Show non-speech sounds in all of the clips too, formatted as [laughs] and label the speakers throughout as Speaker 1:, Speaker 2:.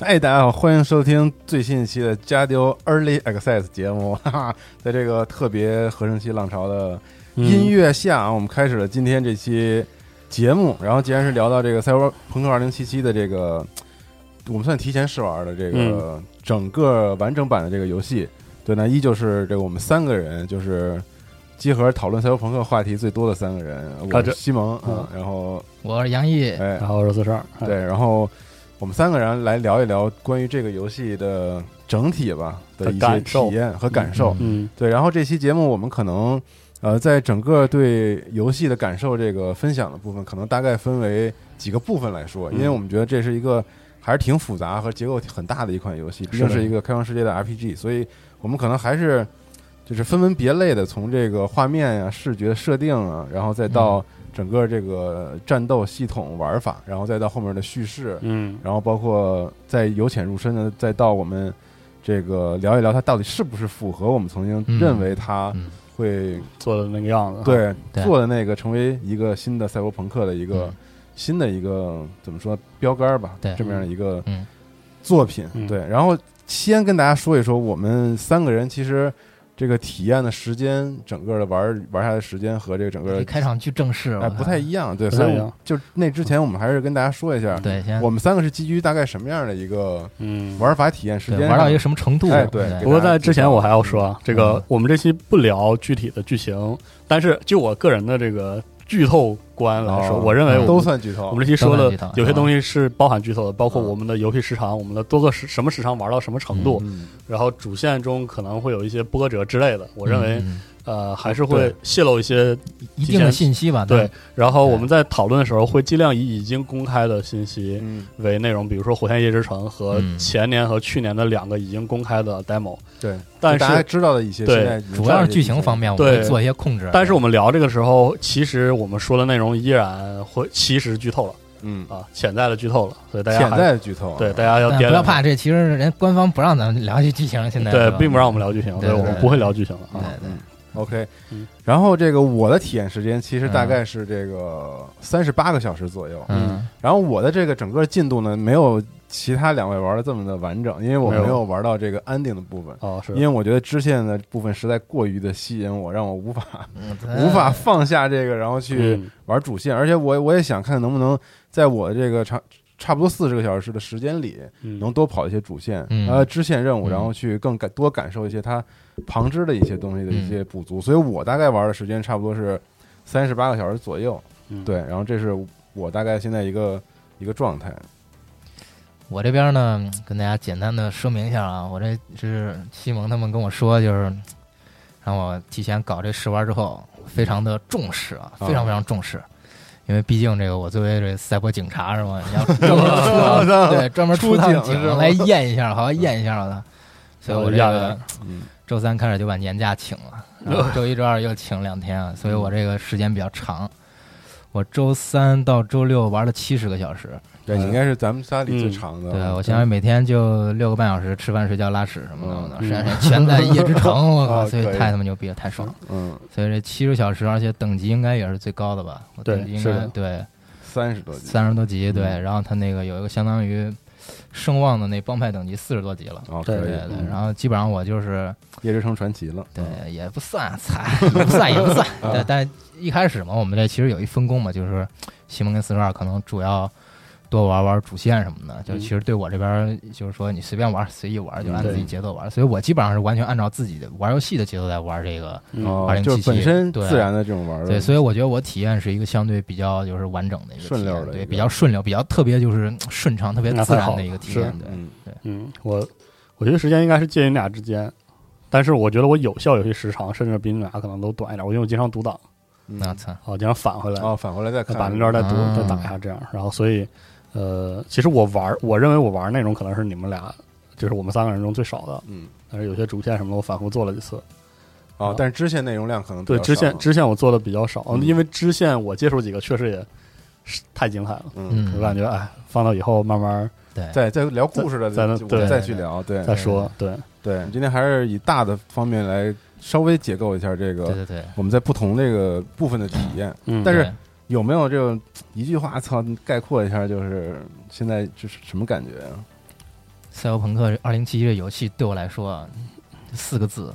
Speaker 1: 哎，大家好，欢迎收听最新一期的《加丢 Early Access》节目。 [laughs] 哈哈，在这个特别合成器浪潮的
Speaker 2: 嗯
Speaker 1: 音乐下，啊，我们开始了今天这期节目。然后，既然是聊到这个《赛博朋克2077》的这个，我们算提前试玩的这个整个完整版的这个游戏，对，那依旧是这个我们三个人就是集合讨论赛博朋克话题最多的三个人，我
Speaker 2: 这
Speaker 1: 是西蒙，嗯，然后
Speaker 3: 我是杨毅，
Speaker 1: 哎，
Speaker 2: 然后二十四十二，
Speaker 1: 对，然后我们三个人来聊一聊关于这个游戏的整体吧的
Speaker 2: 的
Speaker 1: 一些
Speaker 2: 感受
Speaker 1: 体验和感受。
Speaker 2: 嗯，
Speaker 1: 对，然后这期节目我们可能呃，在整个对游戏的感受这个分享的部分，可能大概分为几个部分来说，因为
Speaker 2: 嗯
Speaker 1: 我们觉得这是一个还是挺复杂和结构很大的一款游戏，毕
Speaker 2: 是
Speaker 1: 竟
Speaker 2: 的
Speaker 1: 是一个开放世界的 RPG，所以我们可能还是就是分门别类的，从这个画面呀、视觉设定啊，然后再到
Speaker 2: 嗯
Speaker 1: 整个这个战斗系统玩法，然后再到后面的叙事，
Speaker 2: 嗯，
Speaker 1: 然后包括再由浅入深的，再到我们这个聊一聊它到底是不是符合我们曾经
Speaker 3: 嗯
Speaker 1: 认为它
Speaker 3: 嗯
Speaker 1: 会
Speaker 2: 做的那个样子，，
Speaker 1: 对
Speaker 3: 对
Speaker 1: 做的那个成为一个新的赛博朋克的一个
Speaker 3: 嗯
Speaker 1: 新的一个怎么说标杆吧，
Speaker 3: 对
Speaker 1: 这么样的一个
Speaker 3: 嗯
Speaker 1: 作品
Speaker 2: 嗯。
Speaker 1: 对，然后先跟大家说一说，我们三个人其实这个体验的时间，整个的玩玩下来的时间和这个整个
Speaker 3: 这嗯开场巨正式，
Speaker 1: 哎
Speaker 3: 我
Speaker 1: 不太一样，对，
Speaker 2: 不
Speaker 1: 所
Speaker 2: 太一
Speaker 1: 以
Speaker 2: 样
Speaker 1: 就那之前我们还是跟大家说一下
Speaker 3: 看。，对，先
Speaker 1: 我们三个是基于大概什么样的一个
Speaker 2: 嗯，
Speaker 1: 玩法体验时
Speaker 3: 对
Speaker 1: 间上？
Speaker 3: 玩到一个什么程度？
Speaker 1: 哎对
Speaker 2: 不过在之前我还要说
Speaker 1: 嗯
Speaker 2: 啊，这个我们这期不聊具体的剧情，但是就我个人的这个剧透观来说，
Speaker 1: 哦
Speaker 2: 我认为我们
Speaker 1: 都算剧透。
Speaker 2: 我们这期说
Speaker 3: 都算
Speaker 2: 的
Speaker 3: 剧透
Speaker 2: 有些东西是包含剧透的，包括
Speaker 1: 嗯
Speaker 2: 我们的游戏时长，我们的多个时什么时长玩到什么程度，
Speaker 1: 嗯
Speaker 2: 然后主线中可能会有一些波折之类的。我认为
Speaker 3: 嗯
Speaker 2: 呃还是
Speaker 1: 对
Speaker 2: 会泄露一些，
Speaker 3: 嗯一定的信息吧，
Speaker 2: 对，然后
Speaker 3: 对
Speaker 2: 我们在讨论的时候会尽量以已经公开的信息
Speaker 1: 嗯，
Speaker 2: 为内容，比如说《火线夜之城》和
Speaker 3: 嗯
Speaker 2: 前年和去年的两个已经公开的 demo，
Speaker 1: 对。
Speaker 2: 但
Speaker 1: 大家
Speaker 2: 是。
Speaker 1: 知道的一些，
Speaker 2: 对
Speaker 1: 现在
Speaker 3: 那主要是剧情方面，我们
Speaker 2: 对
Speaker 3: 会做一些控制。
Speaker 2: 但是我们聊这个时候，其实我们说的内容依然会其实剧透了
Speaker 1: 嗯，
Speaker 2: 啊，潜在的剧透了，所以大家
Speaker 1: 潜
Speaker 2: 还
Speaker 1: 在的剧透啊，
Speaker 2: 对大家要掂
Speaker 3: 但嗯不要
Speaker 2: 量
Speaker 3: 怕，这其实人官方不让咱们聊这剧情，现在
Speaker 2: 对
Speaker 3: 吧，
Speaker 2: 并不让我们聊剧情，
Speaker 3: 对
Speaker 2: 所以我
Speaker 3: 对
Speaker 2: 们
Speaker 3: 对
Speaker 2: 不会聊剧情了啊。
Speaker 3: 对对，
Speaker 1: OK
Speaker 2: 嗯。
Speaker 1: 然后这个我的体验时间其实大
Speaker 3: 嗯
Speaker 1: 概是这个三十八个小时左右，
Speaker 3: 嗯
Speaker 1: 然后我的这个整个进度呢，没有其他两位玩的这么的完整，因为我
Speaker 2: 没有
Speaker 1: 没有玩到这个安定的部分。
Speaker 3: 嗯
Speaker 2: 哦，是
Speaker 1: 因为我觉得支线的部分实在过于的吸引我，让我无法
Speaker 3: 嗯
Speaker 2: 哎
Speaker 1: 无法放下这个，然后去、
Speaker 2: 嗯
Speaker 1: 玩主线，而且我我也想看能不能在我这个差差不多四十个小时的时间里，
Speaker 2: 嗯
Speaker 1: 能多跑一些主线，
Speaker 3: 嗯
Speaker 1: 呃，支线任务，
Speaker 3: 嗯
Speaker 1: 然后去更感多感受一些它旁支的一些东西的
Speaker 3: 嗯
Speaker 1: 一些补足。所以我大概玩的时间差不多是三十八个小时左右，
Speaker 2: 嗯
Speaker 1: 对，然后这是我大概现在一个一个状态，
Speaker 3: 我这边呢，嗯跟大家简单的说明一下啊，我这是西蒙他们跟我说，就是嗯让我提前搞这试玩之后，非常的重视啊，
Speaker 1: 啊
Speaker 3: 非常非常重视，因为毕竟这个我作为这赛博警察 [laughs] 是吗？你要专门出趟对专门出趟
Speaker 1: 出警是
Speaker 3: 警啊
Speaker 1: 吧
Speaker 3: 来验一下，好好验一下的。所以我这
Speaker 2: 要验
Speaker 3: 个
Speaker 1: 嗯
Speaker 3: 周三开始就把年假请了，然后周一周二又请两天啊，所以我这个时间比较长。我周三到周六玩了七十个小时，
Speaker 1: 对，你应该是咱们仨里最
Speaker 2: 嗯
Speaker 1: 长的，
Speaker 3: 对，我现在每天就六个半小时，吃饭、睡觉、拉屎什么的，
Speaker 2: 嗯
Speaker 3: 实在是全在夜之城，我 [laughs] 靠，
Speaker 1: 啊
Speaker 3: 所以
Speaker 1: 可以
Speaker 3: 太他妈牛逼了，太爽了。
Speaker 1: 嗯
Speaker 3: 所以这七十小时，而且等级应该也是最高的吧？我
Speaker 2: 对
Speaker 3: 等级应
Speaker 2: 是
Speaker 3: 该
Speaker 2: 的
Speaker 3: 对
Speaker 1: 三十多集，
Speaker 3: 三十多级，对。
Speaker 1: 嗯
Speaker 3: 然后他那个有一个相当于声望的那帮派等级四十多级了，
Speaker 1: 哦，可
Speaker 2: 对
Speaker 1: 以，
Speaker 3: 对对
Speaker 1: 嗯。
Speaker 3: 然后基本上我就是
Speaker 1: 夜之城传奇了，
Speaker 3: 对也不算，惨，也不算
Speaker 1: [laughs]
Speaker 3: 也不算。
Speaker 1: 啊
Speaker 3: 但但一开始嘛，我们这其实有一分工嘛，就是西蒙跟四十二可能主要。多玩玩主线什么的，就
Speaker 2: 嗯
Speaker 3: 其实对我这边儿就是说你随便玩随意玩，就按
Speaker 1: 嗯
Speaker 2: 对
Speaker 3: 自己节奏玩，所以我基本上是完全按照自己的玩游戏的节奏在玩这个，
Speaker 2: 嗯
Speaker 1: 哦
Speaker 3: 2077
Speaker 1: 就是本身
Speaker 3: 对
Speaker 1: 自然的这种玩儿的，
Speaker 3: 对，所以我觉得我体验是一个相对比较就是完整的一个
Speaker 1: 顺
Speaker 3: 体
Speaker 1: 溜
Speaker 3: 验
Speaker 1: 的一
Speaker 3: 对，
Speaker 1: 个
Speaker 3: 比较顺溜，比较特别就是嗯顺畅，特别自然的一个体
Speaker 2: 那太
Speaker 3: 验
Speaker 2: 好，
Speaker 3: 对，
Speaker 1: 嗯，
Speaker 2: 嗯，我我觉得时间应该是介于你俩之间，但是我觉得我有效游戏时长甚至比你俩可能都短一点，我因为我经常读档，
Speaker 1: 嗯
Speaker 3: 那操，
Speaker 2: 啊，经常返回来，
Speaker 1: 哦，返回来再看
Speaker 2: 把那段再读
Speaker 3: 啊
Speaker 2: 再打一下这样，然后所以呃，其实我玩，我认为我玩内容可能是你们俩。就是我们三个人中最少的，
Speaker 1: 嗯，
Speaker 2: 但是有些主线什么的我反复做了几次。
Speaker 1: 哦，但是支线内容量可能比
Speaker 2: 对
Speaker 1: 较
Speaker 2: 支
Speaker 1: 少
Speaker 2: 线支线我做的比较少，
Speaker 1: 嗯
Speaker 2: 因为支线我接触几个确实也是太精彩了，
Speaker 1: 嗯，
Speaker 3: 嗯，
Speaker 2: 我感觉哎，放到以后慢慢
Speaker 3: 对，
Speaker 1: 再再聊故事的，
Speaker 2: 再
Speaker 1: 我
Speaker 2: 再对
Speaker 1: 们再去聊，对
Speaker 3: 哎
Speaker 2: 再说。对，
Speaker 1: 对，我们今天还是以大的方面来稍微解构一下这
Speaker 3: 对
Speaker 1: 个
Speaker 3: 对对，
Speaker 1: 我们在不同这个部分的体验，
Speaker 2: 嗯
Speaker 1: 但是
Speaker 3: 对
Speaker 1: 有没有这种一句话操概括一下，就是现在就是什么感觉啊？
Speaker 3: 赛博朋克二零七七》这游戏对我来说啊，四个字：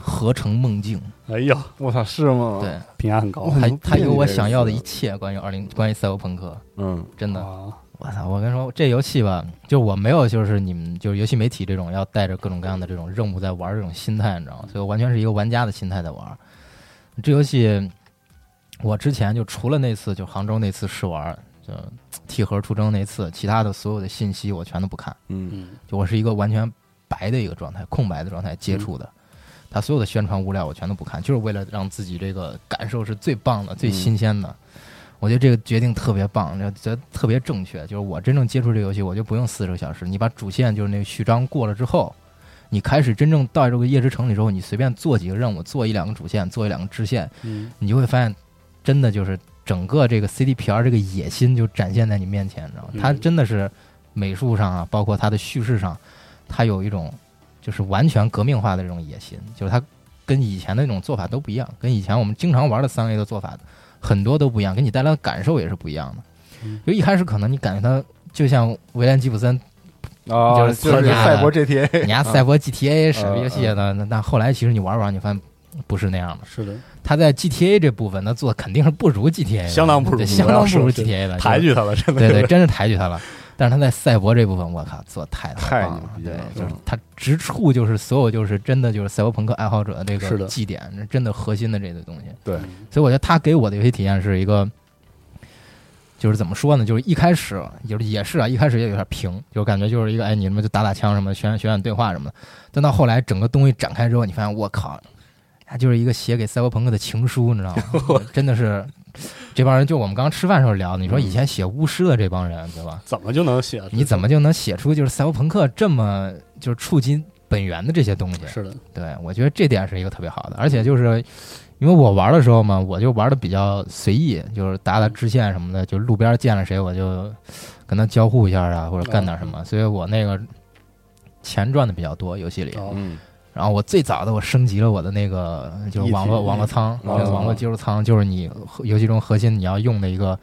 Speaker 3: 合成梦境。
Speaker 2: 哎呦，
Speaker 1: 我操，是吗？，
Speaker 3: 对，
Speaker 2: 评价很高啊
Speaker 1: 哇，
Speaker 3: 它
Speaker 1: 你
Speaker 3: 它有我
Speaker 1: 这个
Speaker 3: 想要的
Speaker 1: 词
Speaker 3: 一切关于二零关于赛博朋克，
Speaker 1: 嗯
Speaker 3: 真的。
Speaker 2: 啊，
Speaker 3: 我操！我跟你说，这游戏吧，就我没有就是你们就是游戏媒体这种要带着各种各样的这种任务在玩儿这种心态，你知道吗？所以我完全是一个玩家的心态在玩儿这游戏。我之前就除了那次就杭州那次试玩儿，就替盒出征那次，其他的所有的信息我全都不看。
Speaker 1: 嗯
Speaker 2: 嗯，
Speaker 3: 就我是一个完全白的一个状态，空白的状态接触的。他所有的宣传物料我全都不看，就是为了让自己这个感受是最棒的、最新鲜的。我觉得这个决定特别棒，这这特别正确。就是我真正接触这游戏，我就不用四十个小时，你把主线就是那个序章过了之后，你开始真正到这个夜之城里之后，你随便做几个任务，做一两个主线，做一两个支线，
Speaker 2: 嗯，
Speaker 3: 你就会发现，真的就是整个这个 CDPR 这个野心就展现在你面前，你知道吗？
Speaker 2: 嗯
Speaker 3: 它真的是美术上啊，包括它的叙事上，它有一种就是完全革命化的这种野心，就是它跟以前的那种做法都不一样，跟以前我们经常玩的三 A 的做法很多都不一样，给你带来的感受也是不一样的
Speaker 2: 嗯。
Speaker 3: 就一开始可能你感觉它就像维兰吉普森
Speaker 1: 啊，
Speaker 3: 就是
Speaker 1: 就是
Speaker 3: 参加
Speaker 1: 赛
Speaker 3: 的
Speaker 1: 博 GTA，
Speaker 2: [laughs]
Speaker 3: 你丫赛博
Speaker 2: 啊
Speaker 3: GTA 傻逼游戏
Speaker 1: 嗯
Speaker 3: 的，那那后来其实你玩玩，你发现不是那样的。
Speaker 2: 是的，
Speaker 3: 他在 GTA 这部分，他做的肯定是不如 GTA，的
Speaker 2: 相当不如
Speaker 3: 对相当不
Speaker 2: 我
Speaker 3: 如
Speaker 2: 要说
Speaker 3: GTA 的，
Speaker 2: 抬
Speaker 3: 哎就是
Speaker 2: 举他了，真的，
Speaker 3: 对对，真是抬举他了。但是他在赛博这部分，我靠，做得太
Speaker 1: 太牛
Speaker 3: 棒
Speaker 2: 啊
Speaker 3: 了，
Speaker 1: 逼
Speaker 3: 对
Speaker 1: 了，
Speaker 3: 就是
Speaker 1: 嗯
Speaker 3: 他直触就是所有就是真的就是赛博朋克爱好者的这
Speaker 2: 是
Speaker 3: 个
Speaker 2: 的
Speaker 3: 祭点，是真的核心的这个东西。
Speaker 1: 对
Speaker 2: 嗯
Speaker 3: 所以我觉得他给我的游戏体验是一个，就是怎么说呢？就是一开始就是也是啊，一开始也有点平，就感觉就是一个哎，你们就打打枪什么，选选选对话什么的。但到后来整个东西展开之后，你发现我靠，它就是一个写给赛博朋克的情书，你知道
Speaker 2: [laughs]
Speaker 3: 吗？真的是这帮人，就我们刚吃饭时候聊，你说
Speaker 2: 嗯
Speaker 3: 以前写巫师的这帮人，对吧？
Speaker 2: 怎么就能写？
Speaker 3: 你怎么就能写出就是赛博朋克这么就是触及本源的这些东西？
Speaker 2: 是的？
Speaker 3: 对，我觉得这点是一个特别好的，而且就是因为我玩的时候嘛，我就玩的比较随意，就是打打支线什么的，就路边见了谁我就跟他交互一下啊，或者干点什么，所以我那个钱赚的比较多游戏里。
Speaker 2: 哦
Speaker 1: 嗯
Speaker 3: 然后我最早的我升级了我的那个就是网络
Speaker 2: ET
Speaker 3: 网络仓，
Speaker 1: 哦
Speaker 3: 就是网络接入仓，就是你和游戏中核心你要用的一个。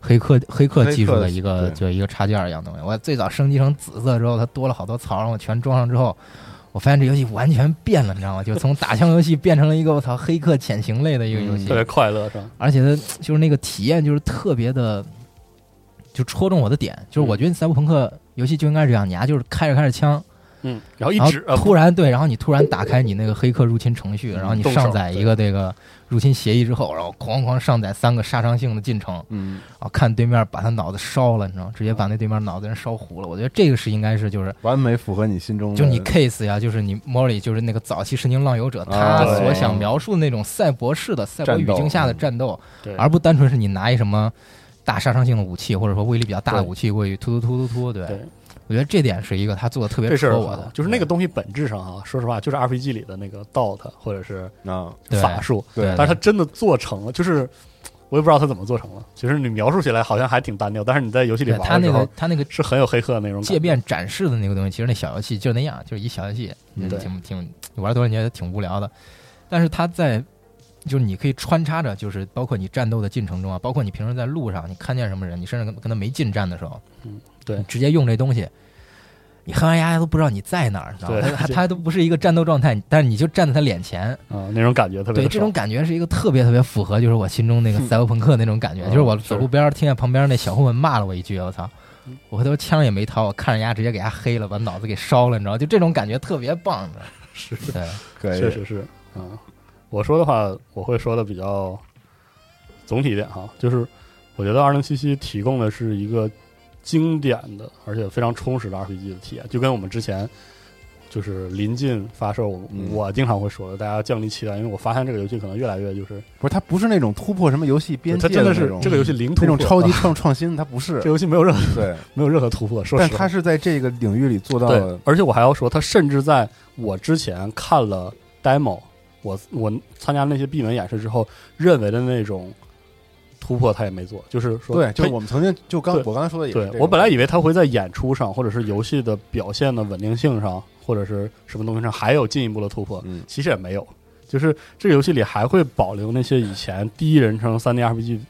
Speaker 3: 黑客黑客技术的一个
Speaker 1: 黑客
Speaker 3: 就一个插件一样东西，我最早升级成紫色之后，它多了好多槽，让我全装上之后，我发现这游戏完全变了，你知道吗？就从打枪游戏变成了一个我操黑客潜行类的一个游戏
Speaker 2: 特，别快乐是吧？
Speaker 3: 而且它就是那个体验就是特别的，就戳中我的点，就是我觉得赛博朋克游戏就应该这样，你啊就是开着开着枪，
Speaker 2: 嗯，然后一
Speaker 3: 然后
Speaker 2: 指啊，
Speaker 3: 突然对，然后你突然打开你那个黑客入侵程序，然后你
Speaker 2: 嗯动手
Speaker 3: 上载一个这个入侵协议之后，然后哐哐上载三个杀伤性的进程，
Speaker 1: 嗯，
Speaker 3: 然后看对面把他脑子烧了，你知道吗，直接把那对面脑子人烧糊了。我觉得这个是应该是就是
Speaker 1: 完美符合你心
Speaker 2: 嗯
Speaker 1: 中的，
Speaker 3: 就你 case 呀、就是你 Molly 就是那个早期神经浪游者，
Speaker 1: 啊
Speaker 3: 他
Speaker 2: 对嗯
Speaker 3: 所想描述的那种赛博式的赛博
Speaker 1: 战
Speaker 3: 语
Speaker 1: 斗
Speaker 3: 境下的战斗，
Speaker 2: 对
Speaker 3: 而不单纯是你拿一什么大杀伤性的武器，或者说威力比较大的武器过去突突突突突。对，
Speaker 2: 对
Speaker 3: 我觉得这点是一个他做的特别
Speaker 2: 这事
Speaker 3: 戳
Speaker 2: 儿
Speaker 3: 我
Speaker 2: 好
Speaker 3: 的，
Speaker 2: 就是那个东西本质上啊，说实话，就是 RPG 里的那个 DOT 或者是
Speaker 1: 啊，
Speaker 3: 对
Speaker 2: 法术，
Speaker 3: 对，对
Speaker 2: 但是它真的做成了，就是我也不知道它怎么做成了。其实你描述起来好像还挺单调，但是你在游戏里
Speaker 3: 对
Speaker 2: 玩
Speaker 3: 他
Speaker 2: 的
Speaker 3: 那
Speaker 2: 时候
Speaker 3: 个他那个
Speaker 2: 是很有黑客的那种感觉
Speaker 3: 界面展示的那个东西，其实那小游戏就那样，就是一小游戏，
Speaker 1: 嗯
Speaker 3: 也挺挺玩多少年也挺无聊的。但是它在就是你可以穿插着，就是包括你战斗的进程中啊，包括你平时在路上你看见什么人，你甚至跟跟他没近战的时候，
Speaker 2: 嗯对
Speaker 3: 你直接用这东西。你黑完牙都不知道你在哪儿，你知道吗？
Speaker 2: 对
Speaker 3: 他
Speaker 2: 这
Speaker 3: 他都不是一个战斗状态，但是你就站在他脸前，
Speaker 2: 啊，那种感觉特别
Speaker 3: 对，
Speaker 2: 的
Speaker 3: 这
Speaker 2: 爽
Speaker 3: 种感觉是一个特别特别符合，就是我心中那个赛博朋克那种感觉，
Speaker 1: 嗯
Speaker 3: 就是我
Speaker 2: 哦是嗯
Speaker 3: 走路边儿听见旁边那小混混骂了我一句，我操！我回头枪也没掏，我看着人家直接给他黑了，把脑子给烧了，你知道吗？就这种感觉特别棒的，
Speaker 2: [laughs] 是
Speaker 3: 对，
Speaker 1: 可以
Speaker 2: 确实是啊、我说的话，我会说的比较总体一点哈，就是我觉得二零七七提供的是一个经典的，而且非常充实的 RPG 的体验，就跟我们之前就是临近发售，我
Speaker 1: 嗯
Speaker 2: 我经常会说的，大家降低期待，因为我发现这个游戏可能越来越就是，
Speaker 1: 不是，它不是那种突破什么游戏边界
Speaker 2: 它真的
Speaker 1: 那
Speaker 2: 是
Speaker 1: 种
Speaker 2: 这个游戏零突
Speaker 1: 那
Speaker 2: 破，
Speaker 1: 种超 [laughs] 级
Speaker 2: 啊
Speaker 1: 创创新，它不是
Speaker 2: 这，游戏没有任何
Speaker 1: [laughs] 对，
Speaker 2: 没有任何突破，说实
Speaker 1: 但
Speaker 2: 话，
Speaker 1: 它是在这个领域里做到
Speaker 2: 对
Speaker 1: 了，，
Speaker 2: 而且我还要说，他甚至在我之前看了 demo，我我参加那些闭门演示之后，认为的那种突破他也没做，就是说，
Speaker 1: 对，就是
Speaker 2: 他
Speaker 1: 我们曾经就刚
Speaker 2: 对
Speaker 1: 我刚才说的也是这
Speaker 2: 对
Speaker 1: 种，
Speaker 2: 我本来以为他会在演出上，或者是游戏的表现的稳定性上，或者是什么东西上还有进一步的突破，
Speaker 1: 嗯
Speaker 2: 其实也没有，就是这个游戏里还会保留那些以前第一人称三 D RPG，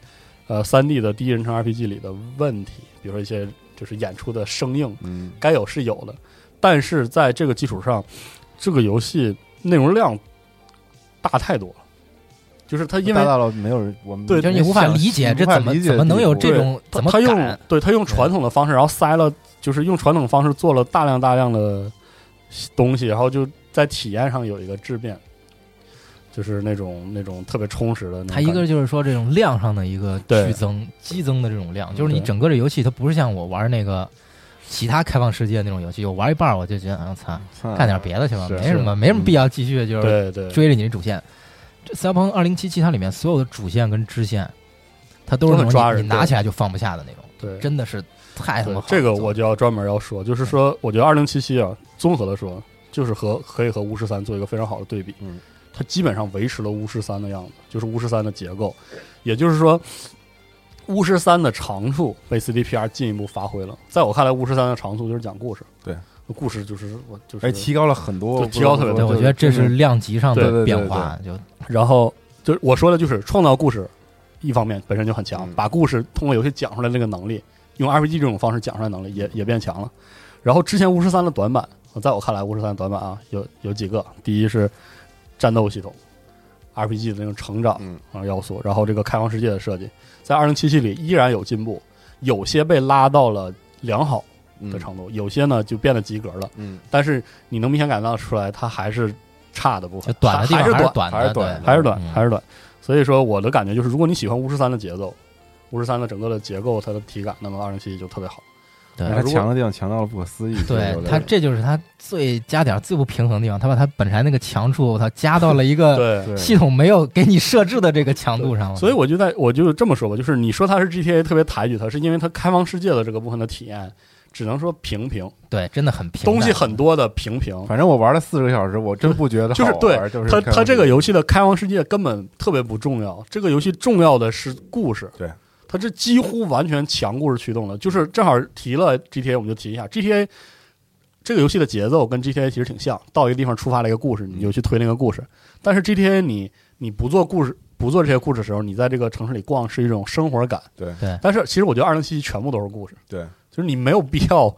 Speaker 2: 呃，三 D 的第一人称 RPG 里的问题，比如说一些就是演出的生硬
Speaker 1: 嗯
Speaker 2: 该有是有的，但是在这个基础上，这个游戏内容量大太多了，就是它因为
Speaker 1: 大大了没有人，我们
Speaker 2: 对
Speaker 3: 就是你无法理解这怎么怎么能有这种
Speaker 2: 他
Speaker 3: 怎么啊
Speaker 2: 他嗯用
Speaker 3: 敢
Speaker 2: 对他用传统的方式，然后塞了，就是用传统的方式做了大量大量的东西，然后就在体验上有一个质变，就是那种那种特别充实的那种
Speaker 3: 它
Speaker 2: 感
Speaker 3: 一
Speaker 2: 觉。
Speaker 3: 个就是说这种量上的一个
Speaker 2: 对
Speaker 3: 剧增、激增的这种量，就是你
Speaker 2: 对
Speaker 3: 整个这游戏它不是像我玩那个其他开放世界那种游戏，我玩一半我就觉得，哎呦操，
Speaker 2: 嗯
Speaker 1: 嗯
Speaker 3: 干点别的去吧，
Speaker 1: 是
Speaker 3: 没什么没什么必要继续就是
Speaker 2: 对对
Speaker 3: 追着你的主线。这《赛博朋克二零七七》它里面所有的主线跟支线，它都是
Speaker 2: 都很
Speaker 3: 那
Speaker 2: 抓
Speaker 3: 种你
Speaker 2: 人
Speaker 3: 你
Speaker 2: 对
Speaker 3: 拿起来就放不下的那种，
Speaker 2: 对，
Speaker 3: 真的是太他
Speaker 2: 对
Speaker 3: 妈好。
Speaker 2: 这个我就要专门要说，
Speaker 1: 嗯
Speaker 2: 就是说，我觉得二零七七啊，综合的说，就是和可以和巫师三做一个非常好的对比。
Speaker 1: 嗯，
Speaker 2: 它基本上维持了巫师三的样子，就是巫师三的结构，也就是说，巫师三的长处被 CDPR 进一步发挥了。在我看来，巫师三的长处就是讲故事，
Speaker 1: 对，
Speaker 2: 故事就是我就是
Speaker 1: 哎，提高了很多，
Speaker 2: 对提高特别
Speaker 3: 对，
Speaker 2: 多
Speaker 3: 我觉得这是量级上
Speaker 1: 嗯对对
Speaker 3: 的
Speaker 1: 对
Speaker 3: 变化，就
Speaker 2: 然后就是我说的就是创造故事，一方面本身就很强，
Speaker 1: 嗯
Speaker 2: 把故事通过游戏讲出来那个能力，用 RPG 这种方式讲出来能力
Speaker 1: 嗯
Speaker 2: 也也变强了。然后之前巫师三的短板，在我看来，巫师三的短板啊有有几个，第一是战斗系统。RPG 的那种成长
Speaker 1: 嗯
Speaker 2: 啊要素，然后这个开放世界的设计，在二零七七里依然有进步，有些被拉到了良好
Speaker 1: 嗯
Speaker 2: 的程度，有些呢就变得及格了。
Speaker 1: 嗯，
Speaker 2: 但是你能明显感到出来，它还是差的部
Speaker 3: 就
Speaker 2: 分，
Speaker 3: 短的地
Speaker 2: 还
Speaker 3: 方
Speaker 2: 是短，
Speaker 3: 短
Speaker 1: 还
Speaker 3: 的，
Speaker 1: 是短
Speaker 3: 对，
Speaker 2: 还是短，
Speaker 3: 嗯
Speaker 2: 还是短。所以说，我的感觉就是，如果你喜欢巫师三的节奏，巫师三的整个的结构，它的体感，那么二零七就特别好。
Speaker 3: 对
Speaker 2: 嗯
Speaker 1: 他强的地方强到了不可思议，
Speaker 3: 对
Speaker 1: 有点
Speaker 3: 它，这就是它最加点儿最不平衡的地方。它把它本来那个强处，它加到了一
Speaker 2: [laughs]
Speaker 3: 个
Speaker 2: 对，
Speaker 1: 对
Speaker 3: 系统没有给你设置的这个强度上了。
Speaker 2: 所以我就在我就这么说吧，就是你说它是 GTA 特别抬举它，是因为它开放世界的这个部分的体验，只能说平平，
Speaker 3: 对，真的很平淡。
Speaker 2: 东西很多的平平。
Speaker 1: 反正我玩了四十个小时，我真不觉得
Speaker 2: 就是
Speaker 1: 好玩
Speaker 2: 对
Speaker 1: 就是
Speaker 2: 它，
Speaker 1: 看
Speaker 2: 它这个游戏的开放世界根本特别不重要。这个游戏重要的是故事，
Speaker 1: 对，
Speaker 2: 它这几乎完全强故事驱动的。就是正好提了 GTA，我们就提一下 GTA 这个游戏的节奏跟 GTA 其实挺像，到一个地方触发了一个故事，你就去推那个故事。但是 GTA 你你不做故事，不做这些故事的时候，你在这个城市里逛是一种生活感。
Speaker 1: 对
Speaker 3: 对
Speaker 2: 但是其实我觉得二零七七全部都是故事，
Speaker 1: 对，
Speaker 2: 就是你没有必要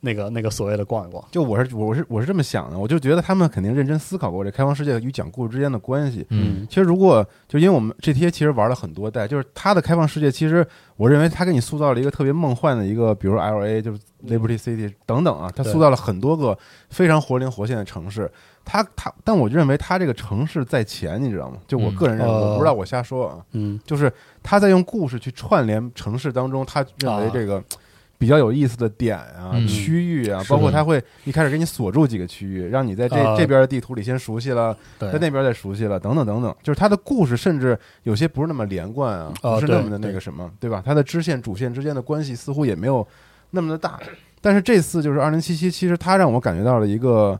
Speaker 2: 那个那个所谓的逛一逛。
Speaker 1: 就我是我是我是这么想的，我就觉得他们肯定认真思考过这开放世界与讲故事之间的关系。
Speaker 3: 嗯，
Speaker 1: 其实如果就因为我们 GTA 其实玩了很多代，就是它的开放世界，其实我认为它给你塑造了一个特别梦幻的一个，比如 LA 就是 Liberty City 等等啊，它
Speaker 2: 嗯对
Speaker 1: 塑造了很多个非常活灵活现的城市。它它，但我认为它这个城市在前，你知道吗？就我
Speaker 3: 嗯
Speaker 1: 个人认为，
Speaker 2: 呃
Speaker 1: 我不知道我瞎说啊，
Speaker 2: 嗯，
Speaker 1: 就是他在用故事去串联城市当中他认为这个比较有意思的点啊、
Speaker 3: 嗯
Speaker 1: 区域啊，
Speaker 2: 啊是的
Speaker 1: 包括他会一开始给你锁住几个区域，让你在这、
Speaker 2: 啊
Speaker 1: 这边的地图里先熟悉了，
Speaker 2: 对
Speaker 1: 在那边再熟悉了，等等等等，就是他的故事甚至有些不是那么连贯啊，
Speaker 2: 啊
Speaker 1: 不是
Speaker 2: 对
Speaker 1: 那么的那个什么，对吧？他的支线主线之间的关系似乎也没有那么的大，但是这次就是二零七七，其实它让我感觉到了一个。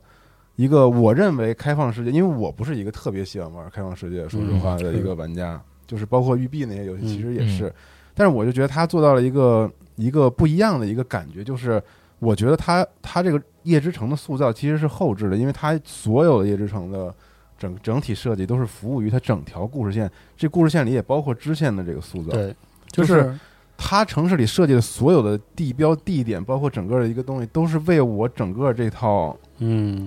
Speaker 1: 一个我认为开放世界，因为我不是一个特别喜欢玩开放世界，说实话的一个玩家，就是包括育碧那些游戏，
Speaker 2: 嗯
Speaker 1: 其实也是。但是我就觉得他做到了一个一个不一样的一个感觉，就是我觉得他他这个夜之城的塑造其实是后置的，因为他所有的夜之城的整整体设计都是服务于他整条故事线，这故事线里也包括支线的这个塑造。
Speaker 2: 对，
Speaker 1: 就
Speaker 2: 就是
Speaker 1: 他城市里设计的所有的地标、地点，包括整个的一个东西，都是为我整个这套
Speaker 2: 嗯。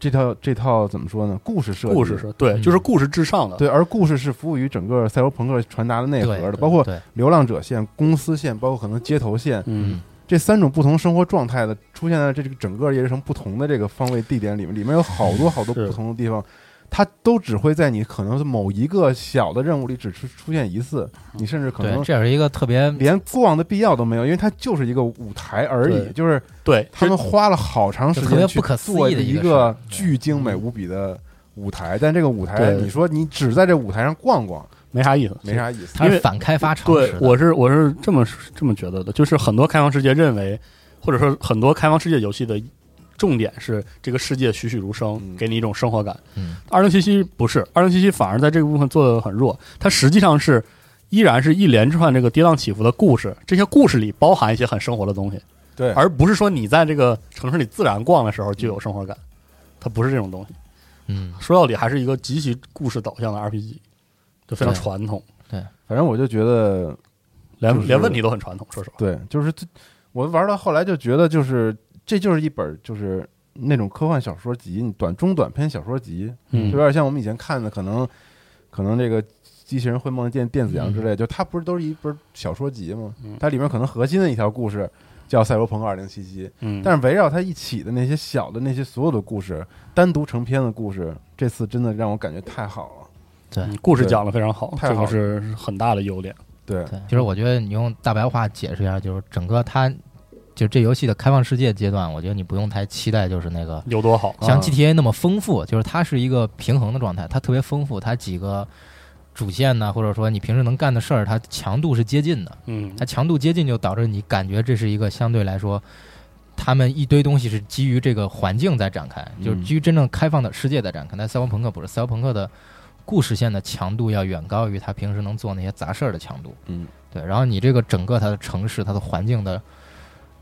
Speaker 1: 这套这套怎么说呢？故事设计，
Speaker 2: 故事是对，
Speaker 3: 嗯
Speaker 2: 就是故事至上的。
Speaker 1: 对，而故事是服务于整个赛博朋克传达的内核
Speaker 3: 对
Speaker 1: 的，包括
Speaker 3: 对，
Speaker 1: 流浪者线、公司线，包括可能街头线，
Speaker 2: 嗯，
Speaker 1: 这三种不同生活状态的出现在这个整个夜之城不同的这个方位地点里面，里面有好多好多
Speaker 2: 是
Speaker 1: 不同的地方，它都只会在你可能是某一个小的任务里只出出现一次，你甚至可
Speaker 3: 嗯对，
Speaker 1: 能
Speaker 3: 这是一个特别
Speaker 1: 连逛的必要都没有，因为它就是一个舞台而已，
Speaker 2: 对
Speaker 1: 就是
Speaker 2: 对，
Speaker 1: 他们花了好长时
Speaker 3: 就特
Speaker 1: 间
Speaker 3: 别
Speaker 1: 去
Speaker 3: 不可思
Speaker 1: 做
Speaker 3: 议的一个
Speaker 1: 个
Speaker 3: 事儿嗯
Speaker 1: 巨精美无比的舞台，但这个舞台，
Speaker 2: 对
Speaker 1: 你说你只在这舞台上逛逛，
Speaker 2: 没啥意思，
Speaker 1: 没。啥意思。
Speaker 3: 它
Speaker 2: 因
Speaker 3: 是
Speaker 2: 为
Speaker 3: 反开发常
Speaker 2: 对
Speaker 3: 识，的。
Speaker 2: 我是我是这么这么觉得的，就是很多开放世界认为，或者说很多开放世界游戏的重点是这个世界栩栩如生，
Speaker 1: 嗯
Speaker 2: 给你一种生活感。
Speaker 3: 嗯
Speaker 2: 二零七七不是，二零七七反而在这个部分做的很弱，它实际上是依然是一连串这个跌宕起伏的故事，这些故事里包含一些很生活的东西，
Speaker 1: 对，
Speaker 2: 而不是说你在这个城市里自然逛的时候就有生活感，它不是这种东西。
Speaker 3: 嗯，
Speaker 2: 说到底还是一个极其故事导向的 RPG，就非常
Speaker 3: 对
Speaker 2: 传统，
Speaker 1: 反正我就觉得，
Speaker 2: 连
Speaker 1: 就是
Speaker 2: 连问题都很传统。说实话，
Speaker 1: 对，就是这我玩到后来就觉得，就是这就是一本就是那种科幻小说集，你短中短篇小说集，
Speaker 2: 嗯
Speaker 1: 就有点像我们以前看的，可能可能这个机器人会梦见电子羊之类，就它不是都是一本小说集吗
Speaker 2: 嗯？
Speaker 1: 它里面可能核心的一条故事叫《赛博朋克二零七七》，
Speaker 2: 嗯，
Speaker 1: 但是围绕它一起的那些小的那些所有的故事，单独成篇的故事，这次真的让我感觉太好了。
Speaker 2: 嗯故事
Speaker 1: 对
Speaker 2: 讲的非常好，
Speaker 1: 太
Speaker 2: 这
Speaker 1: 好
Speaker 2: 个
Speaker 1: 了
Speaker 2: 是很大的优点。
Speaker 1: 对，
Speaker 3: 对，就是我觉得你用大白话解释一下，就是整个它，就这游戏的开放世界阶段，我觉得你不用太期待，就是那个
Speaker 2: 有多好？
Speaker 3: 像
Speaker 1: 啊
Speaker 3: GTA 那么丰富，就是它是一个平衡的状态，它特别丰富，它几个主线呢，或者说你平时能干的事儿，它强度是接近的，
Speaker 2: 嗯
Speaker 3: 它强度接近就导致你感觉这是一个相对来说。他们一堆东西是基于这个环境在展开，就是基于真正开放的世界在展开。但赛博朋克不是，赛博朋克的故事线的强度要远高于他平时能做那些杂事儿的强度。
Speaker 1: 嗯，
Speaker 3: 对，然后你这个整个它的城市、它的环境的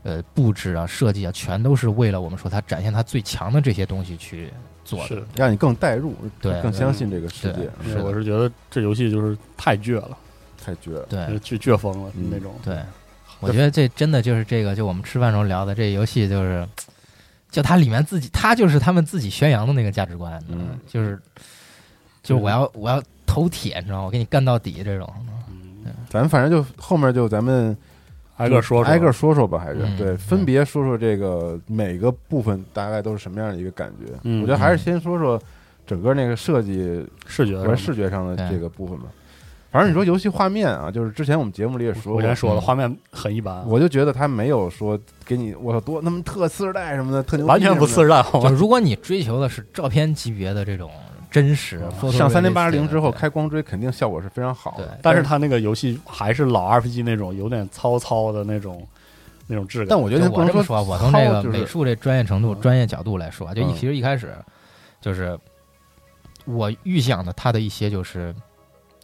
Speaker 3: 呃布置啊、设计啊，全都是为了我们说它展现它最强的这些东西去做的。
Speaker 2: 是
Speaker 1: 让你更代入，
Speaker 3: 对
Speaker 1: 更相信这个世界，嗯
Speaker 3: 是的
Speaker 2: 我是觉得这游戏就是太倔了，
Speaker 1: 太绝了。
Speaker 3: 对
Speaker 2: 倔倔疯了
Speaker 1: 嗯
Speaker 2: 那种。
Speaker 3: 对，我觉得这真的就是这个，就我们吃饭时候聊的这游戏，就是就它里面自己，它就是他们自己宣扬的那个价值观，你知道吗
Speaker 1: 嗯
Speaker 3: 就是就是我要我要头铁，你知道吗？我给你干到底这种。
Speaker 2: 嗯，
Speaker 1: 咱反正就后面就咱们
Speaker 2: 挨个说说，
Speaker 1: 挨个说说吧，还是
Speaker 3: 嗯
Speaker 1: 对，
Speaker 3: 嗯
Speaker 1: 分别说说这个每个部分大概都是什么样的一个感觉。
Speaker 2: 嗯
Speaker 1: 我觉得还是先说说整个那个设计
Speaker 2: 视觉
Speaker 1: 和
Speaker 2: 上
Speaker 1: 视觉上的
Speaker 3: 对
Speaker 1: 这个部分吧。反正你说游戏画面啊，就是之前我们节目里也说
Speaker 2: 我
Speaker 1: 过
Speaker 2: 先，说了，
Speaker 3: 嗯
Speaker 2: 画面很一般，
Speaker 1: 我就觉得它没有说给你我操多那么特次世代什么的，特牛逼
Speaker 2: 完全不
Speaker 1: 什么
Speaker 2: 次战，好
Speaker 3: 就
Speaker 2: 吗？
Speaker 3: 如果你追求的是照片级别的这种真实
Speaker 2: 嗯，
Speaker 1: 的。
Speaker 3: photo
Speaker 1: 上三零八
Speaker 3: realistic
Speaker 1: 零
Speaker 3: 的
Speaker 1: 之后
Speaker 3: 对
Speaker 1: 开光追，肯定效果是非常好的。
Speaker 3: 对
Speaker 2: 但是它那个游戏还是老 RPG 那种有点糙糙的那种那种质
Speaker 1: 但
Speaker 2: 感。
Speaker 1: 我觉
Speaker 3: 就
Speaker 1: 得
Speaker 3: 我
Speaker 1: 不
Speaker 3: 这么
Speaker 1: 能
Speaker 3: 说，
Speaker 1: 说
Speaker 3: 我从这个
Speaker 1: 糙就
Speaker 3: 美
Speaker 1: 是
Speaker 3: 术这专业程度、
Speaker 2: 嗯
Speaker 3: 专业角度来说啊，就一
Speaker 1: 嗯
Speaker 3: 其实一开始就是我预想的他的一些就是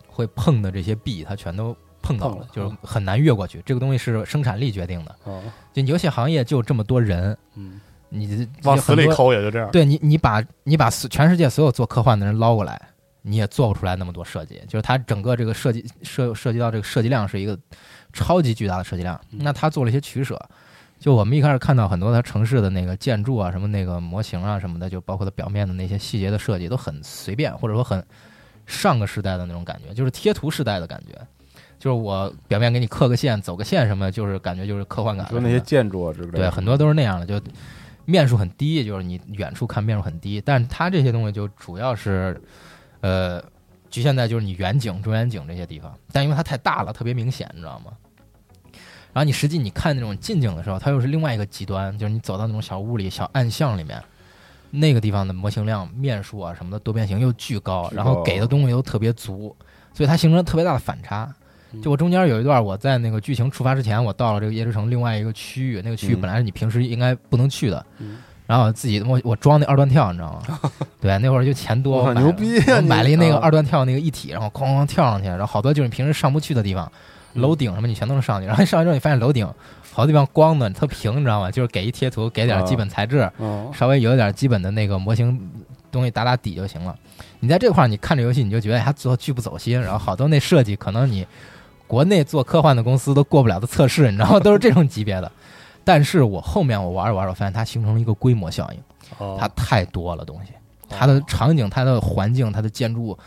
Speaker 3: 会碰的这些壁，他全都碰到
Speaker 2: 碰
Speaker 3: 了
Speaker 2: 了，
Speaker 1: 嗯
Speaker 3: 就是很难越过去。这个东西是生产力决定的，
Speaker 2: 嗯
Speaker 3: 就游戏行业就这么多人，
Speaker 2: 嗯，
Speaker 3: 你
Speaker 2: 往
Speaker 3: 有
Speaker 2: 死
Speaker 3: 很
Speaker 2: 里
Speaker 3: 多
Speaker 2: 抠也就这样。
Speaker 3: 对你，你把你把所全世界所有做科幻的人捞过来，你也做不出来那么多设计。就是它整个这个设计涉涉及到这个设计量是一个超级巨大的设计量。
Speaker 2: 嗯
Speaker 3: 那他做了一些取舍，就我们一开始看到很多它城市的那个建筑啊、什么那个模型啊什么的，就包括它表面的那些细节的设计都很随便，或者说很上个时代的那种感觉，就是贴图时代的感觉。就是我表面给你刻个线、走个线什么的，就是感觉就是科幻感了
Speaker 1: 说
Speaker 3: 什么
Speaker 1: 那
Speaker 3: 的。
Speaker 1: 些建筑啊之类的，
Speaker 3: 对，很多都是那样的，就面数很低，就是你远处看面数很低，但是它这些东西就主要是，呃，局限在就是你远景、中远景这些地方，但因为它太大了，特别明显，你知道吗？然后你实际你看那种近景的时候，它又是另外一个极端，就是你走到那种小屋里、小暗巷里面，那个地方的模型量、面数啊什么的多变形又巨高，
Speaker 1: 巨
Speaker 3: 然后
Speaker 1: 高
Speaker 3: 给的东西又特别足，所以它形成了特别大的反差。
Speaker 1: 嗯
Speaker 3: 就我中间有一段，我在那个剧情触发之前，我到了这个椰之城另外一个区域，那个区域
Speaker 1: 嗯
Speaker 3: 本来是你平时应该不能去的，
Speaker 2: 嗯
Speaker 3: 然后我自己我我装那二段跳，你知道
Speaker 1: [laughs]
Speaker 3: 吗？对，那会儿就钱多，
Speaker 1: 我靠
Speaker 3: 我买
Speaker 1: 牛
Speaker 3: 了
Speaker 1: 逼啊
Speaker 3: 我
Speaker 1: 你
Speaker 3: 买了一那个
Speaker 1: 啊
Speaker 3: 二段跳那个一体，然后哐哐哐跳上去，然后好多就是你平时上不去的地方，
Speaker 2: 嗯
Speaker 3: 楼顶什么你全都能上去，然后上去之后你发现楼顶好多地方光的特平，你知道吗？就是给一贴图，给点
Speaker 1: 啊
Speaker 3: 基本材质，
Speaker 2: 嗯
Speaker 3: 稍微有点基本的那个模型东西打打底就行了。你在这块儿，你看这游戏，你就觉得哎它做巨不走心，然后好多那设计可能你国内做科幻的公司都过不了的测试，你知道吗？都是这种级别的。但是我后面我玩着玩着，我发现它形成了一个规模效应，
Speaker 2: 哦
Speaker 3: 它太多了东西，它的场景、它的环境、它的建筑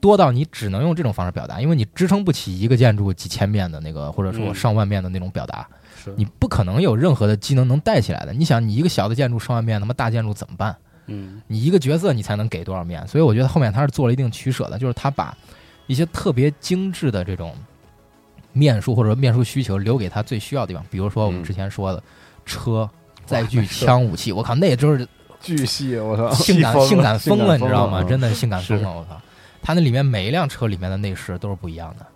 Speaker 3: 多到你只能用这种方式表达，因为你支撑不起一个建筑几千面的那个，或者说
Speaker 2: 嗯
Speaker 3: 上万面的那种表达。
Speaker 2: 是
Speaker 3: 你不可能有任何的技能能带起来的。你想，你一个小的建筑上万面，他妈大建筑怎么办？
Speaker 2: 嗯
Speaker 3: 你一个角色你才能给多少面？所以我觉得后面他是做了一定取舍的，就是他把一些特别精致的这种面数或者面数需求留给他最需要的地方，比如说我们
Speaker 1: 嗯
Speaker 3: 之前说的车、载具、枪、武器，我靠，那就是
Speaker 1: 巨细，我
Speaker 2: 啊
Speaker 1: 操，
Speaker 3: 性感
Speaker 1: 疯
Speaker 3: 性感
Speaker 1: 性
Speaker 3: 疯了，你知道吗？
Speaker 1: 嗯
Speaker 3: 真的是性感
Speaker 2: 是
Speaker 3: 疯了，我靠！它那里面每一辆车里面的内饰都是不一样的，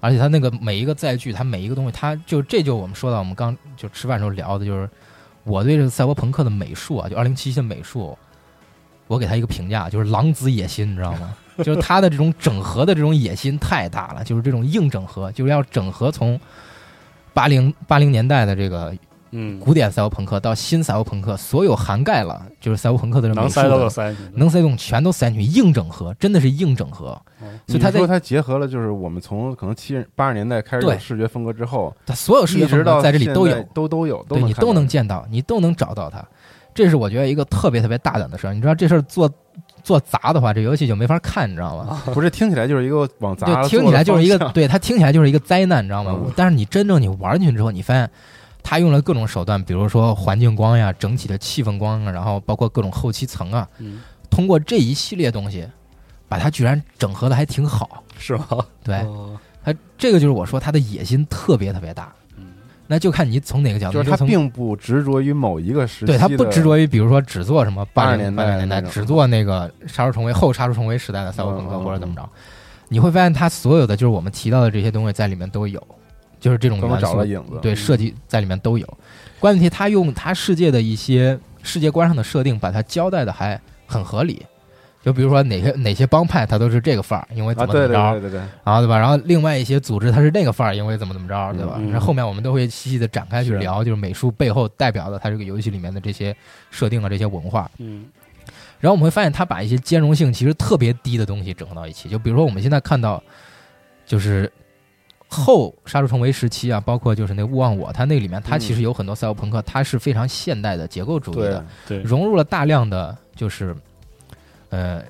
Speaker 3: 而且它那个每一个载具，它每一个东西，它就这就我们说到我们刚就吃饭时候聊的，就是我对这个赛博朋克的美术啊，就二零七七的美术，我给他一个评价，就是狼子野心，你知道吗？ [laughs] 就是他的这种整合的这种野心太大了，就是这种硬整合，就是要整合从八零八零年代的这个
Speaker 2: 嗯，
Speaker 3: 古典赛博朋克到新赛博朋克，所有涵盖了就是赛博朋克的这
Speaker 2: 能
Speaker 3: 美术
Speaker 2: 塞都
Speaker 3: 的
Speaker 2: 有，塞进去，
Speaker 3: 能塞进去全都塞进去，硬整合，真的是硬整合。
Speaker 2: 哦
Speaker 3: 所以他
Speaker 1: 你
Speaker 3: 在
Speaker 1: 说他结合了，就是我们从可能七十八十年代开始
Speaker 3: 对
Speaker 1: 有视觉风格之后，
Speaker 3: 它所有视觉
Speaker 1: 一直
Speaker 3: 风格
Speaker 1: 到
Speaker 3: 在这里都
Speaker 1: 现在
Speaker 3: 有，
Speaker 1: 都都有，
Speaker 3: 对
Speaker 1: 能
Speaker 3: 你
Speaker 1: 看
Speaker 3: 都
Speaker 1: 到
Speaker 3: 能见到，你都能找到它。这是我觉得一个特别特别大胆的事儿。你知道这事儿做做砸的话，这游戏就没法看，你知道吗？
Speaker 1: [laughs] 不是听起来就是一个往啊砸了
Speaker 3: [laughs] 就听起来就是一个
Speaker 1: 做的方向
Speaker 3: 对它听起来就是一个灾难，你知道吗？
Speaker 1: 嗯
Speaker 3: 我但是你真正你玩进去之后，你发现他用了各种手段，比如说环境光呀、整体的气氛光啊，然后包括各种后期层啊，
Speaker 2: 嗯，
Speaker 3: 通过这一系列东西，把它居然整合的还挺好。
Speaker 2: 是吗？
Speaker 3: 对，
Speaker 2: 哦
Speaker 3: 他这个就是我说他的野心特别特别大，
Speaker 2: 嗯
Speaker 3: 那就看你从哪个角度。
Speaker 1: [laughs] 就是
Speaker 3: 你
Speaker 1: 他
Speaker 3: 从
Speaker 1: 并不执着于某一个时期
Speaker 3: 对
Speaker 1: 的，
Speaker 3: 他不执着于，比如说只做什么八
Speaker 1: 80
Speaker 3: 十
Speaker 1: 年
Speaker 3: 八
Speaker 1: 代
Speaker 3: 十年代，
Speaker 1: 那种
Speaker 3: 只做那个杀出重围后杀出重围时代的赛博朋
Speaker 1: 嗯
Speaker 3: 克
Speaker 1: 嗯嗯
Speaker 3: 或者怎么着，你会发现他所有的就是我们提到的这些东西在里面都有，就是这种
Speaker 1: 都能
Speaker 3: 元
Speaker 1: 找到
Speaker 3: 素，
Speaker 1: 影子。
Speaker 3: 对
Speaker 2: 嗯
Speaker 3: 设计在里面都有。关键题他用他世界的一些世界观上的设定，把它交代的还很合理。就比如说哪些哪些帮派，他都是这个范儿，因为
Speaker 1: 啊，
Speaker 3: 怎么怎
Speaker 1: 对
Speaker 3: 么着，
Speaker 1: 对对对对，
Speaker 3: 然后对吧？然后另外一些组织它是那个范儿，因为怎么怎么着，对吧？
Speaker 2: 嗯
Speaker 3: 然后后面我们都会细细的展开去
Speaker 1: 是
Speaker 3: 聊，就是美术背后代表的它这个游戏里面的这些设定啊，这些文化。
Speaker 2: 嗯
Speaker 3: 然后我们会发现，它把一些兼容性其实特别低的东西整合到一起。就比如说我们现在看到，就是后《杀出重围》时期啊，包括就是那《勿忘我》，它那里面它
Speaker 2: 嗯
Speaker 3: 其实有很多赛博朋克，它是非常现代的结构主义
Speaker 1: 对
Speaker 3: 的，
Speaker 2: 对，
Speaker 3: 融入了大量的就是，呃，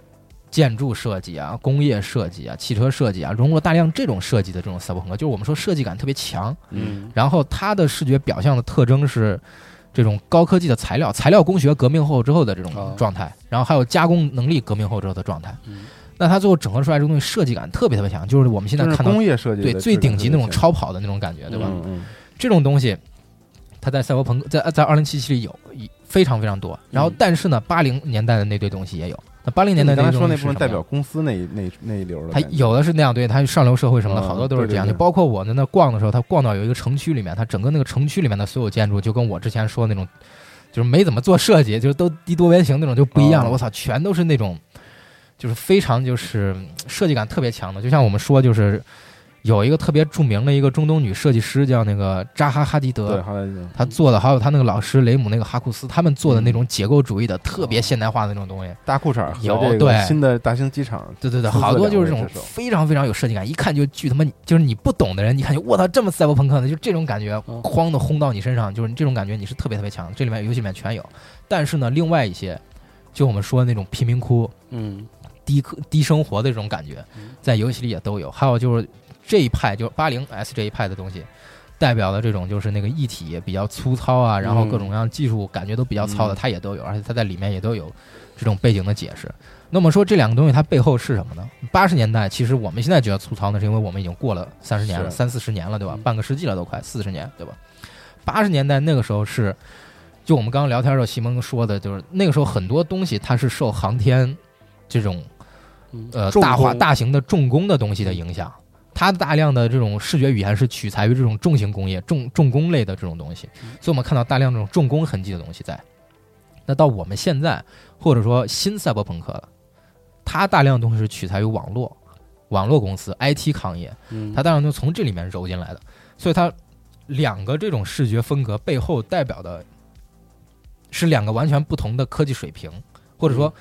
Speaker 3: 建筑设计啊、工业设计啊、汽车设计啊，融入了大量这种设计的这种赛博朋克，就是我们说设计感特别强。
Speaker 2: 嗯
Speaker 3: 然后它的视觉表象的特征是这种高科技的材料，材料工学革命后之后的这
Speaker 2: 哦
Speaker 3: 种状态，然后还有加工能力革命后之后的状态。
Speaker 2: 嗯
Speaker 3: 那它最后整合出来这个东西设计感特别特别强，就是我们现在
Speaker 1: 就是
Speaker 3: 看到
Speaker 1: 工业设计的
Speaker 3: 对最
Speaker 1: 质感
Speaker 3: 顶级
Speaker 1: 特
Speaker 3: 那
Speaker 1: 别
Speaker 3: 种
Speaker 1: 强
Speaker 3: 超跑的那种感觉，对吧？
Speaker 1: 嗯嗯
Speaker 3: 这种东西，它在赛博朋克在在二零七七里有一非常非常多。然后
Speaker 2: 嗯，
Speaker 3: 但是呢，八零年代的那堆东西也有。那八零年代
Speaker 1: 你刚才
Speaker 3: 堆
Speaker 1: 说那
Speaker 3: 东西
Speaker 1: 部分
Speaker 3: 是什么
Speaker 1: 代
Speaker 3: 呀
Speaker 1: 表公司那一那一那一流的
Speaker 3: 它
Speaker 1: 感觉，
Speaker 3: 有的是那样，对，它上流社会什么
Speaker 1: 嗯
Speaker 3: 的，好多都是这样。
Speaker 1: 对对
Speaker 3: 就
Speaker 1: 对
Speaker 3: 包括我在那逛的时候，他逛到有一个城区里面，他整个那个城区里面的所有建筑，就跟我之前说的那种，就是没怎么做设计，就是都低多边形那种就不一样了。
Speaker 1: 哦
Speaker 3: 我操，全都是那种，就是非常就是嗯设计感特别强的。就像我们说，就是有一个特别著名的一个中东女设计师叫那个扎哈哈迪德
Speaker 1: 对，，好像
Speaker 3: 他做的，还有他那个老师雷姆那个哈库斯，他们做的那种解构主义的、特别现代化的那种东西。
Speaker 1: 大裤衩和
Speaker 3: 有
Speaker 1: 这
Speaker 3: 对
Speaker 1: 个新的大兴机场，
Speaker 3: 对对对，
Speaker 1: 出色
Speaker 3: 好多就是这种
Speaker 1: 两位之首
Speaker 3: 非常非常有设计感，一看就巨他妈，就是你不懂的人，你看就我操这么赛博朋克的，就这种感觉，
Speaker 2: 嗯
Speaker 3: 哐的轰到你身上，就是这种感觉你是特别特别强的。这里面游戏里面全有，但是呢，另外一些就我们说的那种贫民窟、
Speaker 2: 嗯
Speaker 3: 低科低生活的这种感觉
Speaker 2: 嗯，
Speaker 3: 在游戏里也都有。还有就是这一派，就是八零 S 这一派的东西，代表的这种就是那个一体比较粗糙啊，然后各种各样技术感觉都比较糙的，
Speaker 2: 嗯
Speaker 3: 它也都有，而且它在里面也都有这种背景的解释。那么说这两个东西它背后是什么呢？八十年代其实我们现在觉得粗糙呢，是因为我们已经过了三十年了，
Speaker 1: 是
Speaker 3: 三四十年了，对吧
Speaker 2: 嗯？
Speaker 3: 半个世纪了都快四十年，对吧？八十年代那个时候是，就我们刚刚聊天的时候，西蒙说的，就是那个时候很多东西它是受航天这种
Speaker 2: 嗯
Speaker 3: 呃
Speaker 2: 重
Speaker 3: 大化
Speaker 2: 工
Speaker 3: 大型的重工的东西的影响。它大量的这种视觉语言是取材于这种重型工业、重重工类的这种东西，
Speaker 2: 嗯
Speaker 3: 所以我们看到大量这种重工痕迹的东西在。那到我们现在，或者说新赛博朋克了，它大量的东西是取材于网络、网络公司、IT 行业，
Speaker 2: 嗯
Speaker 3: 它当然就从这里面揉进来的，所以它两个这种视觉风格背后代表的是两个完全不同的科技水平，或者说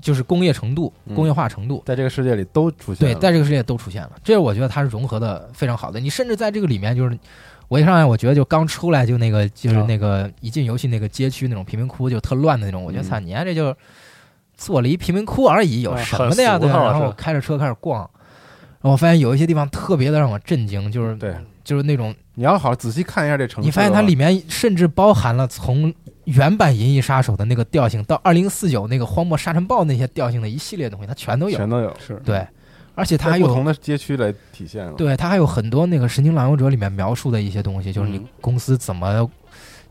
Speaker 3: 就是工业程度、
Speaker 1: 嗯
Speaker 3: 工业化程度。
Speaker 1: 在这个世界里都出现
Speaker 3: 对，
Speaker 1: 了，
Speaker 3: 在这个世界都出现了，这是我觉得它是融合的非常好的。你甚至在这个里面，就是我一上来，我觉得就刚出来就那个就是
Speaker 2: 啊
Speaker 3: 那个一进游戏那个街区那种贫民窟就特乱的那种，我觉得
Speaker 1: 嗯
Speaker 3: 操你丫这就做了一贫民窟而已，有
Speaker 2: 啊
Speaker 3: 什
Speaker 2: 很
Speaker 3: 么的呀？
Speaker 2: 俗
Speaker 3: 对吧，
Speaker 2: 套
Speaker 3: 然
Speaker 2: 是
Speaker 3: 后我开着车开始逛，然后我发现有一些地方特别的让我震惊，就是
Speaker 1: 对，
Speaker 3: 就是那种
Speaker 1: 你要好仔细看一下这城市，
Speaker 3: 你发现它里面甚至包含了从原版《银翼杀手》的那个调性到二零四九那个荒漠沙尘暴那些调性的一系列东西，它全都有。
Speaker 1: 全都有，
Speaker 2: 是
Speaker 3: 对，而且它
Speaker 1: 在
Speaker 3: 还
Speaker 1: 不
Speaker 3: 有
Speaker 1: 同的街区来体现了。
Speaker 3: 对它还有很多那个《神经浪游者》里面描述的一些东西，就是你
Speaker 2: 嗯
Speaker 3: 公司怎么。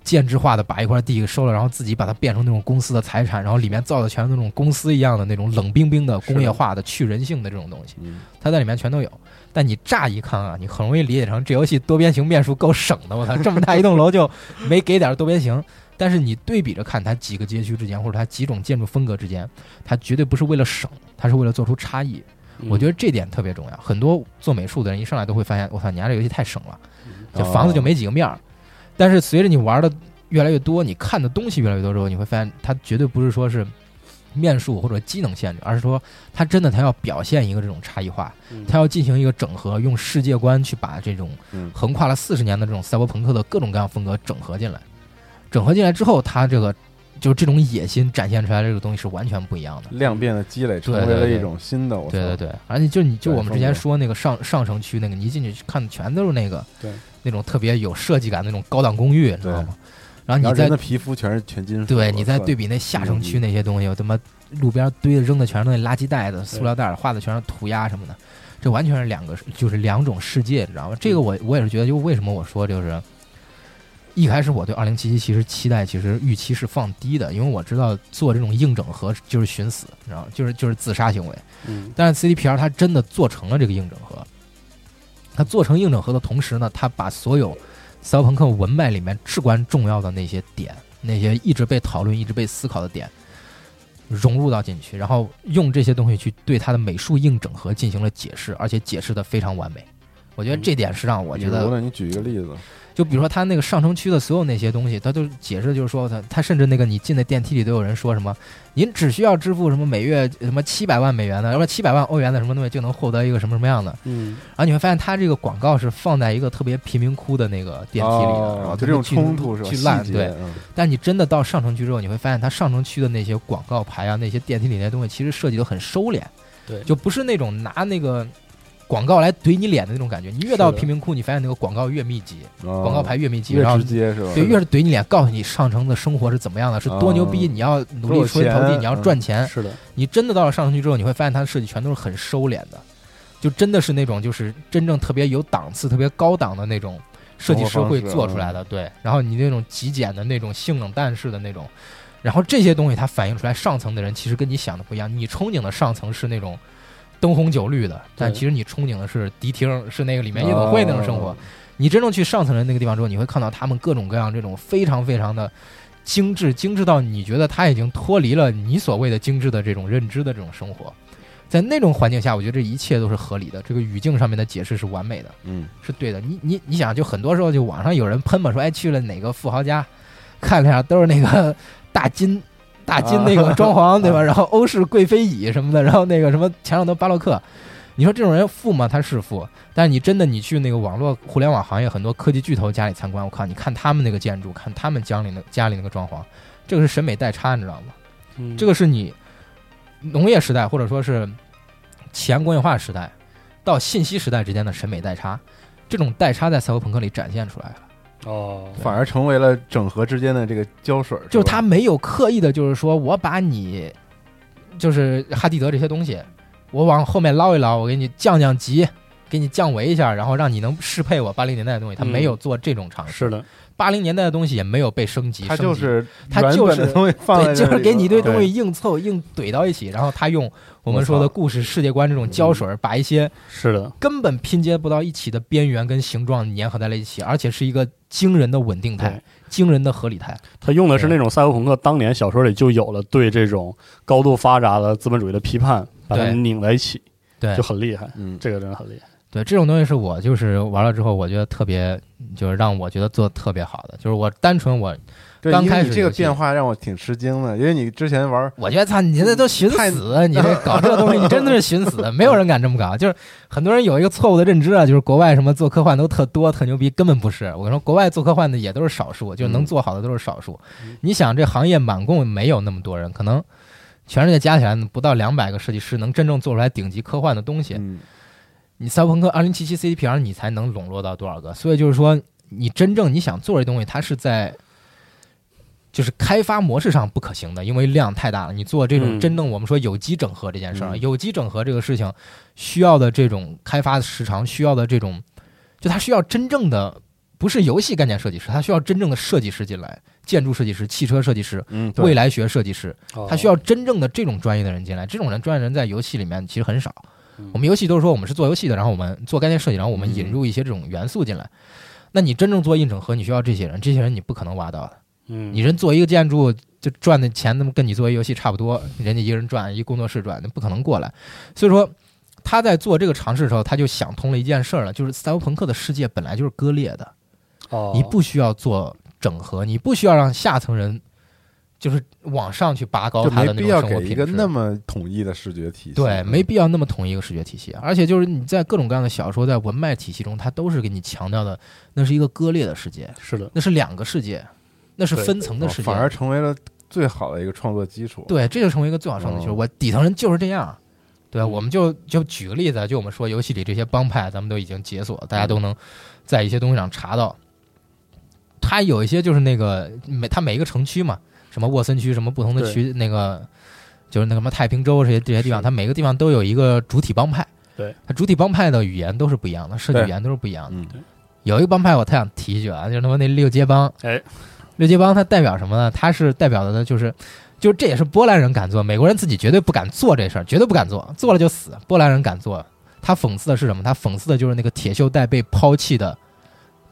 Speaker 3: 建制化的把一块地收了，然后自己把它变成那种公司的财产，然后里面造的全是那种公司一样的那种冷冰冰的
Speaker 1: 是的
Speaker 3: 工业化的去人性的这种东西。
Speaker 1: 嗯，
Speaker 3: 它在里面全都有。但你乍一看啊，你很容易理解成这游戏多边形变数够省的，我操，这么大一栋楼就没给点多边形。但是你对比着看，它几个街区之间，或者它几种建筑风格之间，它绝对不是为了省，它是为了做出差异。
Speaker 2: 嗯
Speaker 3: 我觉得这点特别重要。很多做美术的人一
Speaker 2: 嗯
Speaker 3: 上来都会发现，我操，你家这游戏太省了，
Speaker 2: 得
Speaker 3: 这房子就没几个面儿。但是随着你玩的越来越多，你看的东西越来越多之后，你会发现它绝对不是说是面数或者机能限制，而是说它真的它要表现一个这种差异化，
Speaker 2: 嗯
Speaker 3: 它要进行一个整合，用世界观去把这种
Speaker 1: 嗯
Speaker 3: 横跨了四十年的这种赛博朋克的各种各样风格整合进来。整合进来之后，它这个就这种野心展现出来，这个东西是完全不一样的。
Speaker 1: 量变的积累成为
Speaker 3: 对对
Speaker 1: 了
Speaker 3: 对
Speaker 1: 一种新的，我
Speaker 3: 对
Speaker 1: 操
Speaker 3: 对对，而且就你就
Speaker 1: 对
Speaker 3: 我们之前说那个上上城区那个，你一进去看全都是那个
Speaker 2: 对
Speaker 3: 那种特别有设计感的那种高档公寓，你知道吗？然
Speaker 1: 然
Speaker 3: 后你
Speaker 1: 后人
Speaker 3: 再
Speaker 1: 的皮肤全是全金属，
Speaker 3: 对你再
Speaker 1: 在
Speaker 3: 对比那下城区那些东西，我他妈路边堆的扔的全是那垃圾袋子、塑料袋，画的全是涂鸦什么的，这完全是两个就是两种世界，你知道吗？
Speaker 1: 嗯
Speaker 3: 这个我我也是觉得，就为什么我说就是。一开始我对二零七七其实期待，其实预期是放低的，因为我知道做这种硬整合就是寻死，你知道吗？就是就是自杀行为。
Speaker 2: 嗯
Speaker 3: 但是 CDPR 它真的做成了这个硬整合，它做成硬整合的同时呢，它把所有赛博朋克文脉里面至关重要的那些点，那些一直被讨论、一直被思考的点，融入到进去，然后用这些东西去对它的美术硬整合进行了解释，而且解释的非常完美。我觉得这点是让我
Speaker 1: 我
Speaker 3: 觉得
Speaker 1: 呢，你举一个例子，
Speaker 3: 就比如说他那个上城区的所有那些东西，他都解释就是说他他甚至那个你进的电梯里都有人说什么，您只需要支付什么每月什么七百万美元的，要不七百万欧元的什么东西就能获得一个什么什么样的，
Speaker 2: 嗯
Speaker 3: 然后你会发现他这个广告是放在一个特别贫民窟的那个电梯里的，
Speaker 1: 哦
Speaker 3: 然后
Speaker 1: 就这种
Speaker 3: 巨
Speaker 1: 冲突是吧？
Speaker 3: 巨烂
Speaker 1: 细节
Speaker 3: 对，，
Speaker 1: 嗯
Speaker 3: 但你真的到上城区之后，你会发现它上城区的那些广告牌啊，那些电梯里那些东西，其实设计的很收敛，
Speaker 2: 对
Speaker 3: 就不是那种拿那个广告来怼你脸的那种感觉。你越到
Speaker 2: 是的
Speaker 3: 贫民窟，你发现那个广告越密集，
Speaker 1: 哦
Speaker 3: 广告牌越密集，
Speaker 1: 越
Speaker 3: 然后
Speaker 1: 直接是吧？
Speaker 3: 对，越是怼你脸，告诉你上城的生活是怎么样的，是多牛逼，
Speaker 1: 嗯
Speaker 3: 你要努力出人头
Speaker 1: 多有
Speaker 3: 地，
Speaker 1: 钱嗯
Speaker 3: 你要赚钱。
Speaker 2: 是的，
Speaker 3: 你真的到了上城区之后，你会发现它的设计全都是很收敛的，就真的是那种就是真正特别有档次、特别高档的那种设计师会做出来
Speaker 1: 啊
Speaker 3: 的。对，然后你那种极简的那种性冷淡式的那种，然后这些东西它反映出来，上层的人其实跟你想的不一样，你憧憬的上层是那种。灯红酒绿的，但
Speaker 2: 对
Speaker 3: 其实你憧憬的是迪厅，是那个里面夜总会那种生活。你真正去上层人那个地方之后，你会看到他们各种各样这种非常非常的精致，精致到你觉得他已经脱离了你所谓的精致的这种认知的这种生活。在那种环境下，我觉得这一切都是合理的，这个语境上面的解释是完美的，
Speaker 1: 嗯，
Speaker 3: 是对的。你你你想，就很多时候就网上有人喷嘛，说哎去了哪个富豪家，看了一下都是那个 [laughs] 大金大金那个装潢、对吧？然后欧式贵妃椅什么的，然后那个什么墙上都巴洛克，你说这种人富吗？他是富，但是你真的你去那个网络互联网行业很多科技巨头家里参观，我靠，你看他们那个建筑，看他们家里那家里那个装潢，这个是审美代差，你知道吗？这
Speaker 2: 个
Speaker 3: 个是你农业时代或者说是前工业化时代到信息时代之间的审美代差，这种代差在赛博朋克里展现出来了。
Speaker 2: 哦，
Speaker 1: 反而成为了整合之间的这个胶水，
Speaker 3: 就是
Speaker 1: 吧
Speaker 3: 他没有刻意的，就是说我把你，就是哈蒂德这些东西，我往后面捞一捞，我给你降降级，给你降维一下，然后让你能适配我八零年代的东西。他
Speaker 2: 嗯
Speaker 3: 没有做这种尝试，
Speaker 2: 是的，
Speaker 3: 八零年代的东西也没有被升级，
Speaker 1: 它
Speaker 3: 升
Speaker 1: 就
Speaker 3: 级
Speaker 1: 是
Speaker 3: 它
Speaker 1: 原
Speaker 3: 就
Speaker 1: 本的
Speaker 3: 是
Speaker 1: 东西放在
Speaker 3: 对，
Speaker 1: 这
Speaker 3: 就是
Speaker 1: 里嗯
Speaker 3: 给你一堆
Speaker 1: 头
Speaker 3: 东西硬凑硬怼到一起，然后他用我们
Speaker 1: 我
Speaker 3: 说的
Speaker 1: 操
Speaker 3: 故事世界观这种胶水，把一些
Speaker 2: 是的，
Speaker 3: 根本拼接不到一起的边缘跟形状粘合在了一起，而且是一个惊人的稳定态
Speaker 2: 对，
Speaker 3: 惊人的合理态。
Speaker 2: 他用的是
Speaker 3: 对
Speaker 2: 那种赛博朋克当年小说里就有了对这种高度发达的资本主义的批判，把它
Speaker 3: 对
Speaker 2: 拧在一起，
Speaker 3: 对
Speaker 2: 就，很厉害。
Speaker 1: 嗯，
Speaker 2: 这个真的很厉害。
Speaker 3: 对，这种东西是我就是玩了之后，我觉得特别，就是让我觉得做的特别好的，就是我单纯我，
Speaker 1: 对，
Speaker 3: 刚
Speaker 1: 因为
Speaker 3: 开
Speaker 1: 你
Speaker 3: 始
Speaker 1: 这
Speaker 3: 游
Speaker 1: 个
Speaker 3: 戏
Speaker 1: 变化让我挺吃惊的，因为你之前玩
Speaker 3: 我觉得操，你这都寻
Speaker 1: 太
Speaker 3: 死，你这搞这东西，你真的是寻死，啊没有人敢这么搞。就是很多人有一个错误的认知啊，就是国外什么做科幻都特多特牛逼，根本不是。我跟你说，国外做科幻的也都是少数，就是能做好的都是少数。你想，这行业满共没有那么多人，可能全世界加起来不到两百个设计师能真正做出来顶级科幻的东西。
Speaker 1: 嗯
Speaker 3: 你赛博朋克二零七七 CDPR 你才能笼络到多少个？所以就是说，你真正你想做这东西，它是在就是开发模式上不可行的，因为量太大了。你做这种
Speaker 2: 嗯
Speaker 3: 真正我们说有机整合这件事儿啊，
Speaker 1: 嗯
Speaker 3: 有机整合这个事情需要的这种开发时长，需要的这种，就它需要真正的不是游戏概念设计师，它需要真正的设计师进来，建筑设计师、汽车设计师、
Speaker 1: 嗯，对哦
Speaker 3: 未来学设计师，他需
Speaker 2: 要
Speaker 3: 要真正的这种专业的人进来，这种人专业人在游戏里面其实很少
Speaker 2: 嗯。
Speaker 3: 我们游戏都是说我们是做游戏的，然后我们做概念设计，然后我们
Speaker 1: 嗯
Speaker 3: 引入一些这种元素进来。那你真正做硬整合，你需要这些人，这些人你不可能挖到的。
Speaker 2: 嗯，
Speaker 3: 你人做一个建筑就赚的钱，那么跟你做一游戏差不多，人家一个人赚，一工作室赚，那不可能过来。所以说他在做这个尝试的时候，他就想通了一件事儿了，就是赛博朋克的世界本来就是割裂的，
Speaker 2: 哦
Speaker 3: 你不需要做整合，你不需要让下层人就是往上去拔高
Speaker 1: 就
Speaker 3: 他
Speaker 1: 没
Speaker 3: 的那
Speaker 1: 必
Speaker 3: 种
Speaker 1: 要
Speaker 3: 生活
Speaker 1: 给
Speaker 3: 品
Speaker 1: 一
Speaker 3: 质。
Speaker 1: 个那么统一的视觉体系。嗯
Speaker 3: 对，没必要那么统一一个视觉体系，啊而且就是你在各种各样的小说、在文脉体系中，它都是给你强调的，那是一个割裂的世界，
Speaker 2: 是的，
Speaker 3: 那是两个世界，那是
Speaker 2: 对
Speaker 3: 分层的
Speaker 1: 哦
Speaker 3: 世界，啊
Speaker 1: 反而成为了最好的一个创作基础。
Speaker 3: 对，这就成为一个最好上的就是
Speaker 1: 嗯
Speaker 3: 我底层人就是这样。对，
Speaker 2: 嗯
Speaker 3: 我们就就举个例子啊，就我们说游戏里这些帮派，咱们都已经解锁，大家都能在一些东西上查到。它有一些就是那个每它每一个城区嘛，什么沃森区，什么不同的
Speaker 2: 对
Speaker 3: 区，那个就是那个什么太平洲这些这些地方，
Speaker 2: 是
Speaker 3: 它每个地方都有一个主体帮派。
Speaker 2: 对，
Speaker 3: 它主体帮派的语言都是不一样的，设计
Speaker 1: 对
Speaker 3: 语言都是不一样的。
Speaker 1: 嗯，
Speaker 3: 有一个帮派我特想提一句啊，就是他妈那六街帮。
Speaker 2: 哎，
Speaker 3: 六街帮它代表什么呢？它是代表的呢，就是，就是这也是波兰人敢做，美国人自己绝对不敢做这事儿，绝对不敢做，做了就死。波兰人敢做，他讽刺的是什么？他讽刺的就是那个铁锈带被抛弃的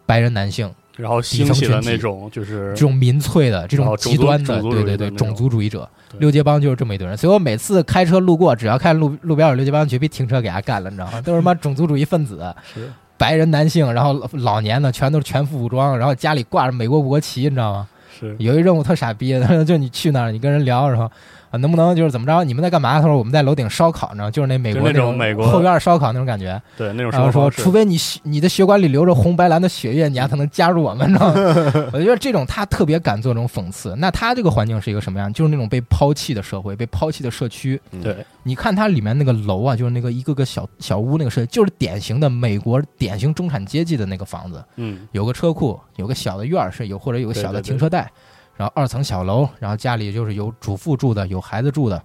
Speaker 3: 白人男性，
Speaker 2: 然后兴起了那种就是
Speaker 3: 这种民粹的、这
Speaker 2: 然
Speaker 3: 种
Speaker 2: 哦后种
Speaker 3: 极
Speaker 2: 族
Speaker 3: 端的，
Speaker 2: 种族
Speaker 3: 对
Speaker 2: 主义
Speaker 3: 对
Speaker 2: 的
Speaker 3: 对，
Speaker 2: 那
Speaker 3: 种
Speaker 2: 种
Speaker 3: 族主义者。
Speaker 2: 对
Speaker 3: 六街帮就是这么一堆人，所以我每次开车路过，只要看路路边有六街帮，绝逼停车给他干了，你知道吗？都是他妈种族主义分子。
Speaker 2: 是
Speaker 3: 白人男性，然后老老年的全都是全副武装，然后家里挂着美国国旗，你知道吗？
Speaker 2: 是
Speaker 3: 有一任务特傻逼，他说就你去那儿，你跟人聊，然后啊能不能就是怎么着？你们在干嘛？他说我们在楼顶烧烤呢，就是那美国
Speaker 2: 就是那种
Speaker 3: 种
Speaker 2: 美国
Speaker 3: 后院烧烤那种感觉。
Speaker 2: 对那种
Speaker 3: 然
Speaker 2: 生活
Speaker 3: 后说，
Speaker 2: 方式
Speaker 3: 除非你血你的血管里流着红白蓝的血液，你还才能加入我们。你知道吗 [laughs] 我觉得这种他特别敢做这种讽刺。那他这个环境是一个什么样？就是那种被抛弃的社会，被抛弃的社区。
Speaker 2: 对
Speaker 3: 你看它里面那个楼啊，就是那个一个个小小屋那个设计，就是典型的美国典型中产阶级的那个房子。
Speaker 2: 嗯
Speaker 3: 有个车库，有个小的院儿是有，或者有个小
Speaker 2: 对对
Speaker 3: 的
Speaker 2: 对
Speaker 3: 停车带，然后二层小楼，然后家里就是有主妇住的，有孩子住的，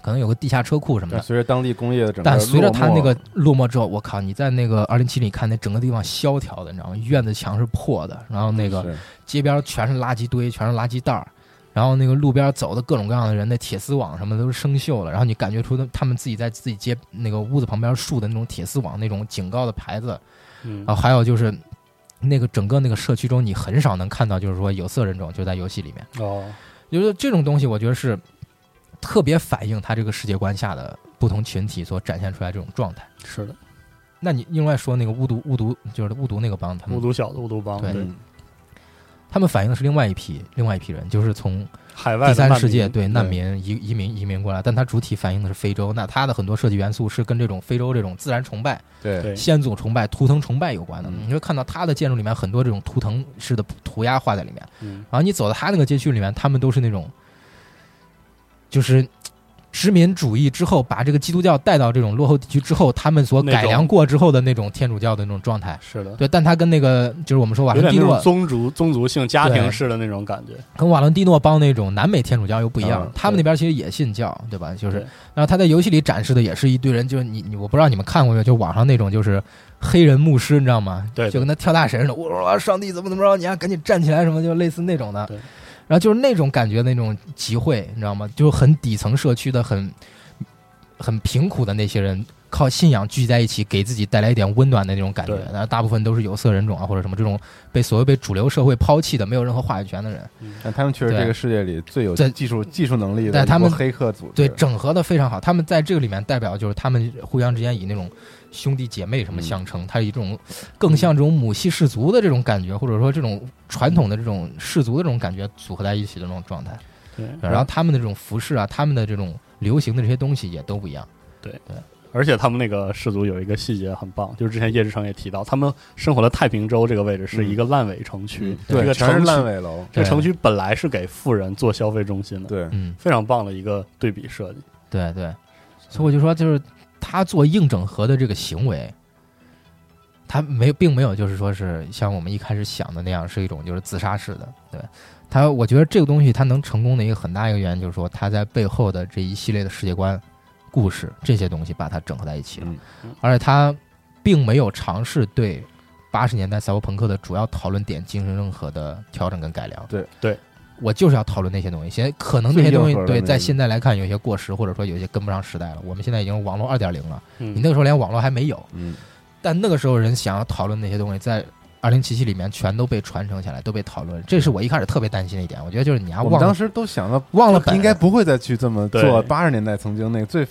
Speaker 3: 可能有个地下车库什么
Speaker 1: 但
Speaker 3: 的。
Speaker 1: 随着当地工业的整个落
Speaker 3: 但
Speaker 1: 寞，
Speaker 3: 随着他那个落寞之后，我靠！你在那个二零七里看那整个地方萧条的，你知道吗？院子墙是破的，然后那个
Speaker 1: 是
Speaker 3: 街边全是垃圾堆，全是垃圾袋儿，然后那个路边走的各种各样的人，那铁丝网什么的都是生锈了，然后你感觉出他们自己在自己街那个屋子旁边竖的那种铁丝网那种警告的牌子，
Speaker 2: 嗯
Speaker 3: 然后还有就是那个整个那个社区中，你很少能看到就是说有色人种就在游戏里面，
Speaker 2: 哦
Speaker 3: 就是这种东西，我觉得是特别反映他这个世界观下的不同群体所展现出来这种状态。
Speaker 2: 是的，
Speaker 3: 那你另外说那个巫毒巫毒就是巫毒那个帮他们
Speaker 2: 巫毒小子巫毒帮
Speaker 3: 嗯对
Speaker 1: 嗯
Speaker 3: 他们反映的是另外一批另外一批人，就是从
Speaker 2: 海外
Speaker 3: 第
Speaker 2: 的
Speaker 3: 三
Speaker 2: 难
Speaker 3: 世界
Speaker 2: 民
Speaker 3: 对难民移移民移民过来，但它主体反映的是非洲。那它的很多设计元素是跟这种非洲这种自然崇拜、
Speaker 1: 对
Speaker 2: 对
Speaker 3: 先祖崇拜、图腾崇拜有关的。
Speaker 1: 嗯
Speaker 3: 你会看到它的建筑里面很多这种图腾式的涂鸦画在里面。
Speaker 2: 嗯
Speaker 3: 然后你走到它那个街区里面，他们都是那种，就是殖民主义之后把这个基督教带到这种落后地区之后，他们所
Speaker 2: 那种
Speaker 3: 改良过之后的那种天主教的那种状态。
Speaker 2: 是的，
Speaker 3: 对，但它跟那个就是我们说瓦
Speaker 2: 有
Speaker 3: 伦
Speaker 2: 点
Speaker 3: 蒂
Speaker 2: 那
Speaker 3: 诺
Speaker 2: 种宗族宗族性家
Speaker 3: 对
Speaker 2: 庭式的那种感觉，
Speaker 3: 跟瓦伦蒂诺帮那种南美天主教又不一样，
Speaker 1: 嗯
Speaker 3: 他们那边其实也信教，对吧？就是，
Speaker 2: 对
Speaker 3: 然后他在游戏里展示的也是一堆人，就是你你，我不知道你们看过没有，就网上那种就是黑人牧师，你知道吗？
Speaker 2: 对对
Speaker 3: 就跟他跳大神似的，我说上帝怎么怎么着，你要赶紧站起来什么，就类似那种的
Speaker 2: 对。
Speaker 3: 然后就是那种感觉，那种集会，你知道吗？就是很底层社区的很很贫苦的那些人，靠信仰聚在一起，给自己带来一点温暖的那种感觉
Speaker 2: 对。
Speaker 3: 然后大部分都是有色人种啊，或者什么这种被所谓被主流社会抛弃的、没有任何话语权的人。
Speaker 2: 嗯
Speaker 1: 但他们却是
Speaker 3: 对
Speaker 1: 这个世界里最有
Speaker 3: 在
Speaker 1: 技术技术能力的，
Speaker 3: 但他们
Speaker 1: 黑客组织，
Speaker 3: 对，整合的非常好。他们在这个里面代表就是他们互相之间以那种兄弟姐妹什么相称，它以这种呃更像这种母系氏族的这种感觉，或者说这种传统的这种呃氏族的这种感觉组合在一起的那种状态。
Speaker 2: 对，
Speaker 3: 然后他们的这种服饰啊，他们的这种流行的这些东西也都不一样。
Speaker 2: 而且他们那个氏族有一个细节很棒，就是之前叶志成也提到，他们生活的太平洲这个位置是一个烂尾城区
Speaker 1: 嗯，
Speaker 2: 这
Speaker 1: 对，
Speaker 2: 个
Speaker 1: 全
Speaker 2: 城
Speaker 1: 是
Speaker 2: 区
Speaker 1: 烂尾楼，
Speaker 2: 这个
Speaker 3: 对
Speaker 2: 城区本来是给富人做消费中心的，
Speaker 1: 对，
Speaker 3: 嗯，
Speaker 2: 非常棒的一个对比设计。
Speaker 3: 对对，所以我就说，就是他做硬整合的这个行为，他没并没有就是说是像我们一开始想的那样是一种就是自杀式的，对他，我觉得这个东西它能成功的一个很大一个原因就是说他在背后的这一系列的世界观、故事这些东西把它整合在一起了
Speaker 1: 嗯，
Speaker 3: 而且他并没有尝试对。八十年代赛博朋克的主要讨论点进行任何的调整跟改良，
Speaker 1: 对
Speaker 2: 对，
Speaker 3: 我就是要讨论那些东西。现在可能那些东
Speaker 1: 最
Speaker 3: 西
Speaker 1: 硬核的
Speaker 3: 对
Speaker 1: 那
Speaker 3: 在
Speaker 1: 种
Speaker 3: 现在来看有些过时，或者说有些跟不上时代了。我们现在已经网络二点零了，
Speaker 2: 嗯，
Speaker 3: 你那个时候连网络还没有，
Speaker 1: 嗯，
Speaker 3: 但那个时候人想要讨论那些东西，在二零七七里面全都被传承下来，都被讨论。这是我一开始特别担心的一点，我觉得就是你还
Speaker 1: 我们
Speaker 3: 啊忘
Speaker 1: 当
Speaker 3: 了
Speaker 1: 时都想到
Speaker 3: 忘了本
Speaker 1: 应该不会再去这么做。
Speaker 2: 对
Speaker 1: 八十年代曾经那个最，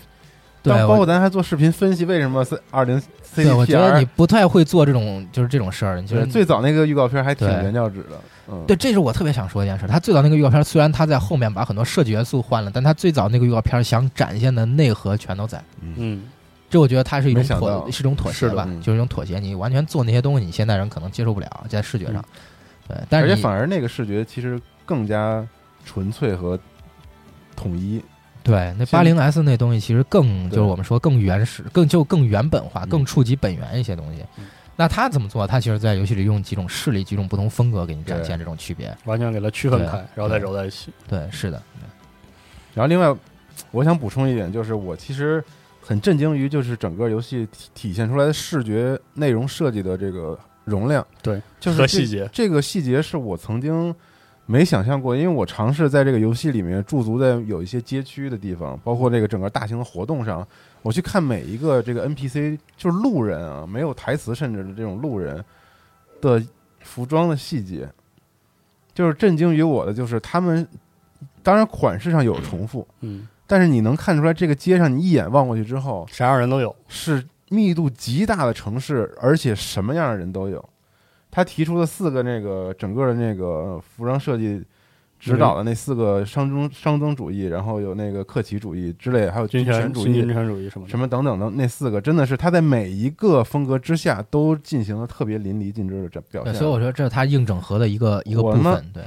Speaker 3: 对
Speaker 1: 当
Speaker 3: 我
Speaker 1: 包括咱还做视频分析为什么是二零 C
Speaker 3: 对，我
Speaker 1: D P
Speaker 3: 觉得你
Speaker 1: R，
Speaker 3: 不太会做这种就是这种事儿，你就
Speaker 1: 对，
Speaker 3: 是
Speaker 1: 最早那个预告片还挺
Speaker 3: 对
Speaker 1: 原教旨的，嗯，
Speaker 3: 对，这是我特别想说的一件事。他最早那个预告片，虽然他在后面把很多设计元素换了，但他最早那个预告片想展现的内核全都在。
Speaker 2: 嗯，
Speaker 3: 这我觉得它是一种
Speaker 1: 没想
Speaker 3: 妥，
Speaker 1: 到
Speaker 3: 是一种妥协
Speaker 2: 是的
Speaker 3: 吧，
Speaker 1: 嗯
Speaker 3: 就是一种妥协。你完全做那些东西，你现代人可能接受不了，在视觉上。对，
Speaker 1: 嗯
Speaker 3: 但
Speaker 1: 而
Speaker 3: 是
Speaker 1: 且
Speaker 3: 你
Speaker 1: 反而那个视觉其实更加纯粹和统一，
Speaker 3: 对那
Speaker 1: 现
Speaker 3: 八零 S 那东西其实更
Speaker 1: 对
Speaker 3: 就是我们说更原始，更就更原本化，
Speaker 2: 嗯
Speaker 3: 更触及本源一些东西
Speaker 2: 嗯。
Speaker 3: 那他怎么做？他其实在游戏里用几种势力、几种不同风格给你展现这种区别。
Speaker 2: 完全给它区分开
Speaker 3: 对，
Speaker 2: 然后再揉在一起。
Speaker 3: 对，是的，
Speaker 1: 然后另外，我想补充一点，就是我其实很震惊于就是整个游戏体体现出来的视觉内容设计的这个容量，
Speaker 2: 对，
Speaker 1: 就是
Speaker 2: 和
Speaker 1: 这
Speaker 2: 细节
Speaker 1: 这个细节是我曾经没想象过，因为我尝试在这个游戏里面驻足在有一些街区的地方，包括这个整个大型的活动上，我去看每一个这个 NPC，就是路人啊，没有台词甚至的这种路人的服装的细节，就是震惊于我的，就是他们当然款式上有重复，
Speaker 2: 嗯，
Speaker 1: 但是你能看出来，这个街上你一眼望过去之后，
Speaker 2: 啥样人都有。
Speaker 1: 是密度极大的城市，而且什么样的人都有。他提出的四个那个整个的那个服装设计指导的那四个商中商宗主义，然后有那个克旗主义之类，还有
Speaker 2: 军权
Speaker 1: 权主
Speaker 2: 新
Speaker 1: 义
Speaker 2: 军权主义什么的，
Speaker 1: 什么等等的那四个，真的是他在每一个风格之下都进行了特别淋漓尽致的这表
Speaker 3: 对
Speaker 1: 现。
Speaker 3: 所以我说这是他硬整合的一个一个部
Speaker 1: 我他妈
Speaker 3: 分。对，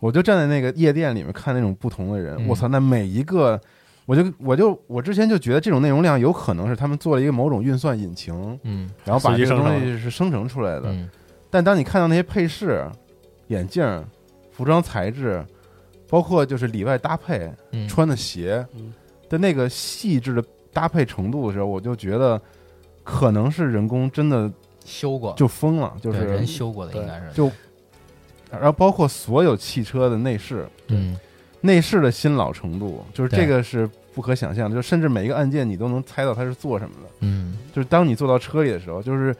Speaker 1: 我就站在那个夜店里面看那种不同的人，
Speaker 3: 嗯
Speaker 1: 我操，那每一个，我就我就我之前就觉得这种内容量有可能是他们做了一个某种运算引擎，
Speaker 3: 嗯
Speaker 1: 然后把
Speaker 2: 随机
Speaker 1: 这个
Speaker 2: 生
Speaker 1: 东
Speaker 2: 成
Speaker 1: 西是生成出来的。
Speaker 3: 嗯，
Speaker 1: 但当你看到那些配饰、眼镜、服装材质，包括就是里外搭配、
Speaker 3: 嗯
Speaker 1: 穿的鞋
Speaker 2: 嗯
Speaker 1: 的那个细致的搭配程度的时候，我就觉得可能是人工真的
Speaker 3: 修过，
Speaker 1: 就疯了，就
Speaker 3: 对人
Speaker 1: 是
Speaker 3: 修过的应该是
Speaker 1: 就，然后包括所有汽车的内饰，
Speaker 3: 嗯
Speaker 1: 内饰的新老程度，就是
Speaker 3: 对
Speaker 1: 这个是不可想象的，就甚至每一个按键你都能猜到它是做什么的。
Speaker 3: 嗯
Speaker 1: 就是当你坐到车里的时候，就是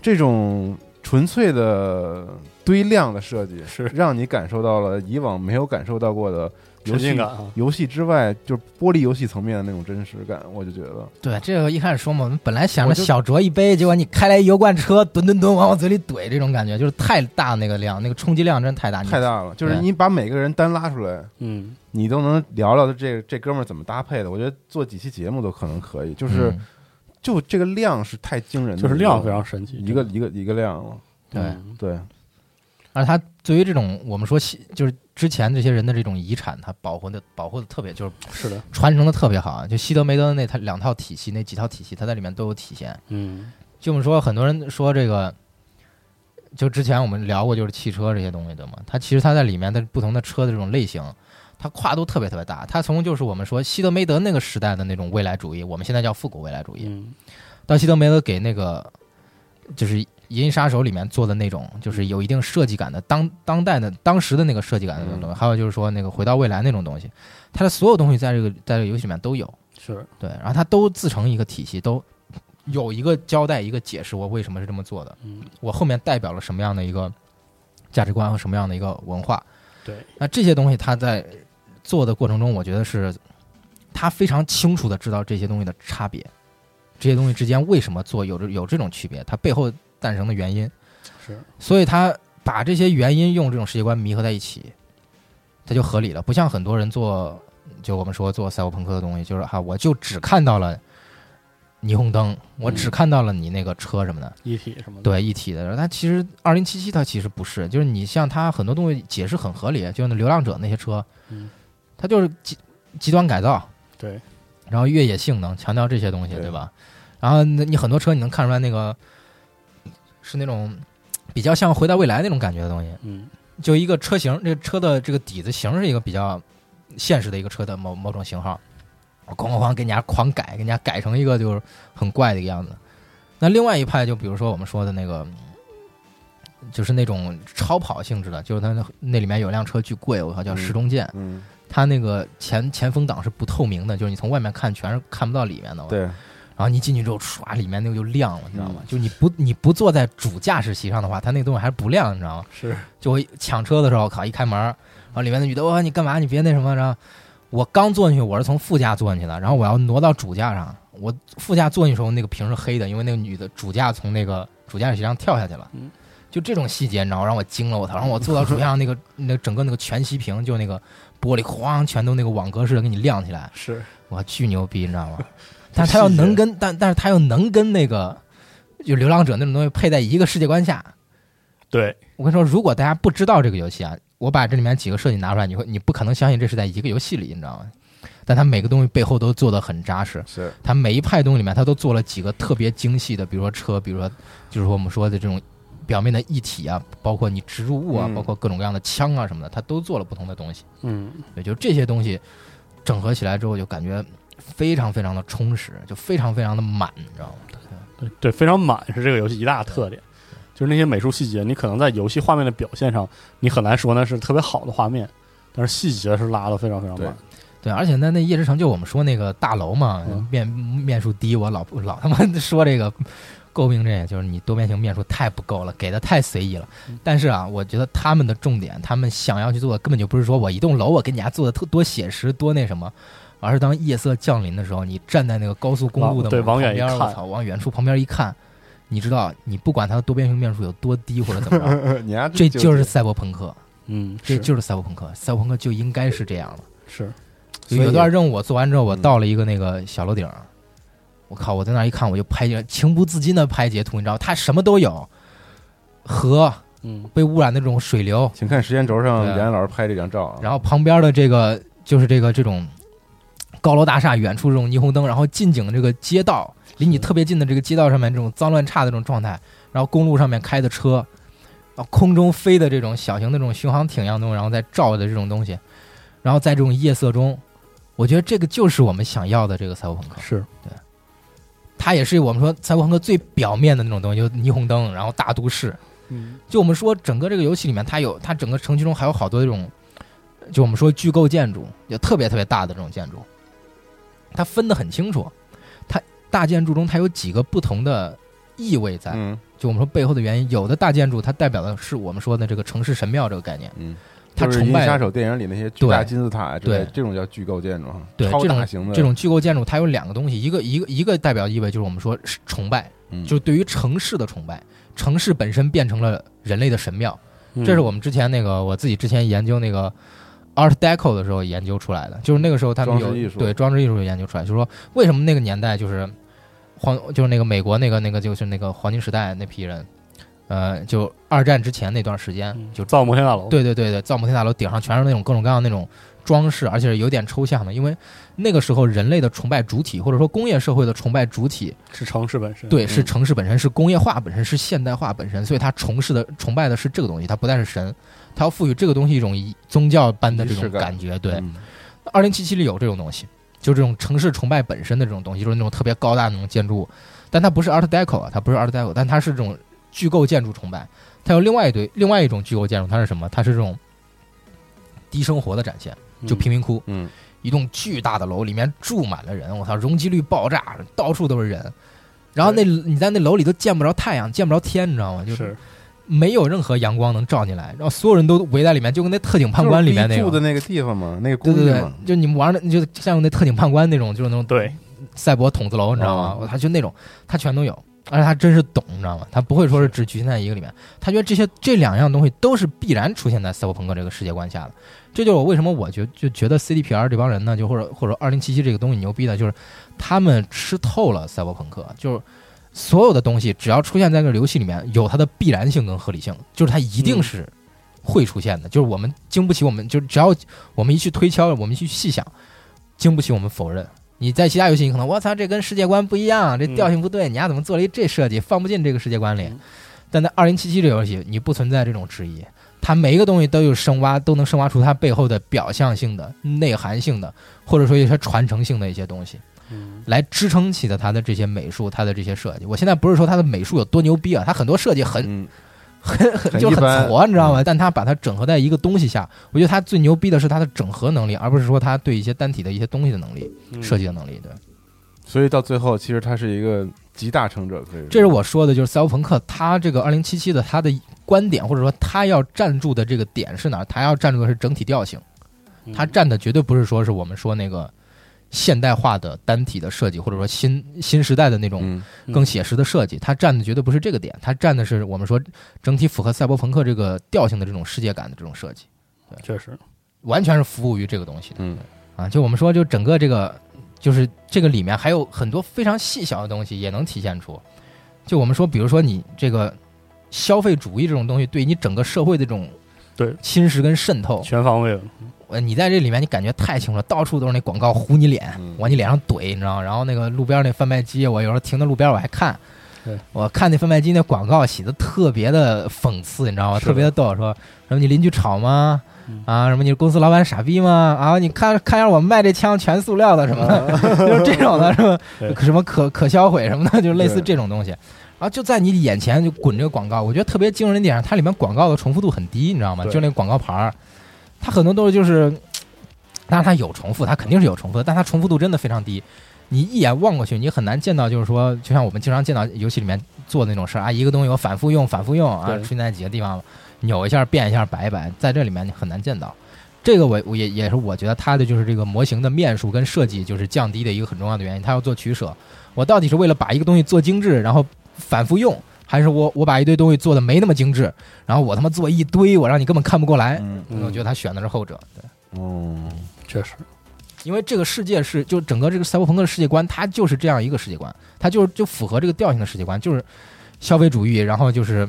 Speaker 1: 这种纯粹的堆量的设计，
Speaker 2: 是
Speaker 1: 让你感受到了以往没有感受到过的游
Speaker 2: 沉浸
Speaker 1: 戏
Speaker 2: 感啊，
Speaker 1: 游戏之外，就是剥离游戏层面的那种真实感，我就觉
Speaker 2: 啊
Speaker 1: 得
Speaker 3: 对，这个一开始说嘛，我们本来想着
Speaker 1: 我就
Speaker 3: 小酌一杯，结果你开来一油罐车，吨吨吨往我嘴里怼，这种感觉就是太大那个量，那个冲击量真太大。你
Speaker 1: 太。大了。就是
Speaker 3: 对
Speaker 1: 你把每个人单拉出来，
Speaker 2: 嗯，
Speaker 1: 你都能聊聊这这哥们儿怎么搭配的。我觉得做几期节目都可能可以，就是、
Speaker 3: 嗯
Speaker 1: 就这个量是太惊人的一
Speaker 2: 就
Speaker 1: 个，
Speaker 2: 是量非常神奇，
Speaker 1: 一个一个一个量了。
Speaker 3: 对
Speaker 2: 嗯
Speaker 1: 对，
Speaker 3: 而他对于这种我们说西就是之前这些人的这种遗产，他保护的保护的特别，就是
Speaker 2: 是的，
Speaker 3: 传承的特别好啊。就西德梅德的那他两套体系，那几套体系，他在里面都有体现。
Speaker 2: 嗯，
Speaker 3: 就我们说，很多人说这个，就之前我们聊过，就是汽车这些东西的嘛。它其实它在里面的不同的车的这种类型，它跨度特别特别大。它从就是我们说西德梅德那个时代的那种未来主义，我们现在叫复古未来主义，
Speaker 2: 嗯，
Speaker 3: 到西德梅德给那个就是《银翼杀手》里面做的那种，就是有一定设计感的当当代的当时的那个设计感的那种东西，还有就是说那个回到未来那种东西，它的所有东西在这个在这个游戏里面都有。
Speaker 2: 是
Speaker 3: 对，然后它都自成一个体系，都有一个交代，一个解释，我为什么是这么做的，
Speaker 2: 嗯
Speaker 3: 我后面代表了什么样的一个价值观和什么样的一个文化。
Speaker 2: 对，
Speaker 3: 那这些东西他在做的过程中，我觉得是他非常清楚的知道这些东西的差别，这些东西之间为什么做有这有这种区别，它背后诞生的原因，
Speaker 2: 是，
Speaker 3: 所以他把这些原因用这种世界观弥合在一起，它就合理了。不像很多人做，就我们说做赛博朋克的东西，就是哈、我就只看到了霓虹灯，我只看到了你那个车什么的，
Speaker 2: 一体什么的，
Speaker 3: 对一体的。然后它其实二零七七它其实不是，就是你像它很多东西解释很合理，就像那流浪者那些车
Speaker 2: 嗯，
Speaker 3: 它就是极极端改造，
Speaker 2: 对，
Speaker 3: 然后越野性能强调这些东西，
Speaker 1: 对
Speaker 3: 对吧？然后那你很多车你能看出来那个是那种比较像回到未来那种感觉的东西，
Speaker 2: 嗯，
Speaker 3: 就一个车型，这个车的这个底子型是一个比较现实的一个车的某某种型号，我哐哐哐给人家狂改，给人家改成一个就是很怪的一个样子。那另外一派就比如说我们说的那个，就是那种超跑性质的，就是它那那里面有辆车巨贵，我靠叫
Speaker 1: 嗯
Speaker 3: 时钟舰，
Speaker 1: 嗯，
Speaker 3: 它那个前前风挡是不透明的，就是你从外面看全是看不到里面的。。
Speaker 1: 对，嗯
Speaker 3: 然后你进去之后，唰，里面那个就亮了，你知道吗？就你不你不坐在主驾驶席上的话，它那个东西还是不亮，你知道吗？
Speaker 2: 是，
Speaker 3: 就我抢车的时候，靠，一开门，然后里面的女的，我、说你干嘛？你别那什么。然后我刚坐进去，我是从副驾坐进去的，然后我要挪到主驾上。我副驾坐进去的时候，那个屏是黑的，因为那个女的主驾从那个主驾驶席上跳下去了
Speaker 2: 嗯，
Speaker 3: 就这种细节，你知道吗，让我惊了，我操！然后我坐到主上那个那整个那个全息屏，就那个玻璃哐全都那个网格式的给你亮起来，
Speaker 2: 是
Speaker 3: 哇，巨牛逼，你知道吗？但是他要能跟但但是他又能跟那个就流浪者那种东西配在一个世界观下，
Speaker 2: 对，
Speaker 3: 我跟你说，如果大家不知道这个游戏啊，我把这里面几个设计拿出来，你会你不可能相信这是在一个游戏里，你知道吗？但它每个东西背后都做得很扎实，
Speaker 1: 是
Speaker 3: 它每一派东西里面，它都做了几个特别精细的，比如说车，比如说就是我们说的这种表面的一体啊，包括你植入物啊，
Speaker 1: 嗯
Speaker 3: 包括各种各样的枪啊什么的，它都做了不同的东西。
Speaker 2: 嗯，
Speaker 3: 也就这些东西整合起来之后，就感觉非常非常的充实，就非常非常的满，你知道吗？
Speaker 2: 对对，非常满是这个游戏一大特点，就是那些美术细节，你可能在游戏画面的表现上，你很难说那是特别好的画面，但是细节是拉的非常非常满。
Speaker 3: 对，而且在那夜之城，就我们说那个大楼嘛，
Speaker 2: 嗯
Speaker 3: 面面数低，我老老他妈说这个诟病这个，就是你多边形面数太不够了，给的太随意了
Speaker 2: 嗯。
Speaker 3: 但是啊，我觉得他们的重点，他们想要去做的根本就不是说我一栋楼我给你家做的特多写实多那什么。而是当夜色降临的时候，你站在那个高速公路的
Speaker 2: 往对
Speaker 3: 某旁
Speaker 2: 往远一
Speaker 3: 边儿，我
Speaker 2: 看
Speaker 3: 操，往远处旁边一看，你知道，你不管它的多边形面数有多低或者怎么
Speaker 2: [laughs]
Speaker 1: [laughs]
Speaker 3: 着，
Speaker 1: 你丫
Speaker 3: 这
Speaker 1: 真
Speaker 3: 就是
Speaker 1: 纠
Speaker 3: 赛博朋克，
Speaker 2: 嗯，
Speaker 3: 这
Speaker 2: 是
Speaker 3: 就是赛博朋克，赛博朋克就应该是这样的。
Speaker 2: 是
Speaker 1: 结所以
Speaker 3: 有段任务我做完之后，我
Speaker 1: 嗯
Speaker 3: 到了一个那个小楼顶儿，我靠！我在那儿一看，我就拍截，情不自禁的拍截图，你知道，它什么都有，河
Speaker 2: 嗯
Speaker 3: 被污染的这种水流，
Speaker 1: 请看时间轴上
Speaker 3: 对啊
Speaker 1: 梁岩老师拍这张照啊，
Speaker 3: 然后旁边的这个就是这个这种高楼大厦，远处这种霓虹灯，然后近景的这个街道，离你特别近的这个街道上面这种脏乱差的这种状态，然后公路上面开的车，啊，空中飞的这种小型的这种巡航艇一样的东西，然后再照的这种东西，然后在这种夜色中，我觉得这个就是我们想要的这个赛博朋克。
Speaker 2: 是
Speaker 3: 它也是我们说赛博朋克最表面的那种东西，就是霓虹灯，然后大都市，
Speaker 2: 嗯
Speaker 3: 就我们说整个这个游戏里面，它有它整个城区中还有好多这种，就我们说巨构建筑，有特别特别大的这种建筑，它分得很清楚。它大建筑中它有几个不同的意味在，
Speaker 1: 嗯
Speaker 3: 就我们说背后的原因，有的大建筑它代表的是我们说的这个城市神庙这个概念，
Speaker 1: 嗯，
Speaker 3: 它
Speaker 1: 就是《
Speaker 3: 崇
Speaker 1: 银翼杀
Speaker 3: 拜
Speaker 1: 手》电影里那些巨大
Speaker 3: 对
Speaker 1: 金字塔之类，
Speaker 3: 对
Speaker 1: 这种叫巨构建筑啊，
Speaker 3: 对
Speaker 1: 超
Speaker 3: 这种
Speaker 1: 大型的
Speaker 3: 这种巨构建筑，它有两个东西，一个一个一个代表意味就是我们说是崇拜，
Speaker 1: 嗯
Speaker 3: 就是对于城市的崇拜，城市本身变成了人类的神庙。
Speaker 1: 嗯
Speaker 2: 嗯
Speaker 3: 这是我们之前那个我自己之前研究那个 Art Deco 的时候研究出来的，就是那个时候他们有
Speaker 1: 装饰艺术
Speaker 3: 对装置艺术有研究出来，就是说为什么那个年代就是黄就是那个美国那个那个就是那个黄金时代那批人，呃，就二战之前那段时间
Speaker 2: 嗯
Speaker 3: 就
Speaker 2: 造摩天大楼，
Speaker 3: 对对对对，造摩天大楼顶上全是那种各种各样的那种装饰，而且是有点抽象的，因为那个时候人类的崇拜主体或者说工业社会的崇拜主体
Speaker 2: 是城市本身。
Speaker 3: 对，是
Speaker 1: 嗯
Speaker 3: 城市本身，是工业化本身，是现代化本身，所以它崇视的、崇拜的是这个东西，它不再是神，它要赋予这个东西一种仪宗教般的这
Speaker 1: 仪式
Speaker 3: 种
Speaker 1: 感
Speaker 3: 感觉。对，
Speaker 1: 嗯
Speaker 3: 二零七七里有这种东西，就这种城市崇拜本身的这种东西，就是那种特别高大的那种建筑物，但它不是 Art Deco 啊，它不是 Art Deco，但它是这种巨构建筑崇拜。它有另外一堆另外一种巨构建筑，它是什么？它是这种低生活的展现，就贫民窟。
Speaker 1: 嗯，
Speaker 3: 一栋巨大的楼，里面住满了人，我操，容积率爆炸，到处都是人。然后那你在那楼里都见不着太阳，见不着天，你知道吗？就是没有任何阳光能照进来，然后所有人都围在里面，就跟那特警判官里面
Speaker 1: 就是
Speaker 3: 那
Speaker 1: B 住的
Speaker 3: 种。
Speaker 1: 那个地方嘛，那个公
Speaker 3: 对对
Speaker 1: 寓
Speaker 3: 对
Speaker 1: 嘛，，
Speaker 3: 就你们玩的，你就像那特警判官那种，就是那种
Speaker 2: 对，
Speaker 3: 赛博筒子楼，你知道吗？
Speaker 1: 哦
Speaker 3: 他就那种，他全都有，而且他真是懂，你知道吗？他不会说是只局限在一个里面，他觉得这些这两样东西都是必然出现在赛博朋克这个世界观下的。这就是我为什么我觉就觉得 CDPR 这帮人呢，就或者或者二零七七这个东西牛逼的，就是他们吃透了赛博朋克，就是所有的东西只要出现在这个游戏里面，有它的必然性跟合理性，就是它一定
Speaker 2: 嗯
Speaker 3: 是会出现的，就是我们经不起我们就只要我们一去推敲，我们一去细想，经不起我们否认。你在其他游戏，你可能我操，这跟世界观不一样，这调性不对，你丫怎么做了一这设计，放不进这个世界观里
Speaker 2: 嗯？
Speaker 3: 但在二零七七这游戏，你不存在这种质疑，它每一个东西都有深挖，都能深挖出它背后的表象性的、内涵性的，或者说一些传承性的一些东西，
Speaker 2: 嗯
Speaker 3: 来支撑起的它的这些美术、它的这些设计。我现在不是说它的美术有多牛逼啊，它很多设计很
Speaker 1: 嗯，
Speaker 3: 很很
Speaker 1: 很
Speaker 3: 就
Speaker 1: 一
Speaker 3: 很
Speaker 1: 般嗯
Speaker 3: 挫，你知道吗？但他把它整合在一个东西下，我觉得他最牛逼的是他的整合能力，而不是说他对一些单体的一些东西的能力、
Speaker 2: 嗯
Speaker 3: 设计的能力。对，
Speaker 1: 所以到最后其实他是一个集大成者，可以说
Speaker 3: 这是我说的，就是赛博朋克他这个二零七七的他的观点，或者说他要站住的这个点是哪儿？他要站住的是整体调性，
Speaker 2: 嗯
Speaker 3: 他站的绝对不是说是我们说那个现代化的单体的设计，或者说新新时代的那种
Speaker 1: 嗯
Speaker 3: 更写实的设计，它占的绝对不是这个点，它占的是我们说整体符合赛博朋克这个调性的这种世界感的这种设计，
Speaker 2: 确实，
Speaker 3: 完全是服务于这个东西的
Speaker 1: 嗯
Speaker 3: 啊。就我们说，就整个这个，就是这个里面还有很多非常细小的东西也能体现出。就我们说，比如说你这个消费主义这种东西，对你整个社会的这种
Speaker 2: 对
Speaker 3: 侵蚀跟渗透，
Speaker 2: 全方位的，
Speaker 3: 呃，你在这里面你感觉太清楚了，到处都是那广告糊你脸
Speaker 1: 嗯，
Speaker 3: 往你脸上怼，你知道吗？然后那个路边那贩卖机，我有时候停在路边我还看
Speaker 2: 对，
Speaker 3: 我看那贩卖机那广告写的特别的讽刺，你知道吗？
Speaker 2: 是的
Speaker 3: 特别的逗，说什么你邻居吵吗
Speaker 2: 嗯？
Speaker 3: 啊，什么你公司老板傻逼吗？啊，你看看一下我卖这枪全塑料的什
Speaker 2: [laughs]
Speaker 3: 么的，就是这种的，是吧
Speaker 2: 对？
Speaker 3: 什么可可销毁什么的，就类似
Speaker 1: 对
Speaker 3: 这种东西。然后就在你眼前就滚这个广告，我觉得特别惊人的点，它里面广告的重复度很低，你知道吗？
Speaker 2: 对
Speaker 3: 就那个广告牌儿，它很多都是就是，但是它有重复，它肯定是有重复的，但它重复度真的非常低。你一眼望过去，你很难见到，就是说，就像我们经常见到游戏里面做的那种事儿啊，一个东西我反复用，反复用啊，
Speaker 2: 对
Speaker 3: 出现在几个地方，扭一下、变一下、摆一摆，在这里面你很难见到。这个我我也也是我觉得它的就是这个模型的面数跟设计就是降低的一个很重要的原因，它要做取舍。我到底是为了把一个东西做精致，然后反复用，还是我我把一堆东西做的没那么精致，然后我他妈做一堆，我让你根本看不过来？
Speaker 1: 嗯
Speaker 2: 嗯
Speaker 3: 我觉得他选的是后者，对，
Speaker 1: 哦，
Speaker 2: 确实，
Speaker 3: 因为这个世界是就整个这个赛博朋克的世界观，它就是这样一个世界观，它就是就符合这个调性的世界观，就是消费主义，然后就是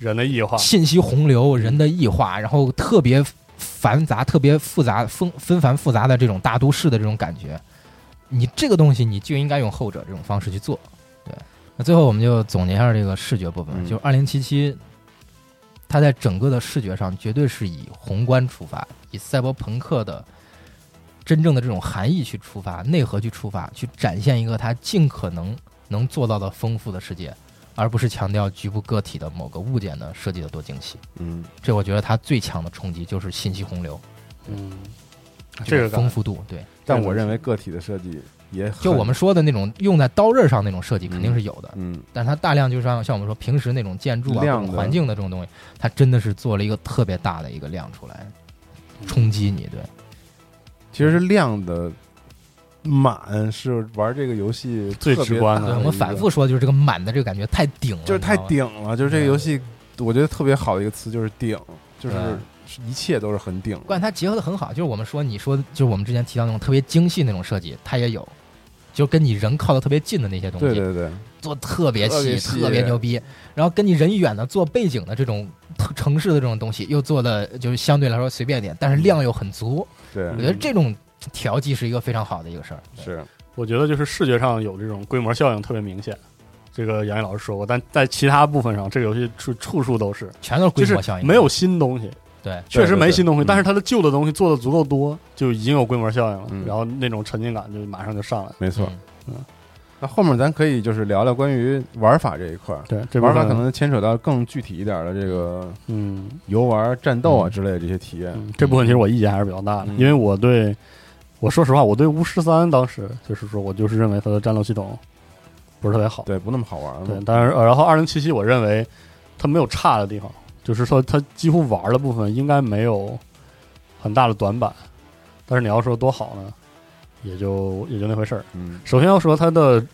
Speaker 2: 人的异化，
Speaker 3: 信息洪流、人的异化，然后特别繁杂、特别复杂、纷纷繁复杂的这种大都市的这种感觉。你这个东西，你就应该用后者这种方式去做。对，那最后我们就总结一下这个视觉部分，
Speaker 1: 嗯
Speaker 3: 就二零七七，它在整个的视觉上绝对是以宏观出发，以赛博朋克的真正的这种含义去出发、内核去出发，去展现一个它尽可能能做到的丰富的世界，而不是强调局部个体的某个物件的设计的多精细。
Speaker 1: 嗯
Speaker 3: 这我觉得它最强的冲击就是信息洪流，
Speaker 2: 嗯，这个
Speaker 3: 种丰
Speaker 2: 感
Speaker 3: 富度。对，
Speaker 1: 但我认为个体的设计也很
Speaker 3: 就我们说的那种用在刀刃上那种设计肯定是有的，
Speaker 1: 嗯
Speaker 3: 但是它大量就像像我们说平时那种建筑啊、
Speaker 1: 量
Speaker 3: 或者
Speaker 1: 的
Speaker 3: 环境的这种东西，它真的是做了一个特别大的一个量出来，冲击你。对，
Speaker 1: 其实是量的满是玩这个游戏
Speaker 2: 最
Speaker 1: 特别
Speaker 2: 直观的
Speaker 1: 大
Speaker 3: 对
Speaker 1: 的
Speaker 3: 我
Speaker 1: 啊一个
Speaker 3: 们反复说就是这个满的这个感觉太顶了，
Speaker 1: 就是太
Speaker 3: 你知
Speaker 1: 顶了，就是这个游戏，我觉得特别好的一个词就是顶，就是
Speaker 3: 对
Speaker 1: 一切都是很顶的。
Speaker 3: 道吗。关键它结合的很好，就是我们说你说的就是我们之前提到那种特别精细那种设计，它也有。就跟你人靠的特别近的那些东西，
Speaker 1: 对对对，
Speaker 3: 做得特别
Speaker 1: 特
Speaker 3: 细，
Speaker 1: 别细
Speaker 3: 特别牛逼。然后跟你人远的做背景的这种特城市的这种东西，又做的就是相对来说随便一点，但是量又很足。
Speaker 1: 对
Speaker 3: 我觉得这种调剂是一个非常好的一个事儿。
Speaker 1: 是，
Speaker 2: 我觉得就是视觉上有这种规模效应特别明显。这个杨毅老师说过，但在其他部分上，这个游戏处处处都是，
Speaker 3: 全都是
Speaker 2: 就
Speaker 3: 规
Speaker 2: 是
Speaker 3: 模效应，
Speaker 2: 没有新东西，
Speaker 3: 对
Speaker 2: 确实
Speaker 1: 对对
Speaker 2: 没新东西，
Speaker 1: 嗯
Speaker 2: 但是它的旧的东西做的足够多，就已经有规模效应了，
Speaker 1: 嗯
Speaker 2: 然后那种沉浸感就马上就上来了。
Speaker 1: 没错。
Speaker 3: 嗯
Speaker 1: 那后面咱可以就是聊聊关于玩法这一块儿，
Speaker 2: 对，这部
Speaker 1: 玩
Speaker 2: 分
Speaker 1: 法可能牵扯到更具体一点的这个
Speaker 2: 嗯。
Speaker 1: 游玩、战斗啊之类的这些体验。
Speaker 2: 嗯，这部分其实我意见还是比较大的，
Speaker 1: 嗯
Speaker 2: 因为我对我说实话，我对巫师三当时就是说我就是认为它的战斗系统不是特别好，
Speaker 1: 对，不那么好玩
Speaker 2: 对
Speaker 1: 嘛，。
Speaker 2: 但是呃然后二零七七我认为它没有差的地方，就是说它几乎玩的部分应该没有很大的短板，但是你要说多好呢，也就也就那回事儿。
Speaker 1: 嗯，
Speaker 2: 首先要说它的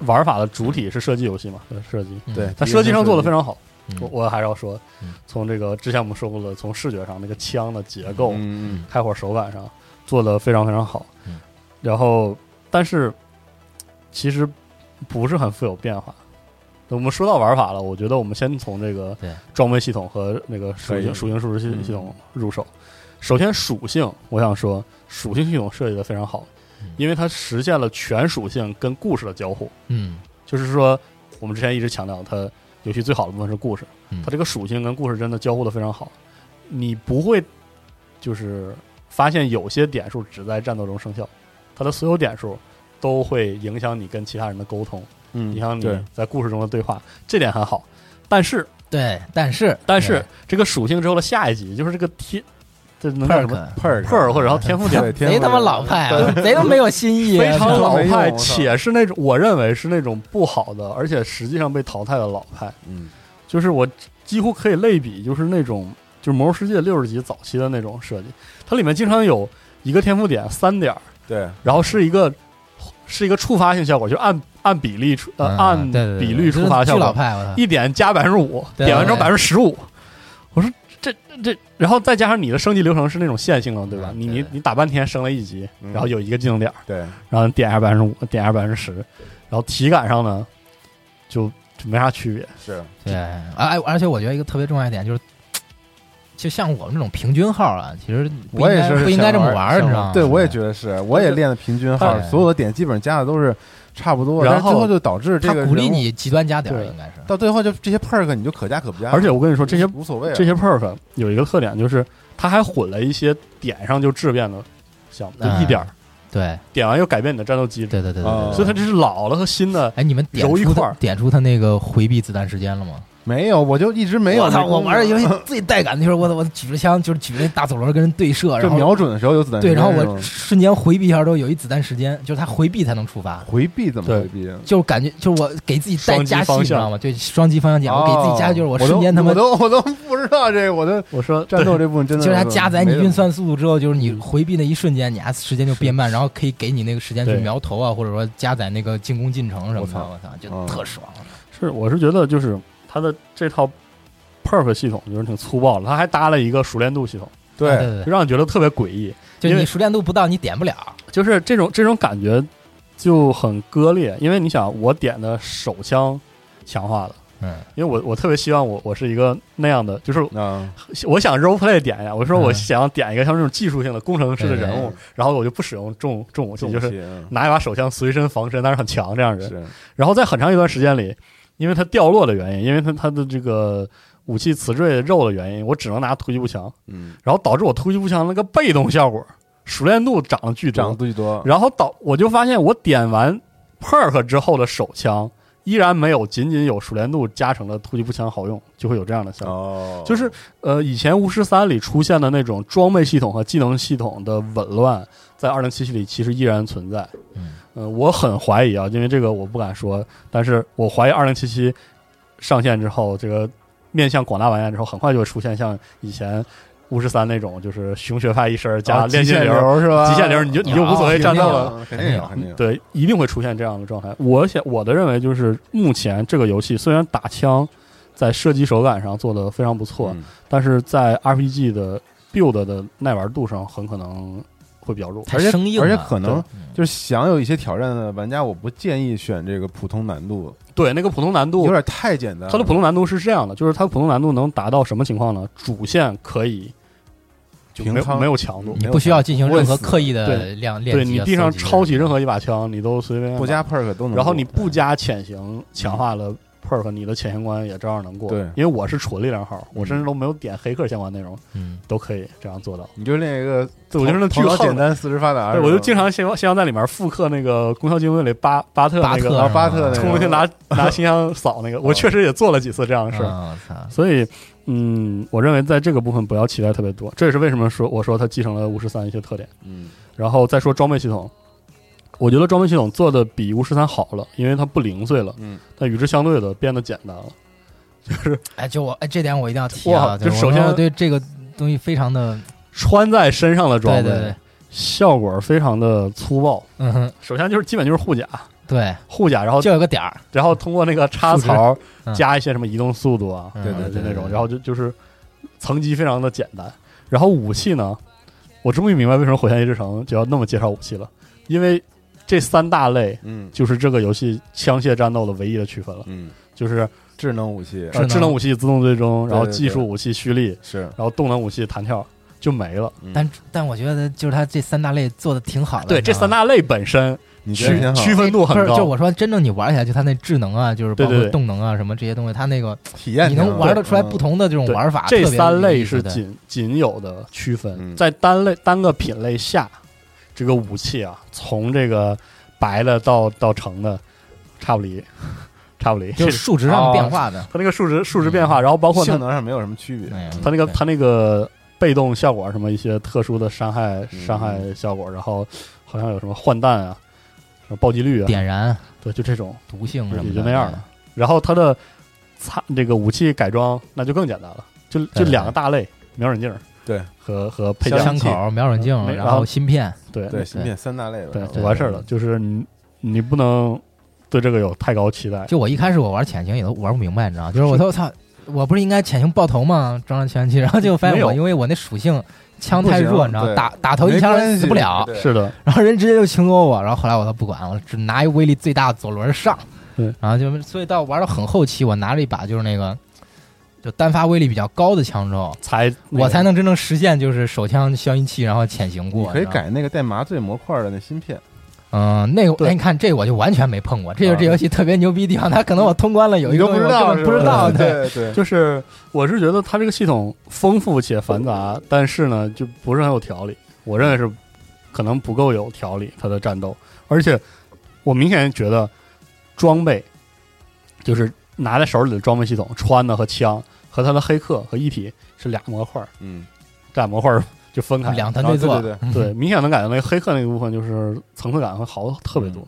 Speaker 2: 玩法的主体是射击游戏嘛，对射击，
Speaker 3: 嗯
Speaker 1: 对，
Speaker 2: 它设计上做的非常好，
Speaker 3: 嗯
Speaker 2: 我我还是要说
Speaker 3: 嗯，
Speaker 2: 从这个之前我们说过了，从视觉上那个枪的结构。
Speaker 1: 嗯
Speaker 2: 开火手感上做的非常非常好。
Speaker 3: 嗯
Speaker 2: 然后，但是其实不是很富有变化。我们说到玩法了，我觉得我们先从这个
Speaker 3: 对
Speaker 2: 装备系统和那个属
Speaker 1: 可以
Speaker 2: 性属性数值系
Speaker 1: 嗯
Speaker 2: 系统入手。首先，属性，我想说，属性系统设计的非常好
Speaker 3: 嗯，
Speaker 2: 因为它实现了全属性跟故事的交互。
Speaker 3: 嗯
Speaker 2: 就是说，我们之前一直强调，它游戏最好的部分是故事
Speaker 3: 嗯，
Speaker 2: 它这个属性跟故事真的交互的非常好，你不会就是发现有些点数只在战斗中生效，它的所有点数都会影响你跟其他人的沟通，
Speaker 1: 嗯，
Speaker 2: 影响你
Speaker 1: 对，
Speaker 2: 在故事中的对话，这点很好。但是，
Speaker 3: 对，但是
Speaker 2: 但是这个属性之后的下一级就是这个天，这能叫什么
Speaker 3: perk
Speaker 1: 佩尔
Speaker 2: 佩尔或者然后天赋点
Speaker 1: 啊对，天
Speaker 3: 贼
Speaker 1: 赋
Speaker 3: 他妈
Speaker 1: 点
Speaker 3: 老派啊， [laughs] 贼都没有新意啊，
Speaker 2: 非常老
Speaker 1: 没用
Speaker 2: 派，
Speaker 1: 我操
Speaker 2: 且是那种我认为是那种不好的，而且实际上被淘汰的老派。
Speaker 1: 嗯
Speaker 2: 就是我几乎可以类比，就是那种就是《魔兽世界》六十级早期的那种设计，它里面经常有一个天赋点三点儿，
Speaker 1: 对，
Speaker 2: 然后是一个是一个触发性效果，就按按比例出呃
Speaker 3: 嗯
Speaker 2: 按
Speaker 3: 对对对
Speaker 2: 比率
Speaker 3: 这
Speaker 2: 触发
Speaker 3: 巨
Speaker 2: 效
Speaker 3: 老
Speaker 2: 果，
Speaker 3: 派，我操，
Speaker 2: 一点加百分之五，[laughs]
Speaker 3: 对
Speaker 2: 点完之后
Speaker 3: 对
Speaker 2: 百分之十五，我说这这，然后再加上你的升级流程是那种线性的，对吧？
Speaker 3: 嗯
Speaker 2: 你
Speaker 3: 对
Speaker 2: 你
Speaker 3: 对
Speaker 2: 你打半天升了一级，
Speaker 1: 嗯
Speaker 2: 然后有一个技能点儿，
Speaker 1: 对，
Speaker 2: 然后你点一下百分之五，点一下百分之十，然后体感上呢就就没啥区别，
Speaker 1: 是，
Speaker 3: 对，而而且我觉得一个特别重要一点就是，就像我们这种平均号啊，其实不
Speaker 1: 我
Speaker 3: 应
Speaker 1: 也
Speaker 3: 该
Speaker 1: 是
Speaker 3: 不应该
Speaker 1: 想
Speaker 3: 这么
Speaker 1: 玩
Speaker 3: 玩儿，
Speaker 1: 想
Speaker 3: 你知道吗？
Speaker 1: 对，我也觉得是，我也练的平均号，
Speaker 3: 对
Speaker 1: 所有的点基本上加的都是差不多，
Speaker 2: 然
Speaker 1: 但是最
Speaker 2: 后
Speaker 1: 后就导致这
Speaker 3: 他
Speaker 1: 个
Speaker 3: 鼓励
Speaker 1: 人物
Speaker 3: 你极端加点儿，
Speaker 2: 对
Speaker 3: 应该是
Speaker 1: 到最后就这些 perk 你就可加可不加，
Speaker 2: 而且我跟你说这些
Speaker 1: 无所谓了，
Speaker 2: 这些 perk 有一个特点就是它还混了一些点上就质变的项目，就
Speaker 3: 嗯
Speaker 2: 一点儿
Speaker 3: 对
Speaker 2: 点完又改变你的战斗机制，
Speaker 3: 对对对对
Speaker 1: 哦
Speaker 3: 对。
Speaker 2: 所以它这是老了和新的。
Speaker 3: 哎，你们点
Speaker 2: 揉一
Speaker 3: 出
Speaker 2: 块
Speaker 3: 他
Speaker 2: 儿
Speaker 3: 点出他那个回避子弹时间了吗？
Speaker 1: 没有，我就一直没有
Speaker 3: 我
Speaker 1: 那
Speaker 3: 操！
Speaker 1: 功能。
Speaker 3: 我玩儿游戏最带感的就是我我举着枪，就是举着那大左轮跟人对射，
Speaker 1: 就
Speaker 3: 然后
Speaker 1: 瞄准的时候有
Speaker 2: 嗯
Speaker 1: 子弹时
Speaker 3: 对，
Speaker 1: 间
Speaker 3: 然
Speaker 1: 是
Speaker 3: 后
Speaker 1: 吗，
Speaker 3: 我瞬间回避一下之后有一子弹时间，就是他回避才能触发。
Speaker 1: 回避怎么
Speaker 2: 对
Speaker 1: 回避
Speaker 3: [laughs]
Speaker 1: 啊？
Speaker 3: 就是感觉，就是我给自己带
Speaker 2: 双击
Speaker 3: 加戏，
Speaker 2: 方
Speaker 3: 你知
Speaker 2: 向
Speaker 3: 道吗？对，双击方向键，我给自己加，就是
Speaker 1: 哦我
Speaker 3: 瞬间
Speaker 1: 都
Speaker 3: 他妈
Speaker 1: 我都我都不知道这个，我的
Speaker 2: 我说
Speaker 1: 战斗这部分真的
Speaker 3: 就是它
Speaker 1: 是
Speaker 3: 加载你
Speaker 1: 没怎么
Speaker 3: 运算速度之后，就是你
Speaker 2: 嗯
Speaker 3: 回避那一瞬间，你还时间就变慢，然后可以给你那个时间去
Speaker 2: 对
Speaker 3: 瞄头啊，或者说加载那个进攻进程什么
Speaker 1: 我
Speaker 3: 的。
Speaker 1: 操
Speaker 3: 我操，就
Speaker 1: 嗯
Speaker 3: 特爽。
Speaker 2: 是，我是觉得就是它的这套 perf 系统就是挺粗暴的，它还搭了一个熟练度系统，
Speaker 1: 对，
Speaker 3: 啊对
Speaker 2: 就让你觉得特别诡异。
Speaker 3: 对，
Speaker 2: 因
Speaker 3: 就
Speaker 2: 为
Speaker 3: 你熟练度不到，你点不了。
Speaker 2: 就是这种这种感觉就很割裂，因为你想，我点的手枪强化了，
Speaker 3: 嗯，
Speaker 2: 因为我我特别希望我我是一个那样的，就是
Speaker 1: 啊，
Speaker 2: 我想 role play 点呀，我说我
Speaker 3: 嗯
Speaker 2: 想要点一个像这种技术性的工程师的
Speaker 3: 对
Speaker 2: 人物，然后我就不使用重重武器，
Speaker 1: 重
Speaker 2: 就是
Speaker 1: 心啊
Speaker 2: 拿一把手枪随身防身，但是很强这样
Speaker 3: 嗯
Speaker 2: 人。
Speaker 1: 是
Speaker 2: 然后在很长一段时间里，因为它掉落的原因，因为它它的这个武器词缀肉的原因，我只能拿突击步枪，
Speaker 1: 嗯，
Speaker 2: 然后导致我突击步枪那个被动效果熟练度涨了巨
Speaker 1: 长
Speaker 2: 多
Speaker 1: 得，最多，
Speaker 2: 然后导我就发现我点完 perk 之后的手枪依然没有仅仅有熟练度加成的突击步枪好用，就会有这样的效果。
Speaker 1: 哦，
Speaker 2: 就是呃，以前巫师三里出现的那种装备系统和技能系统的紊乱，在二零七七里其实依然存在。
Speaker 3: 嗯，
Speaker 2: 呃，我很怀疑啊，因为这个我不敢说，但是我怀疑二零七七上线之后，这个面向广大玩家之后，很快就会出现像以前巫师三那种，就是熊学派一身儿加
Speaker 1: 啊
Speaker 2: 练
Speaker 1: 极
Speaker 2: 习
Speaker 1: 限
Speaker 2: 流，啊
Speaker 1: 流是吧？
Speaker 2: 极限流你就你就无所谓
Speaker 1: 有
Speaker 2: 战斗
Speaker 1: 有
Speaker 2: 了。
Speaker 1: 肯定有，啊肯定有，
Speaker 2: 对，一啊定会出现这样的状态。我想我的认为就是，目前这个游戏虽然打枪在射击手感上做的非常不错，
Speaker 1: 嗯
Speaker 2: 但是在 RPG 的 build 的耐玩度上，很可能会比较弱。
Speaker 3: 太
Speaker 1: 而且
Speaker 3: 生硬了，
Speaker 1: 而且可能
Speaker 3: 对嗯
Speaker 1: 就是想有一些挑战的玩家，我不建议选这个普通难度，
Speaker 2: 对，那个普通难
Speaker 1: 有
Speaker 2: 度，
Speaker 1: 点太简单了。
Speaker 2: 它的普通难度是这样的，就是它普通难度能达到什么情况呢？主线可以就没
Speaker 1: 平
Speaker 2: 有
Speaker 1: 仓
Speaker 2: 没有强度，
Speaker 3: 你不需要进行任何刻意
Speaker 2: 我也
Speaker 3: 的
Speaker 2: 死
Speaker 3: 量练
Speaker 2: 对
Speaker 3: 嗯级啊。
Speaker 2: 你地上
Speaker 3: 搜集啊
Speaker 2: 抄起任何一把枪，你都随便
Speaker 1: 不加 perk 都能过，
Speaker 2: 然后你不加潜行强化了 perk，你的潜行关也照样能过。
Speaker 1: 对
Speaker 2: 因为我是纯力量号，我甚至都没有点黑客相关内容，
Speaker 3: 嗯，
Speaker 2: 都可以这样做到。
Speaker 1: 你就练一个
Speaker 2: 对，我就
Speaker 1: 头
Speaker 2: 是那巨
Speaker 1: 头脑
Speaker 2: 横
Speaker 1: 简。单，四肢发达。是
Speaker 2: 对，
Speaker 1: 吧
Speaker 2: 我就经常希望希望在里面复刻那个《功效精锐》里巴巴特那个
Speaker 3: 特
Speaker 2: 嗯
Speaker 1: 啊
Speaker 3: 是吧
Speaker 1: 巴特那个
Speaker 2: 冲过去拿
Speaker 3: [laughs]
Speaker 2: 拿新箱扫那个，
Speaker 3: 哦
Speaker 2: 我确实也做了几次这样的事儿。
Speaker 3: 啊我操，
Speaker 2: 所以，嗯，我认为在这个部分不要期待特别多，这也是为什么说我说它继承了巫师三一些特点。
Speaker 1: 嗯
Speaker 2: 然后再说装备系统，我觉得装备系统做的比巫师三好了，因为它不零碎了，
Speaker 1: 嗯，
Speaker 2: 但与之相对的变得简单了。就是
Speaker 3: 哎，就我哎，这点我一定要提啊！
Speaker 2: 哇
Speaker 3: 就是
Speaker 2: 就首
Speaker 3: 我
Speaker 2: 先
Speaker 3: 我对这个东西非常的
Speaker 2: 穿在身上的装
Speaker 3: 对
Speaker 2: 备，
Speaker 3: 对对，
Speaker 2: 效果非常的粗暴。
Speaker 3: 嗯哼，
Speaker 2: 首先就是基本就是护甲，
Speaker 3: 对，
Speaker 2: 护甲，然后
Speaker 3: 就有个点儿，
Speaker 2: 然后通过那个插
Speaker 3: 数值
Speaker 2: 槽
Speaker 3: 嗯
Speaker 2: 加一些什么移动速度啊，
Speaker 3: 嗯
Speaker 1: 对对
Speaker 2: 呃
Speaker 1: 对
Speaker 2: 就那种，
Speaker 3: 对
Speaker 2: 然后就就是层级非常的简单。然后武器呢，我终于明白为什么《火线一之城》就要那么介绍武器了，因为这三大类
Speaker 1: 嗯
Speaker 2: 就是这个游戏枪械战斗的唯一的区分了，
Speaker 1: 嗯，
Speaker 2: 就是
Speaker 1: 智能武器
Speaker 2: 呃
Speaker 3: 智能
Speaker 2: 智能武器自动追踪，然后
Speaker 1: 对对对
Speaker 2: 技术武器蓄力，
Speaker 1: 是
Speaker 2: 然后动能武器弹跳就没了。
Speaker 3: 但但我觉得就是它这三大类做的挺好的。
Speaker 2: 嗯对，这三大类本身
Speaker 1: 你觉得
Speaker 2: 区
Speaker 1: 挺好
Speaker 2: 区，分度很
Speaker 3: 不是，就
Speaker 2: 高，
Speaker 3: 我说真正你玩起来，就它那智能啊，就是
Speaker 2: 对
Speaker 3: 包
Speaker 2: 对
Speaker 3: 括
Speaker 2: 对
Speaker 3: 动能啊什么这些东西，它那个
Speaker 1: 体验
Speaker 3: 你
Speaker 1: 挺好嗯
Speaker 3: 能玩得出来不。同的这种
Speaker 2: 对
Speaker 3: 玩法。
Speaker 2: 这
Speaker 3: 啊特别
Speaker 2: 三
Speaker 3: 有
Speaker 2: 类
Speaker 3: 意思
Speaker 2: 是
Speaker 3: 对
Speaker 2: 仅仅有的区分，
Speaker 1: 嗯
Speaker 2: 在单类单个品类下，这个武器啊，从这个白的到到橙的，差不离， [laughs] 差不离。
Speaker 3: 就是数值上
Speaker 1: 哦
Speaker 3: 变化的，
Speaker 2: [laughs] 它那个数值数值变化，然后包
Speaker 1: 包
Speaker 2: 括它
Speaker 1: 性能上没有什么区别，
Speaker 3: 哎呀
Speaker 2: 它那个
Speaker 3: 嗯对
Speaker 2: 它那个被动效果啊什么一些特殊的伤害
Speaker 1: 嗯
Speaker 2: 伤害效果，然后好像有什么换弹啊，什么暴击率啊，
Speaker 3: 点燃
Speaker 2: 对，就这种，
Speaker 3: 毒性什么的，
Speaker 2: 也就那样了。然后它的擦这个武器改装那就更简单了，就
Speaker 3: 对
Speaker 2: 就
Speaker 3: 对
Speaker 2: 两个大类，瞄准镜儿。
Speaker 1: 对
Speaker 2: 和和配
Speaker 1: 相
Speaker 2: 件，
Speaker 3: 枪口、瞄准镜
Speaker 2: 没，
Speaker 3: 然后芯片，
Speaker 2: 对
Speaker 1: 对，芯片三大类吧，
Speaker 2: 对
Speaker 1: 差不
Speaker 2: 就
Speaker 1: 多
Speaker 2: 完事儿了。就是你你不能对这个有太高期待，
Speaker 3: 就我一开始我玩潜行也都玩不明白，你知道吗？就是我说操，我不是应该潜行爆头吗？装上全息，然后结果发现
Speaker 2: 没有
Speaker 3: 我因为我那属性枪
Speaker 1: 不
Speaker 3: 太
Speaker 1: 行
Speaker 3: 弱，你知道吗？
Speaker 1: 对
Speaker 3: 打打头一枪
Speaker 1: 没关系
Speaker 3: 死不了，
Speaker 1: 对
Speaker 2: 是的，
Speaker 3: 然后人直接就群殴我，然后后来我都不管，我只拿一威力最大的左轮上
Speaker 2: 对，
Speaker 3: 然后就所以到玩到很后期，我拿了一把就是那个就单发威力比较高的枪之后，
Speaker 2: 才
Speaker 3: 我才能真正实现就是手枪消音器，然后潜行
Speaker 1: 你
Speaker 3: 过。
Speaker 1: 可以
Speaker 3: 你知道吗，
Speaker 1: 改那个带麻醉模块的那芯片，
Speaker 3: 嗯，那个
Speaker 2: 对
Speaker 3: 哎，你看这我就完全没碰过，这就是
Speaker 1: 啊
Speaker 3: 这游戏特别牛逼的地方，它可能我通关了有一
Speaker 1: 你
Speaker 3: 个
Speaker 1: 都
Speaker 3: 东西
Speaker 1: 知
Speaker 3: 我
Speaker 1: 道
Speaker 3: 根
Speaker 1: 是
Speaker 3: 本
Speaker 1: 吧
Speaker 3: 不知道，对，
Speaker 1: 对对，
Speaker 2: 就是我是觉得它这个系统丰富且繁杂，但是呢就不是很有条理。我认为是可能不够有条理，它的战斗，而且我明显觉得装备就是拿在手里的装备系统，穿的和枪和它的黑客和一体是俩模块儿，
Speaker 1: 嗯，
Speaker 2: 这俩模块儿 [laughs] 就分开了。
Speaker 3: 两团
Speaker 1: 啊
Speaker 3: 队做，
Speaker 1: 对对
Speaker 3: 嗯
Speaker 2: 对，明显能感觉那个黑客那个部分就是层次感会好特别多。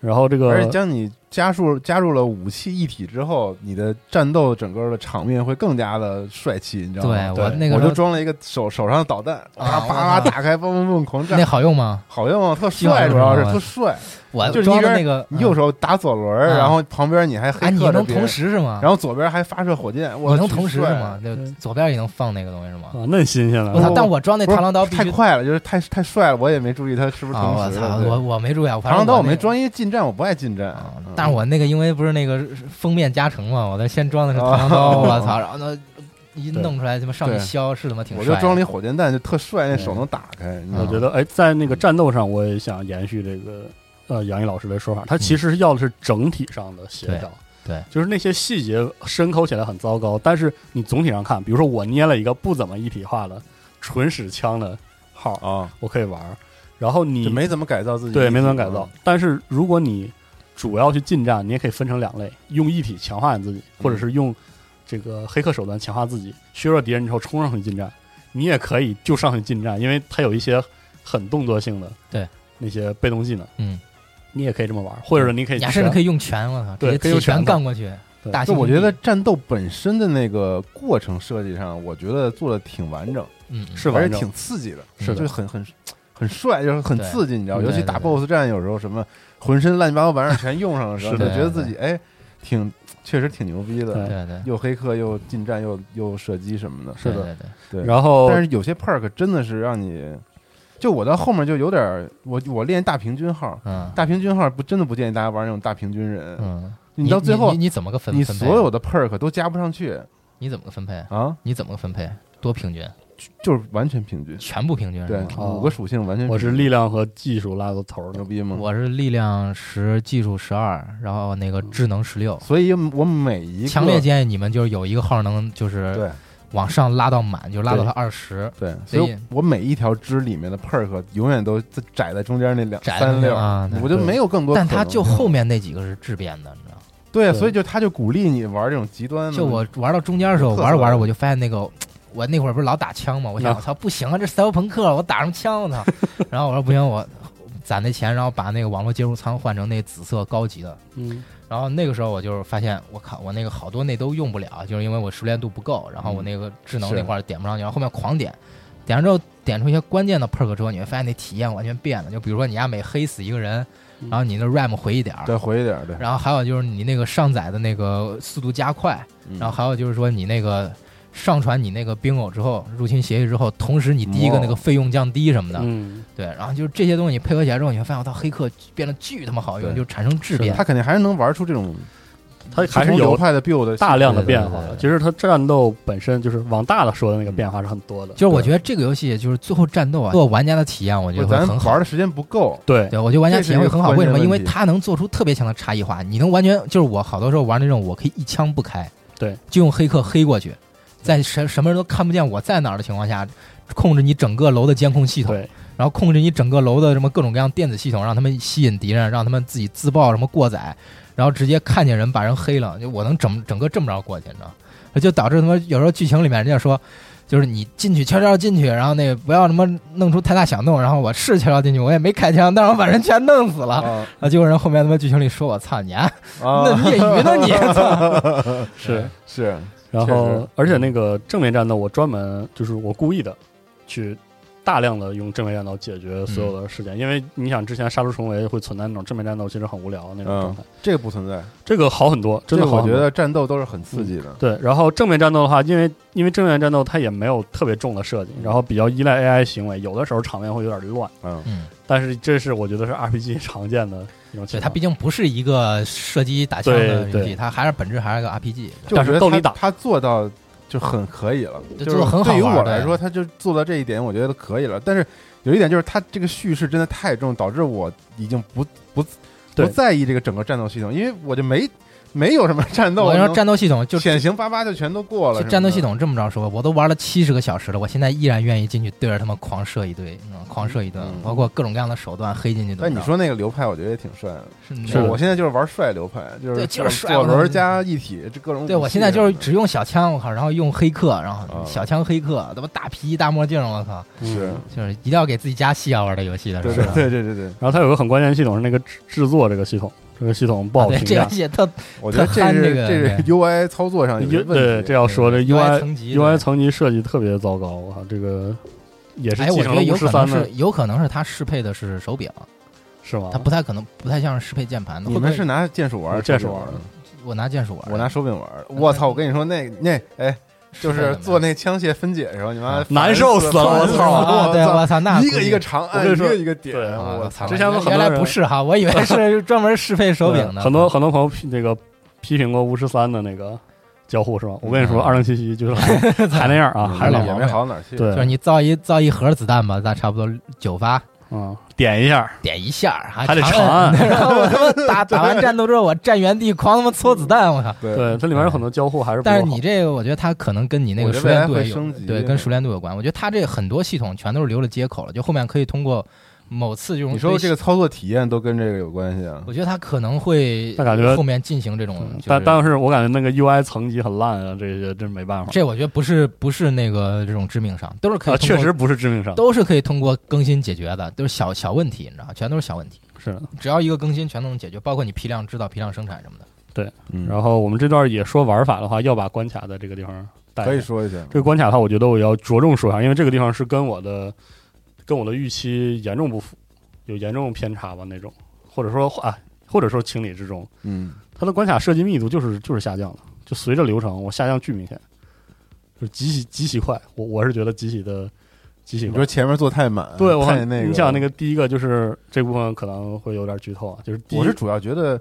Speaker 2: 然后这个
Speaker 1: 嗯而且将你加入加入了武器一体之后，你的战斗整个的场面会更加的帅气，你知道
Speaker 3: 对
Speaker 1: 吗？
Speaker 3: 我
Speaker 2: 对
Speaker 3: 那个
Speaker 1: 我就
Speaker 3: 时候
Speaker 1: 装了一个手手上的导弹，啪啪
Speaker 3: 啊
Speaker 1: 啪
Speaker 3: 我操
Speaker 1: 打开，嘣嘣嘣狂
Speaker 3: 那
Speaker 1: 炸，
Speaker 3: 好用吗？
Speaker 1: 好用啊，特
Speaker 3: 计划
Speaker 1: 帅，
Speaker 3: 是
Speaker 1: 主要是
Speaker 3: 吗
Speaker 1: 特帅。
Speaker 3: 我
Speaker 1: 就是
Speaker 3: 装
Speaker 1: 一边
Speaker 3: 的那个
Speaker 1: 你右手打左轮儿，
Speaker 3: 啊
Speaker 1: 然后旁边你还
Speaker 3: 哎，
Speaker 1: 黑
Speaker 3: 你
Speaker 1: 客着
Speaker 3: 能
Speaker 1: 别
Speaker 3: 同
Speaker 1: 人，
Speaker 3: 时是吗？
Speaker 1: 然后左边还发射火箭，我
Speaker 3: 你能
Speaker 1: 巨
Speaker 3: 同时是
Speaker 1: 帅
Speaker 3: 吗？就
Speaker 2: 对
Speaker 3: 左边也能放那个东西是吗？
Speaker 2: 啊，嫩新鲜了，
Speaker 3: 我操！
Speaker 1: 我
Speaker 3: 但我装那
Speaker 1: 不是
Speaker 3: 螳螂刀必须
Speaker 1: 太快了，就是太太帅了，我也没注意他是不是
Speaker 3: 啊！
Speaker 1: 同
Speaker 3: 我
Speaker 1: 时
Speaker 3: 操！
Speaker 1: 的。对
Speaker 3: 我我没注意，啊，
Speaker 1: 螳
Speaker 3: 反正
Speaker 1: 螂刀我
Speaker 3: 那
Speaker 1: 没
Speaker 3: 个
Speaker 1: 装，因为近战我不爱近战
Speaker 3: 啊。
Speaker 1: 嗯
Speaker 3: 但是我那个因为不是那个封面加成嘛，我在先装的是螳螂刀，
Speaker 1: 哦
Speaker 3: 我操！然后呢一
Speaker 2: 对
Speaker 3: 弄出来他妈上去
Speaker 1: 对
Speaker 3: 削，是他妈挺
Speaker 1: 我
Speaker 3: 帅
Speaker 1: 就
Speaker 3: 的。
Speaker 1: 装了一火箭弹，就特帅，那
Speaker 2: 嗯
Speaker 1: 手能打开。你知道
Speaker 2: 我
Speaker 1: 吗
Speaker 2: 觉得，哎，在那个战斗上，我也想延续这个呃杨毅老师的说法，他
Speaker 1: 嗯
Speaker 2: 其实是要的是整体上的协调，
Speaker 3: 对对
Speaker 2: 就是那些细节深抠起来很糟糕，但是你总体上看，比如说我捏了一个不怎么一体化的纯使枪的号，
Speaker 1: 啊，
Speaker 2: 我可以玩儿，然后你
Speaker 1: 就没怎么改造自己，
Speaker 2: 对没怎么
Speaker 1: 啊
Speaker 2: 改造，，但是如果你主要去近战，你也可以分成两类，用一体强化你自己，或者
Speaker 3: 嗯
Speaker 2: 是用这个黑客手段强化自己，削弱敌人之后冲上去近战。你也可以就上去近战，因为它有一些很动作性的
Speaker 3: 对
Speaker 2: 那些被动技能，
Speaker 3: 嗯，
Speaker 2: 你也可以这么玩，或者是你可以
Speaker 3: 你还甚至
Speaker 2: 全
Speaker 3: 可以用拳，我操！
Speaker 2: 对
Speaker 3: 直接
Speaker 2: 可以用
Speaker 3: 铁拳
Speaker 2: 拳头
Speaker 3: 干过去
Speaker 2: 对。
Speaker 3: 大
Speaker 1: 就
Speaker 3: 猩猩
Speaker 1: 我觉得
Speaker 3: 臂，
Speaker 1: 战斗本身的那个过程设计上，我觉得做的挺完整，
Speaker 3: 嗯，嗯
Speaker 2: 是
Speaker 1: 而
Speaker 2: 完
Speaker 1: 且
Speaker 2: 整
Speaker 1: 挺刺激的，
Speaker 3: 是的
Speaker 1: 就很很很帅，就是很
Speaker 3: 对
Speaker 1: 刺激，你知道，
Speaker 3: 对
Speaker 1: 尤其
Speaker 3: 对
Speaker 1: 打
Speaker 3: 对
Speaker 1: BOSS 战，有时候什么浑身乱七八糟玩意儿全用上的时候，
Speaker 2: 是
Speaker 1: 就
Speaker 2: 的
Speaker 1: 觉得自己哎，挺确实挺牛逼的，
Speaker 2: 对
Speaker 3: 对对，
Speaker 1: 又黑客又近战又又射击什么的，
Speaker 2: 是的
Speaker 3: 对对
Speaker 1: 对
Speaker 2: 然
Speaker 3: 哦
Speaker 2: 后
Speaker 1: 但是有些 perk 真的是让你，就我到后面就有点儿，我我练大平均号，
Speaker 3: 嗯
Speaker 1: 大平均号不真的不建议大家玩那种大平均人，
Speaker 3: 嗯，
Speaker 1: 你到最后
Speaker 3: 你你怎么个分？
Speaker 1: 你
Speaker 3: 分配啊
Speaker 1: 所有的 perk 都加不上去
Speaker 3: 你怎么个分配？
Speaker 1: 啊，
Speaker 3: 你怎么个分配？多平均？
Speaker 1: 就是完全平均，
Speaker 3: 全部平均是
Speaker 1: 对
Speaker 3: 吗？，
Speaker 2: 哦
Speaker 1: 五个属性完全平均
Speaker 2: 我是力量和技术拉到头儿
Speaker 1: 牛
Speaker 2: 的，
Speaker 1: 逼吗？
Speaker 3: 我是力量十，技术十二，然后那个智能十六。
Speaker 1: 所以我每一个
Speaker 3: 强烈建议你们就是有一个号能就是
Speaker 1: 对
Speaker 3: 往上拉到满，就拉到它二十，
Speaker 1: 对，
Speaker 3: 所以
Speaker 1: 所以我每一条支里面的 perk 永远都窄在中间那两
Speaker 3: 窄
Speaker 1: 三
Speaker 3: 在
Speaker 1: 六
Speaker 3: 那啊对
Speaker 1: 我就没有更多可
Speaker 3: 但
Speaker 1: 能性，
Speaker 3: 它就后面那几个是质变的，你知道吗？
Speaker 1: 对，
Speaker 2: 对
Speaker 1: 所以就他就鼓励你玩这种极端的，
Speaker 3: 就我玩到中间的时候，
Speaker 1: 嗯特色嗯
Speaker 3: 玩着玩着我就发现那个。我那会儿不是老打枪嘛，我想
Speaker 2: 啊
Speaker 3: 我操不行啊，这赛博朋克我打什么枪我操！ [laughs] 然后我说不行，我攒那钱，然后把那个网络接入仓换成那紫色高级的。
Speaker 2: 嗯，
Speaker 3: 然后那个时候我就是发现，我靠，我那个好多那都用不了，啊就是因为我熟练度不够，然后我那个智能
Speaker 1: 是
Speaker 3: 那块儿点不上去，然后后面狂点，点上之后点出一些关键的 perk 之后，你会发现那体验完全变了。就比如说你丫每黑死一个人，
Speaker 2: 嗯
Speaker 3: 然后你那 ram 回一点儿，
Speaker 1: 对回一点，对，
Speaker 3: 然后还有就是你那个上载的那个速度加快，
Speaker 1: 嗯
Speaker 3: 然后还有就是说你那个上传你那个冰偶之后，入侵协议之后，同时你第一个那个
Speaker 1: 哦
Speaker 3: 费用降低什么的，
Speaker 2: 嗯，
Speaker 3: 对，然后就是这些东西配合起来之后，你会发现我操，黑客变得巨他妈好用，
Speaker 1: 对
Speaker 3: 就产生质变。
Speaker 1: 他肯定还是能玩出这种
Speaker 2: 它
Speaker 1: 不
Speaker 2: 还是
Speaker 1: 同流
Speaker 2: 有
Speaker 1: 派的 build
Speaker 2: 大量的
Speaker 3: 对对
Speaker 2: 变
Speaker 3: 对
Speaker 2: 化
Speaker 3: 对
Speaker 2: 的。
Speaker 3: 对
Speaker 2: 其实它战斗本身就是往大了说的那个变化是很多的，
Speaker 3: 嗯就是我
Speaker 2: 对
Speaker 3: 觉得这个游戏就是最后战斗啊，做玩家的体验，我觉
Speaker 1: 不
Speaker 3: 得
Speaker 1: 是
Speaker 3: 会
Speaker 1: 咱
Speaker 3: 很
Speaker 1: 玩
Speaker 3: 好。
Speaker 1: 的时间不够，
Speaker 2: 对
Speaker 3: 对，我觉得玩家体验会很好。为什
Speaker 1: 这
Speaker 3: 么？
Speaker 1: 是一个关键问题
Speaker 3: 因为它能做出特别强的差异化。你能完全就是我好多时候玩那种，我可以一枪不开，
Speaker 2: 对，
Speaker 3: 就用黑客黑过去，在什什么人都看不见我在哪儿的情况下，控制你整个楼的监控系统，
Speaker 2: 对，
Speaker 3: 然后控制你整个楼的什么各种各样电子系统，让他们吸引敌人，让他们自己自爆什么过载，然后直接看见人把人黑了，就我能整整个这么着过去，你知道？就导致他妈有时候剧情里面人家说，就是你进去悄悄进去，然后那个不要什么弄出太大响动，然后我是悄悄进去，我也没开枪，但是我把人全弄死
Speaker 1: [laughs]
Speaker 3: 了。
Speaker 1: 啊
Speaker 3: 啊！结果人后面他妈剧情里说我操你啊，
Speaker 1: 啊
Speaker 3: [laughs] 那
Speaker 1: [laughs]
Speaker 3: 业余呢你，操
Speaker 2: 是。
Speaker 1: 是
Speaker 2: 然
Speaker 1: 确实嗯
Speaker 2: 后，而且那个正面战斗，我专门就是我故意的，去大量的用正面战斗解
Speaker 1: 嗯
Speaker 2: 决所有的事件，因为你想之前杀出重围会存在那种正面战斗，其实很无聊的那种状态，
Speaker 1: 这个不存
Speaker 3: [laughs]
Speaker 1: 在，
Speaker 2: 这个好很多，真
Speaker 1: 嗯
Speaker 2: 的
Speaker 1: 这
Speaker 2: 好
Speaker 1: 我
Speaker 2: 很
Speaker 1: 觉
Speaker 2: 多
Speaker 1: 得战斗都是很刺激的。
Speaker 3: 嗯
Speaker 2: 对，然后正面战斗的话，因为因为正面战斗它也没有特别重的设计，然后比较依赖 AI 行为，有的时候场面会有点乱，
Speaker 1: 嗯，
Speaker 3: 嗯，
Speaker 2: 但是这是我觉得是 RPG [laughs] 常见的一种情况。
Speaker 3: 对，它毕竟不是一个射击打枪的
Speaker 2: 对
Speaker 3: 游
Speaker 2: 对
Speaker 3: 戏，它还是本质还是个 RPG。
Speaker 1: 就我
Speaker 2: 但是
Speaker 1: 觉得
Speaker 2: 斗
Speaker 1: 他
Speaker 2: 地党
Speaker 1: 他做到就很可以
Speaker 3: [laughs]
Speaker 1: 了，
Speaker 3: 这
Speaker 1: 就是
Speaker 3: 做得很好
Speaker 1: 对于
Speaker 3: 玩
Speaker 1: 我
Speaker 3: 对
Speaker 1: 来说，他就做到这一点，我觉得可以了。但是有一点就是，他这个叙事真的太重，导致我已经不不不
Speaker 2: 对
Speaker 1: 在意这个整个战斗系统，因为我就没没有什么战斗，
Speaker 3: 我跟你
Speaker 1: 能
Speaker 3: 说，战斗系统就
Speaker 1: 潜行巴巴就全都过了。
Speaker 3: 就战斗系，统这么着说，我都玩了七十个小时了，我现在依然愿意进去对着他们狂射一堆，嗯狂射一顿
Speaker 1: 嗯，
Speaker 3: 包括各种各样的手段黑进去的。
Speaker 1: 但你说那个流派，我觉得也挺帅的。
Speaker 3: 是那
Speaker 2: 嗯是的
Speaker 3: 种
Speaker 1: 我现在就是玩帅流派，就
Speaker 3: 对
Speaker 1: 是
Speaker 3: 就是帅
Speaker 1: 左
Speaker 3: 我
Speaker 1: 轮
Speaker 3: 操
Speaker 1: 加一体，这各种
Speaker 3: 对
Speaker 1: 武
Speaker 3: 我
Speaker 1: 器
Speaker 3: 现在就是
Speaker 1: 什么的
Speaker 2: [laughs]
Speaker 3: 只用小枪，我靠，然后用黑客，然
Speaker 1: 啊
Speaker 3: 后小枪黑客，他妈大皮衣大墨镜，我靠，
Speaker 1: 是
Speaker 2: 嗯
Speaker 3: 就是一定要给自己加戏要玩的游戏的，
Speaker 1: 对
Speaker 3: 是吧？ [laughs]
Speaker 1: 对对对对对，
Speaker 2: 然后它有个很关键的系统是那个制制作这个系统，这个系统不好
Speaker 3: 啊对
Speaker 2: 评
Speaker 3: 这
Speaker 2: 价
Speaker 1: 啊
Speaker 3: 游。戏特
Speaker 1: 我觉得
Speaker 3: 特
Speaker 1: 这
Speaker 3: 憨
Speaker 1: 是
Speaker 3: 这个
Speaker 1: 这是
Speaker 3: 对
Speaker 1: UI 操作上有些
Speaker 2: 对
Speaker 1: 问
Speaker 2: 对，
Speaker 1: 题
Speaker 2: 这。要说这 UI
Speaker 3: 层级
Speaker 2: UI
Speaker 3: 对
Speaker 2: 层级设计特别糟糕，我靠，这个也是
Speaker 3: 哎，
Speaker 2: 继
Speaker 3: 我
Speaker 2: 承了
Speaker 3: 觉得
Speaker 2: 巫
Speaker 3: 有
Speaker 2: 师
Speaker 3: 可
Speaker 2: 三
Speaker 3: 能
Speaker 2: 的
Speaker 3: 是，有可能是它适配的是手柄，
Speaker 2: 是吗？
Speaker 3: 它不太可能不太像是适配键盘的。
Speaker 1: 哦你
Speaker 3: 会不
Speaker 1: 们
Speaker 3: 会
Speaker 1: 是拿键鼠玩儿，
Speaker 2: 我键
Speaker 1: 手柄
Speaker 2: 鼠玩儿
Speaker 1: 儿
Speaker 3: 我拿键鼠玩的，
Speaker 1: 我拿手柄玩儿。我操！我跟你说，那那哎，就
Speaker 3: 适
Speaker 1: 是
Speaker 3: 配的没
Speaker 1: 做那枪械分解的时候，你妈
Speaker 3: 啊
Speaker 2: 难受死了
Speaker 1: 烦
Speaker 2: 我
Speaker 1: 死
Speaker 2: 操
Speaker 3: 啊！对，
Speaker 1: 我
Speaker 3: 我操，那
Speaker 1: 一个
Speaker 3: 估计
Speaker 1: 一个长按，
Speaker 2: 我
Speaker 1: 一
Speaker 2: 跟你说
Speaker 1: 个一个点，
Speaker 2: 对
Speaker 3: 啊
Speaker 1: 哎我
Speaker 3: 操！
Speaker 1: 操！
Speaker 2: 之前有很多
Speaker 3: 原来
Speaker 2: 人
Speaker 3: 不是哈，我以为是专门适配手柄的。
Speaker 2: 很多很多朋友批那个批评过巫师三的那个交互是吧？我跟你说，
Speaker 3: 嗯
Speaker 2: 二零七七就是还
Speaker 3: [laughs]
Speaker 2: 还那样啊，还是老
Speaker 1: 嗯也
Speaker 2: 毛
Speaker 1: 没
Speaker 2: 病。
Speaker 1: 好到哪儿去。
Speaker 2: 对
Speaker 3: 就是你造一造一盒子弹吧，咱差不多九发，
Speaker 2: 嗯，点一下，
Speaker 3: 点一下，还
Speaker 2: 还得
Speaker 3: 长
Speaker 2: 长按
Speaker 3: [laughs] 然后我他妈打打完战斗之后，我站原地狂他妈搓子弹，我靠！
Speaker 2: 对，它里面有很多交互还是不够
Speaker 3: 但
Speaker 2: 好。
Speaker 3: 是你这个，我觉得它可能跟你那
Speaker 1: 我
Speaker 3: 个
Speaker 1: 觉得
Speaker 3: 熟
Speaker 1: 未来
Speaker 3: 练度
Speaker 1: 会
Speaker 3: 也有
Speaker 1: 升，级
Speaker 3: 对，跟熟练度有关。我觉得它这很多系统全都是留了接口了，就后面可以通过某次这种
Speaker 1: 你说
Speaker 3: 对
Speaker 1: 这个，操作体验都跟这个有关系啊？
Speaker 3: 我觉得它可能会
Speaker 2: 但感觉
Speaker 3: 后面进行这种
Speaker 2: 嗯，
Speaker 3: 就是
Speaker 2: 但但是我感觉那个 UI 层级很烂啊，这些真没办法。
Speaker 3: 这我觉得不是不是那个这种致命伤，都是可
Speaker 2: 啊，
Speaker 3: 以通过
Speaker 2: 确实不是致命伤，
Speaker 3: 都是可以通过更新解决的，都是小小问题，你知道吗，全都是小问题。
Speaker 2: 是的。
Speaker 3: 只要一个更新，全都能解决，包括你批量制造、批量生产什么的。
Speaker 1: 嗯，
Speaker 2: 然后我们这段也说玩法的话，要把关卡在这个地方带
Speaker 1: 可以
Speaker 2: 上
Speaker 1: 说一下，
Speaker 2: 这个关卡的话，我觉得我要着重说一下，因为这个地方是跟我的跟我的预期严重不符，有严重偏差吧那种，或者说啊，或者说情理之中，
Speaker 1: 嗯，
Speaker 2: 它的关卡设计密度就是就是下降了，就随着流程我下降巨明显，就是极其极其快，我我是觉得极其的极其
Speaker 1: 你
Speaker 2: 快
Speaker 1: 说。前面做太满，
Speaker 2: 对，我
Speaker 1: 太那个，
Speaker 2: 你想那个第一个就是这部分可能会有点剧透啊，就是第一
Speaker 1: 我是主要觉得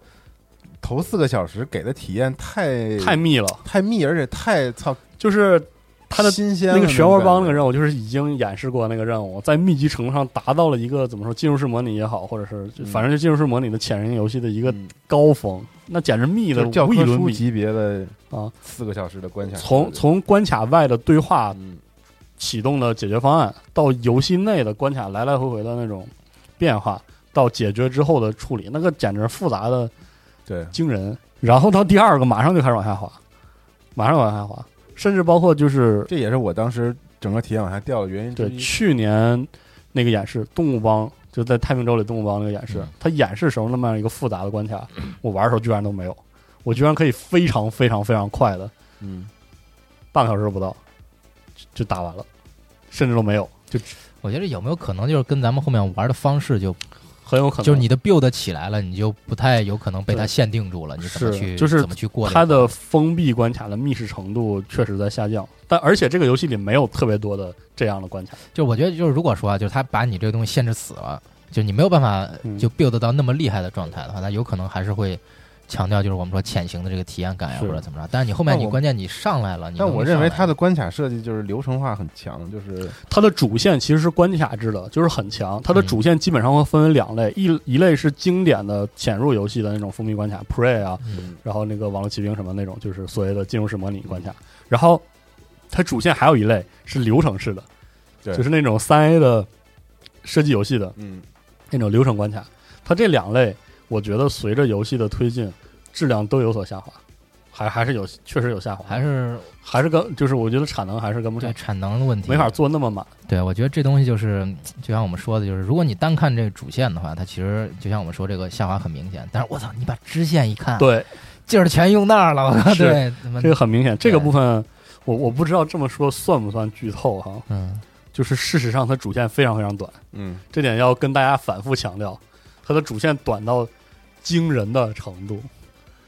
Speaker 1: 头四个小时给的体验太
Speaker 2: 太密了，
Speaker 1: 太密，而且太操
Speaker 2: 就是它的
Speaker 1: 新鲜了
Speaker 2: 那个漩
Speaker 1: 种
Speaker 2: 涡
Speaker 1: 感
Speaker 2: 帮那个
Speaker 1: 觉
Speaker 2: 任务，就是已经演示过那个任务，在密集程度上达到了一个怎么说进入式模拟也好，或者是
Speaker 1: 嗯
Speaker 2: 就反正就进入式模拟的潜人游戏的一个
Speaker 1: 嗯
Speaker 2: 高峰，那简直密的
Speaker 1: 就教
Speaker 2: 无与
Speaker 1: 科
Speaker 2: 伦
Speaker 1: 书
Speaker 2: 比。
Speaker 1: 级别的
Speaker 2: 啊，
Speaker 1: 四个小时的关卡，
Speaker 2: 从从关卡外的对话
Speaker 1: 嗯
Speaker 2: 启动的解决方案，到游戏内的关卡来来回回的那种变化，到解决之后的处理，那个简直复杂的
Speaker 1: 对，
Speaker 2: 惊人。然后到第二个，马上就开始往下滑，马上往下滑，甚至包括就是
Speaker 1: 这也是我当时整个体验往下掉的原因之
Speaker 2: 对，
Speaker 1: 一。
Speaker 2: 去年那个演示《动物帮》就在太平洲里，《动物帮》那个演示
Speaker 3: 嗯，
Speaker 2: 它演示时候那么样一个复杂的关卡，我玩的时候居然都没有，我居然可以非常非常非常快的
Speaker 1: 嗯，
Speaker 2: 半个小时不到就就打完了，甚至都没有，就
Speaker 3: 我觉得有没有可能就是跟咱们后面玩的方式就
Speaker 2: 很有可能
Speaker 3: 就是你的 build 起来了，你就不太有可能被它
Speaker 2: 对
Speaker 3: 限定住了，你怎么
Speaker 2: 是
Speaker 3: 去
Speaker 2: 就是
Speaker 3: 怎么去过这
Speaker 2: 它
Speaker 3: 个
Speaker 2: 的封闭关卡的密室程度确实在下降，但而且这个游戏里没有特别多的这样的关卡，
Speaker 3: 就我觉得就是如果说啊，就是它把你这个东西限制死了，就你没有办法
Speaker 2: 嗯
Speaker 3: 就 build 到那么厉害的状态的话，它有可能还是会强调就是我们说潜行的这个体验感呀
Speaker 2: 是
Speaker 3: 或者怎么着。但是你后面
Speaker 1: 但
Speaker 3: 你
Speaker 1: 我
Speaker 3: 关键你上来了，你
Speaker 1: 但
Speaker 3: 能
Speaker 1: 我
Speaker 3: 力
Speaker 1: 认为
Speaker 3: 上来
Speaker 1: 它
Speaker 3: 了
Speaker 1: 的关卡设计就是流程化很强，就是
Speaker 2: 它的主线其实是关卡制的，就是很强。它的主线基本上会分为两类，一一类是经典的潜入游戏的那种封闭关卡，Prey 啊，
Speaker 3: 嗯
Speaker 2: 然后那个网络骑兵什么那种，就是所谓的进入式模拟关卡。然后它主线还有一类是流程式的，
Speaker 1: 对
Speaker 2: 就是那种三 A 的射击游戏的
Speaker 1: 嗯，
Speaker 2: 那种流程关卡。它这两类，我觉得随着游戏的推进，质量都有所下滑，还还是有确实有下滑，
Speaker 3: 还是
Speaker 2: 还是跟就是我觉得产能还是跟不上
Speaker 3: 对，产能的问题
Speaker 2: 没法做那么满。
Speaker 3: 对，我觉得这东西就是，就像我们说的，就是如果你单看这个主线的话，它其实就像我们说这个下滑很明显。但是我操，你把支线一看，
Speaker 2: 对，
Speaker 3: 劲儿全用那儿了，我靠，
Speaker 2: 是
Speaker 3: 嗯对，怎么
Speaker 2: 这个很明显，这个部分我我不知道这么说算不算剧透哈、
Speaker 3: 嗯，
Speaker 2: 就是事实上它主线非常非常短，
Speaker 1: 嗯
Speaker 2: 这点要跟大家反复强调，它的主线短到惊人的程度，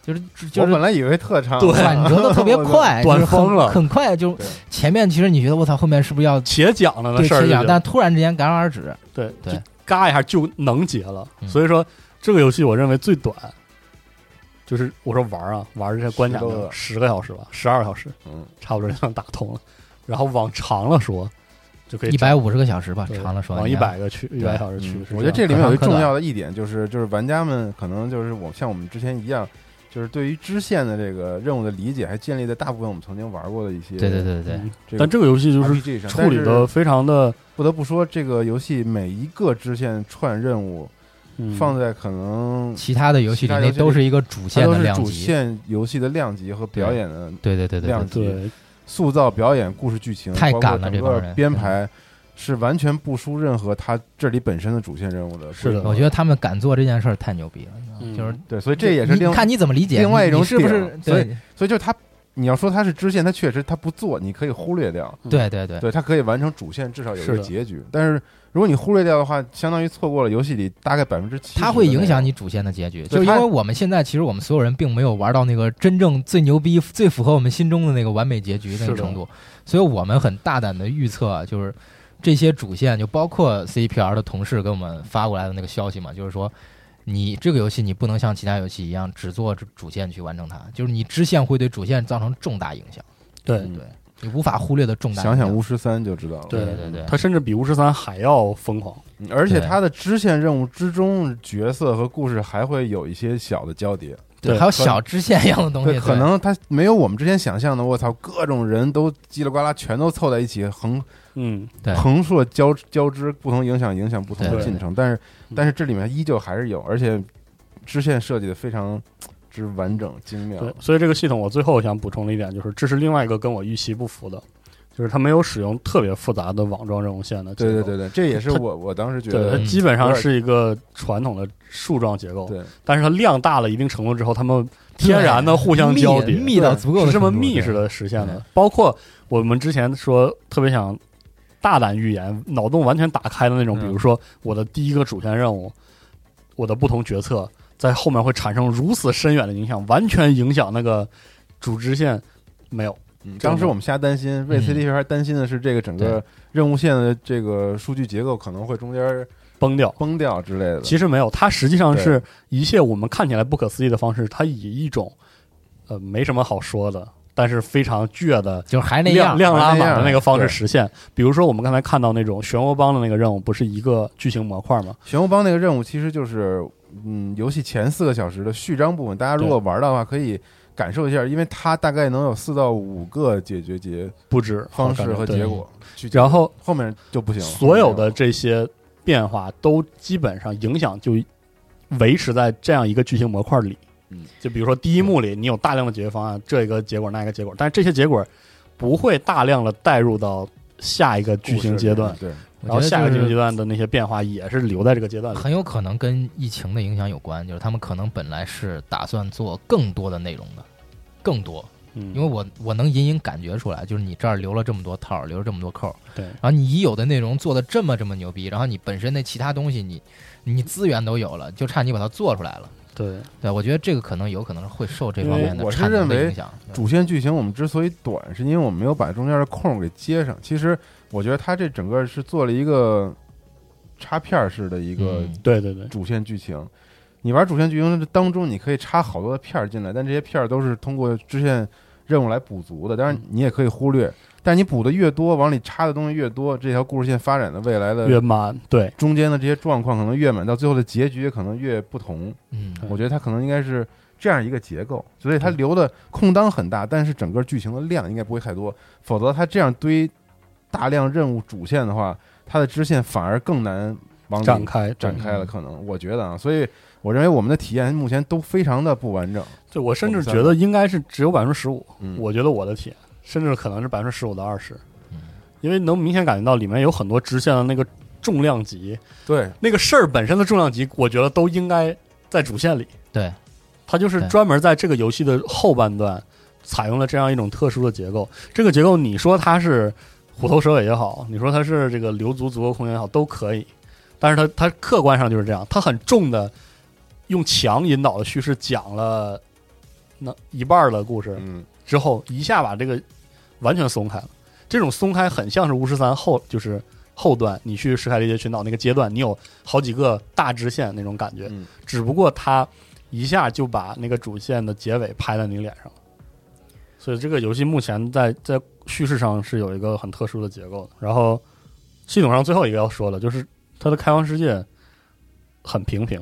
Speaker 3: 就是就
Speaker 1: 我
Speaker 3: 是
Speaker 1: 本来以为特长，
Speaker 2: 对
Speaker 3: 转折的
Speaker 1: [laughs]
Speaker 3: 特别快，就是
Speaker 1: 短疯了
Speaker 3: 很很快就
Speaker 1: 对
Speaker 3: 前面其实你觉得我操，后面是不是要
Speaker 2: 且讲了的
Speaker 3: 对
Speaker 2: 事儿
Speaker 3: 切
Speaker 2: 就
Speaker 3: 讲？
Speaker 2: 是
Speaker 3: 但突然之间戛然而止，
Speaker 2: 对
Speaker 3: 对
Speaker 2: 就嘎一下就能结了。
Speaker 3: 嗯
Speaker 2: 所以说这个游戏我认为最短，就是我说玩儿啊，玩儿这些关
Speaker 1: 10
Speaker 2: 卡
Speaker 1: 多
Speaker 2: 的
Speaker 1: 个
Speaker 2: 十个小时吧，十二个小时
Speaker 1: 嗯，
Speaker 2: 差不多就能打通了。然后往长了说，就可以
Speaker 3: 一百五十个小时吧，
Speaker 2: 对
Speaker 3: 长了说
Speaker 2: 往一百个去，一百小时去
Speaker 1: 嗯。
Speaker 2: 是
Speaker 1: 我觉得
Speaker 2: 这
Speaker 1: 这里
Speaker 2: 样
Speaker 1: 面有一个重要的一点，就是就是玩家们可能就是我像我们之前一样，就是对于支线的这个任务的理解，还建立在大部分我们曾经玩过的一些
Speaker 3: 对对对对，
Speaker 2: 嗯
Speaker 1: 这个
Speaker 2: 但这个游戏就是
Speaker 1: RPG 上。
Speaker 2: 处理
Speaker 1: 但
Speaker 2: 的
Speaker 1: 是
Speaker 2: 非常的
Speaker 1: 不得不说，这个游戏每一个支线串任务
Speaker 2: 嗯
Speaker 1: 放在可能
Speaker 3: 其他的游
Speaker 1: 其
Speaker 3: 戏里
Speaker 1: 他
Speaker 3: 那
Speaker 1: 游戏里
Speaker 3: 都是一个主
Speaker 1: 它
Speaker 3: 线
Speaker 1: 都
Speaker 3: 的
Speaker 1: 是
Speaker 3: 量
Speaker 1: 主
Speaker 3: 级，
Speaker 1: 线游戏的量级和表演的
Speaker 3: 对对对对
Speaker 1: 量
Speaker 3: 对，
Speaker 1: 级
Speaker 2: 对
Speaker 1: 塑造、表演、故事剧情，
Speaker 3: 太
Speaker 1: 包括
Speaker 3: 赶了
Speaker 1: 整
Speaker 3: 这帮
Speaker 1: 个
Speaker 3: 人嗯
Speaker 1: 编排是完全不输任何它这里本身的主线任务的。
Speaker 2: 是的
Speaker 3: 我觉得他们敢做这件事儿太牛逼了，
Speaker 2: 嗯
Speaker 3: 就是
Speaker 1: 对，所以这也是
Speaker 3: 你
Speaker 1: 另
Speaker 3: 看你怎么理解
Speaker 1: 另外一种
Speaker 3: 你是不是
Speaker 1: 点
Speaker 3: 对
Speaker 1: 所以就是它，你要说它是支线，它确实它不做，你可以忽略掉，
Speaker 3: 对对对
Speaker 1: 对，它可以完成主线，至少有一
Speaker 2: 是
Speaker 1: 个
Speaker 2: 的
Speaker 1: 结局。但是如果你忽略掉的话，相当于错过了游戏里大概百分之七，
Speaker 3: 它会影响你。主线的结局，
Speaker 1: 对
Speaker 3: 就是因
Speaker 1: 它
Speaker 3: 为我们现在其实我们所有人并没有玩到那个真正最牛逼、最符合我们心中的那个完美结局那
Speaker 2: 是
Speaker 3: 个
Speaker 2: 的
Speaker 3: 程度，所以我们很大胆的预测，啊就是这些主线，就包括 CPR 的同事给我们发过来的那个消息嘛，就是说。你这个游戏，你不能像其他游戏一样只做主主线去完成它，就是你支线会对主线造成重大影响，
Speaker 2: 对
Speaker 1: 嗯，
Speaker 3: 对你无法忽略的重大影
Speaker 1: 想
Speaker 3: 响。
Speaker 1: 想巫师三就知道了。
Speaker 2: 对
Speaker 3: 对对对，
Speaker 2: 它甚至比巫师三还要疯狂。
Speaker 1: 嗯而且
Speaker 3: 对
Speaker 1: 它的支线任务之中，角色和故事还会有一些小的交叠。
Speaker 2: 对
Speaker 3: 还有小支线一样的东西，
Speaker 1: 对，可能它没有我们之前想象的，我操，各种人都叽里呱啦全都凑在一起，横
Speaker 2: 嗯，
Speaker 3: 对
Speaker 1: 横竖交交织，不同影响影响不同的
Speaker 2: 对
Speaker 1: 进程。但是
Speaker 2: 嗯
Speaker 1: 但是这里面依旧还是有，而且支线设计的非常之完整精妙。
Speaker 2: 对，所以这个系统我最后想补充的一点就是，这是另外一个跟我预期不符的，就是它没有使用特别复杂的网状任务线的结
Speaker 1: 对
Speaker 2: 构。
Speaker 1: 对对对，这也是
Speaker 2: 它
Speaker 1: 我我当时觉
Speaker 2: 对，
Speaker 1: 得
Speaker 2: 它基本上是一个传统的树状结构，
Speaker 1: 对，嗯
Speaker 2: 但是它量大了一定程度之后，它们天然的互相交叠，
Speaker 3: 密密到足够的
Speaker 2: 是这么
Speaker 3: 程度
Speaker 2: 密
Speaker 3: 对
Speaker 2: 似的实现的
Speaker 3: 对。
Speaker 2: 包括我们之前说特别想大胆预言、脑洞完全打开的那种，
Speaker 1: 嗯
Speaker 2: 比如说我的第一个主线任务，我的不同决策在后面会产生如此深远的影响，完全影响那个主支线没有。
Speaker 1: 嗯当时我们瞎担心，为
Speaker 3: 嗯
Speaker 1: CDP 还担心的是这个整个任务线的这个数据结构可能会中间
Speaker 2: 崩掉，
Speaker 1: 崩掉之类的。
Speaker 2: 其实没有，它实际上
Speaker 1: 对
Speaker 2: 是一切我们看起来不可思议的方式，它以一种呃没什么好说的，但是非常倔的
Speaker 3: 就是还那
Speaker 2: 亮
Speaker 3: 样，
Speaker 2: 亮拉
Speaker 1: 那
Speaker 2: 满
Speaker 1: 样
Speaker 2: 的那个方式
Speaker 1: 对
Speaker 2: 实现。比如说我们刚才看到那种漩涡帮的那个任务，不是一个剧情模块吗？
Speaker 1: 漩涡帮那个任务其实就是，嗯，游戏前四个小时的序章部分，大家如果玩的话，可以感受一下，因为它大概能有四到五个解决结
Speaker 2: 不止
Speaker 1: 方式和
Speaker 2: 对
Speaker 1: 结果去解决，
Speaker 2: 然后
Speaker 1: 后面就不行了。
Speaker 2: 所有的这些变化都基本上影响就维持在这样一个剧情模块里
Speaker 1: 嗯。
Speaker 2: 就比如说第一幕里，你有大量的解决方案，这一个结果那一个结果，但是这些结果不会大量的带入到下一个剧情阶段，
Speaker 1: 对，
Speaker 2: 然后下一个剧
Speaker 3: 就
Speaker 2: 情
Speaker 3: 是
Speaker 2: 阶段的那些变化也是留在这个阶段里。
Speaker 3: 很有可能跟疫情的影响有关，就是他们可能本来是打算做更多的内容的，更多，
Speaker 2: 嗯，
Speaker 3: 因为我我能隐隐感觉出来，就是你这儿留了这么多套儿，留了这么多扣儿，
Speaker 2: 对
Speaker 3: 然后你已有的内容做的这么这么牛逼，然后你本身的其他东西你你资源都有了，就差你把它做出来了。
Speaker 2: 对
Speaker 3: 对，我觉得这个可能有可能是会受这方面
Speaker 1: 因为
Speaker 3: 的
Speaker 1: 我是
Speaker 3: 产能
Speaker 1: 认
Speaker 3: 的
Speaker 1: 为
Speaker 3: 影响。嗯
Speaker 1: 主线剧情我们之所以短，是因为我们没有把中间的空给接上。其实我觉得它这整个是做了一个插片儿式的一个
Speaker 3: 嗯
Speaker 2: 对对对，
Speaker 1: 主线剧情。你玩主线剧情当中，你可以插好多的片儿进来，但这些片儿都是通过支线任务来补足的。当然，你也可以忽略，但你补的越多，往里插的东西越多，这条故事线发展的未来
Speaker 2: 越
Speaker 1: 的
Speaker 2: 满对
Speaker 1: 中间的这些状况可能越满，到最后的结局也可能越不同。
Speaker 3: 嗯，
Speaker 2: 对
Speaker 1: 我觉得它可能应该是这样一个结构，所以它留的空档很大，但是整个剧情的量应该不会太多，否则它这样堆大量任务主线的话，它的支线反而更难往里
Speaker 2: 展开
Speaker 1: 展开了，
Speaker 3: 嗯
Speaker 1: 可能我觉得啊，所以我认为我们的体验目前都非常的不完整。
Speaker 2: 对我甚
Speaker 1: 我
Speaker 2: 至
Speaker 1: 们三
Speaker 2: 觉
Speaker 1: 个
Speaker 2: 得应该是只有百分之十五，
Speaker 1: 嗯，
Speaker 2: 我觉得我的体验甚至可能是百分之十五到二十
Speaker 3: 嗯，
Speaker 2: 因为能明显感觉到里面有很多支线的那个重量级，
Speaker 1: 对
Speaker 2: 那个事儿本身的重量级，我觉得都应该在主线里。
Speaker 3: 对，
Speaker 2: 它就是
Speaker 3: 对
Speaker 2: 专门在这个游戏的后半段采用了这样一种特殊的结构。这个结构，你说它是虎头蛇尾也好，你说它是这个留足足够空间也好，都可以。但是它它客观上就是这样，它很重的用强引导的叙事讲了那一半儿的故事
Speaker 1: 嗯
Speaker 2: 之后，一下把这个完全松开了。这种松开很像是巫师三后就是后段，你去史凯利杰群岛那个阶段，你有好几个大支线那种感觉，
Speaker 1: 嗯
Speaker 2: 只不过它一下就把那个主线的结尾拍在你脸上了。所以这个游戏目前在在叙事上是有一个很特殊的结构的。然后系统上最后一个要说的就是它的开放世界很平平，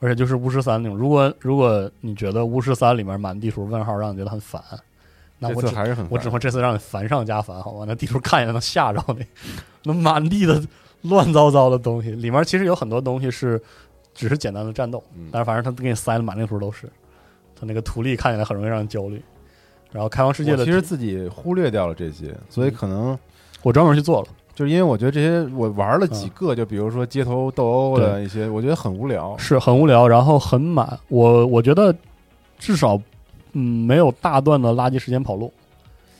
Speaker 2: 而且就是巫师三那种。如果如果你觉得巫师三里面满地图问号让你觉得很烦，那
Speaker 1: 这
Speaker 2: 我
Speaker 1: 次
Speaker 2: 只
Speaker 1: 还是很
Speaker 2: 我
Speaker 1: 烦
Speaker 2: 只会这次让你烦上加烦，好吧？那地图看一眼能吓着你，那满地的 [laughs] 乱糟糟的东西，里面其实有很多东西是只是简单的战斗，
Speaker 1: 嗯
Speaker 2: 但是反正他给你塞的满地图都是，他那个图例看起来很容易让人焦虑。然后开放世界
Speaker 1: 我
Speaker 2: 的，嗯
Speaker 1: 其实自己忽略掉了这些，所以可能
Speaker 2: 我专门去做了，
Speaker 1: 就是因为我觉得这些我玩了
Speaker 2: 嗯
Speaker 1: 几个，就比如说街头斗殴的一些，我觉得很无聊。
Speaker 2: 是很无聊，然后很满。我我觉得至少嗯没有大段的垃圾时间跑路，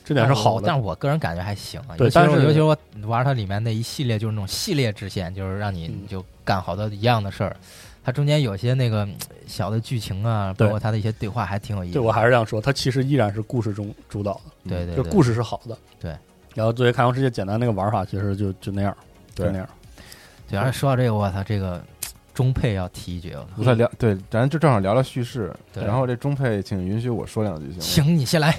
Speaker 2: 这点是好的。
Speaker 3: 但我个人感觉还行啊。
Speaker 2: 对
Speaker 3: 尤其
Speaker 2: 但是
Speaker 3: 尤其我玩它里面那一系列，就是那种系列支线，就是让你
Speaker 2: 嗯
Speaker 3: 就干好多一样的事儿。它中间有些那个嗯小的剧情啊，
Speaker 2: 对
Speaker 3: 包括它的一些对话，还挺有意思。
Speaker 2: 对我还是这样说，它其实依然是故事中主导的。
Speaker 1: 嗯
Speaker 3: 对对
Speaker 2: 就
Speaker 3: 对，
Speaker 2: 是故事是好的，
Speaker 3: 对。
Speaker 2: 然后作为开放世界简单那个玩法，其实就就那样，就
Speaker 1: 对
Speaker 2: 那样。
Speaker 3: 对，而且说到这个，我操，这个中配要提一句，啊我操
Speaker 1: 不太聊，对，咱就正好聊聊叙事。
Speaker 3: 对
Speaker 1: 然后这中配，请允许我说两句行吗？
Speaker 3: 行，你先来。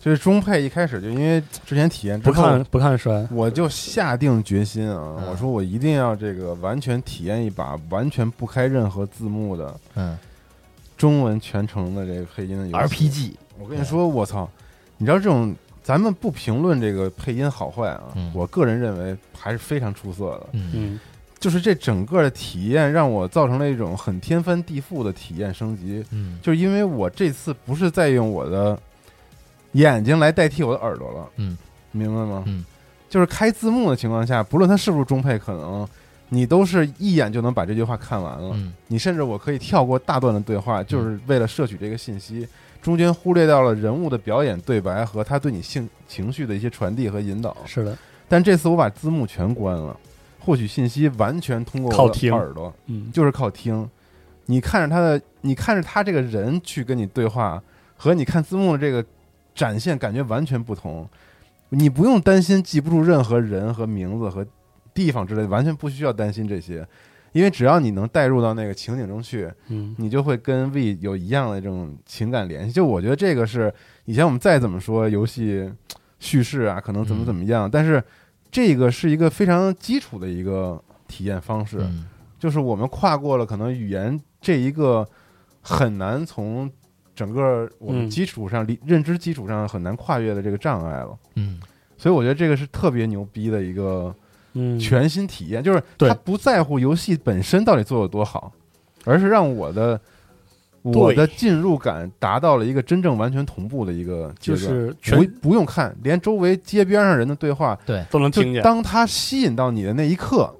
Speaker 1: 就是中配一开始就因为之前体验之
Speaker 2: 不
Speaker 1: 后
Speaker 2: 看不看摔，
Speaker 1: 我就下定决心啊，
Speaker 3: 嗯
Speaker 1: 我说我一定要这个完全体验一把完全不开任何字幕的
Speaker 3: 嗯
Speaker 1: 中文全程的这个配音的游戏。
Speaker 3: ，RPG，
Speaker 1: 我跟你说，我操！你知道这种咱们不评论这个配音好坏啊，
Speaker 3: 嗯
Speaker 1: 我个人认为还是非常出色的。
Speaker 3: 嗯
Speaker 2: 嗯，
Speaker 1: 就是这整个的体验让我造成了一种很天翻地覆的体验升级，
Speaker 3: 嗯
Speaker 1: 就是因为我这次不是在用我的眼睛来代替我的耳朵了，
Speaker 3: 嗯，
Speaker 1: 明白吗？
Speaker 3: 嗯，
Speaker 1: 就是开字幕的情况下，不论它是不是中配，可能你都是一眼就能把这句话看完了。
Speaker 3: 嗯
Speaker 1: 你甚至我可以跳过大段的对话，就是为了摄取这个信息，中间忽略掉了人物的表演对白和他对你性情绪的一些传递和引导。
Speaker 2: 嗯是的，
Speaker 1: 但这次我把字幕全关了，获取信息完全通过
Speaker 2: 靠
Speaker 1: 我的
Speaker 2: 听
Speaker 1: 耳朵。
Speaker 2: 嗯，
Speaker 1: 就是靠听。你看着他的，你看着他这个人去跟你对话，和你看字幕的这个展现感觉完全不同。你不用担心记不住任何人和名字和地方之类的，完全不需要担心这些，因为只要你能带入到那个情景中去，
Speaker 2: 嗯，
Speaker 1: 你就会跟 V 有一样的这种情感联系。就我觉得这个是以前我们再怎么说游戏叙事啊，可能怎么怎么样，但是这个是一个非常基础的一个体验方式。
Speaker 3: 嗯
Speaker 1: 就是我们跨过了可能语言这一个很难从整个我们
Speaker 2: 嗯
Speaker 1: 基础上、理认知基础上很难跨越的这个障碍了。
Speaker 3: 嗯，
Speaker 1: 所以我觉得这个是特别牛逼的一个
Speaker 2: 嗯，
Speaker 1: 全新体验，就是
Speaker 2: 对
Speaker 1: 他不在乎游戏本身到底做有多好，而是让我的我的进入感达到了一个真正完全同步的一个阶
Speaker 2: 就
Speaker 1: 段，
Speaker 2: 是全
Speaker 1: 不不用看，连周围街边上人的对话，
Speaker 3: 对，
Speaker 2: 都能
Speaker 1: 就
Speaker 2: 听见，
Speaker 1: 当它吸引到你的那一刻，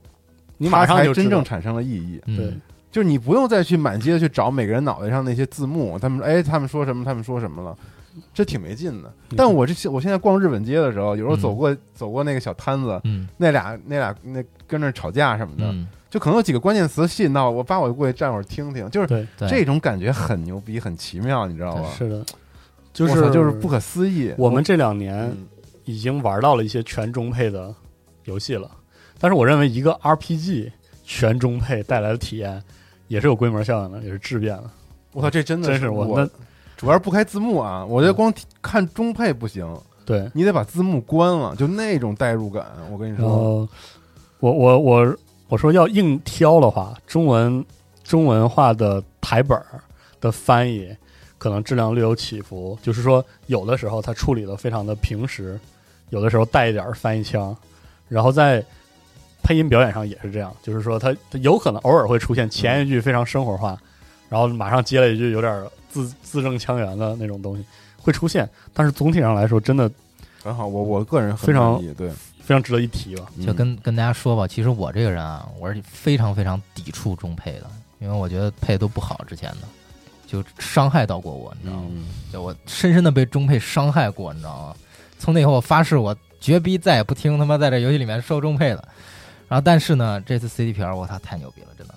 Speaker 2: 你马
Speaker 1: 它
Speaker 2: 上
Speaker 1: 才
Speaker 2: 就知
Speaker 1: 真
Speaker 2: 道
Speaker 1: 正产生了意义。
Speaker 2: 对
Speaker 3: 嗯，
Speaker 1: 就是你不用再去满街去找每个人脑袋上那些字幕，
Speaker 2: 嗯
Speaker 1: 他们说哎，他们说什么，他们说什么了，这挺没劲的。
Speaker 2: 嗯
Speaker 1: 但我这些我现在逛日本街的时候，有时候
Speaker 3: 嗯
Speaker 1: 走过、走过那个小摊子，
Speaker 3: 嗯
Speaker 1: 那俩那俩那跟那儿吵架什么的，
Speaker 3: 嗯，
Speaker 1: 就可能有几个关键词吸引到我，我把我过去站会儿听听，就是
Speaker 2: 对，
Speaker 3: 对，
Speaker 1: 这种感觉很牛逼，很奇妙，你知道吧？
Speaker 2: 是的，就
Speaker 1: 我
Speaker 2: 是
Speaker 1: 操就是不。可思议。
Speaker 2: 我哎们这两年
Speaker 1: 嗯
Speaker 2: 已经玩到了一些全中配的游戏了，但是我认为一个 RPG 全中配带来的体验也是有规模效应的，也是质变的。
Speaker 1: 我操，这真的
Speaker 2: 真
Speaker 1: 是
Speaker 2: 是我
Speaker 1: 我
Speaker 2: 那嗯
Speaker 1: 主要是不开字幕啊，我觉得光看中配不行，
Speaker 2: 对，
Speaker 1: 你得把字幕关了，就那种代入感，我跟你
Speaker 2: 然
Speaker 1: 说，
Speaker 2: 后我我我我说要硬挑的话，中文中文化的台本儿的翻译可能质量略有起伏，就是说有的时候它处理的非常的平实，有的时候带一点儿翻译腔，然后在配音表演上也是这样，就是说它它有可能偶尔会出现前一句非常生活化，然后马上接了一句有点儿字字正腔圆的那种东西会出现，但是总体上来说真的
Speaker 1: 很好，我我个人很
Speaker 2: 非常
Speaker 1: 满意对。
Speaker 2: 非常值得一提吧。
Speaker 1: 嗯
Speaker 3: 就跟跟大家说吧，其实我这个人啊，我是非常非常抵触中配的，因为我觉得配都不好，之前的就伤害到过我，你知道吗？
Speaker 1: 嗯，
Speaker 3: 就我深深的被中配伤害过，你知道吗？从那以后，我发誓我绝逼再也不听他妈在这游戏里面受中配了。然后但是呢，这次 CD 片儿我操太牛逼了，真的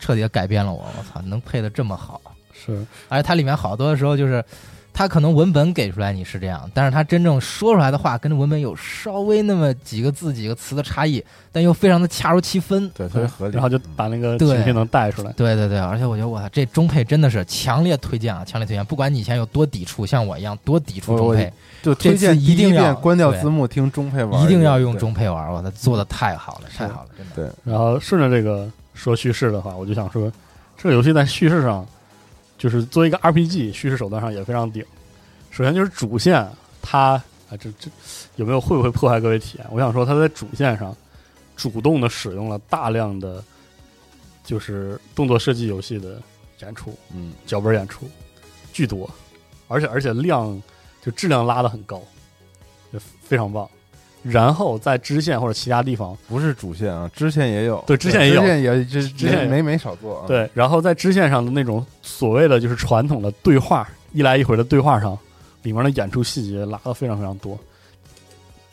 Speaker 3: 彻底地改变了我，我操能配的这么好，
Speaker 2: 是
Speaker 3: 而且它里面好多的时候就是，它可能文本给出来你是这样，但是它真正说出来的话跟文本有稍微那么几个字几个词的差异，但又非常的恰如其分。
Speaker 1: 对，特别合理。嗯
Speaker 2: 然后就把那个
Speaker 3: 对
Speaker 2: 情绪能带出来，
Speaker 3: 对对对，而且我觉得我操，这中配真的是强烈推荐啊，强烈推荐！不管你以前有多抵触，像我一样多抵触中配，
Speaker 1: 就推荐
Speaker 3: 这次
Speaker 1: 第
Speaker 3: 一定要
Speaker 1: 遍关掉
Speaker 3: 对
Speaker 1: 字幕听中配玩儿，
Speaker 3: 一定要用
Speaker 1: 对
Speaker 3: 中配玩儿，我操，做的太好了，太好了，真的。
Speaker 1: 对
Speaker 2: 然后顺着这个说叙事的话，我就想说，这个游戏在叙事上，就是作为一个 RPG 叙事手段上也非常顶。首先就是主线，它啊，这这有没有会不会破坏各位体验？我想说，它在主线上主动的使用了大量的就是动作设计游戏的演出，
Speaker 1: 嗯，
Speaker 2: 脚本演出巨多，而且而且量就质量拉的很高，就非常棒。然后在支线或者其他地方。
Speaker 1: 不是主线啊，支线也有，
Speaker 2: 对支线也有
Speaker 1: 支线也支
Speaker 2: 支线也有
Speaker 1: 没没少做啊。，
Speaker 2: 对，然后在支线上的那种所谓的就是传统的对话，一来一回的对话上，里面的演出细节拉的非常非常多。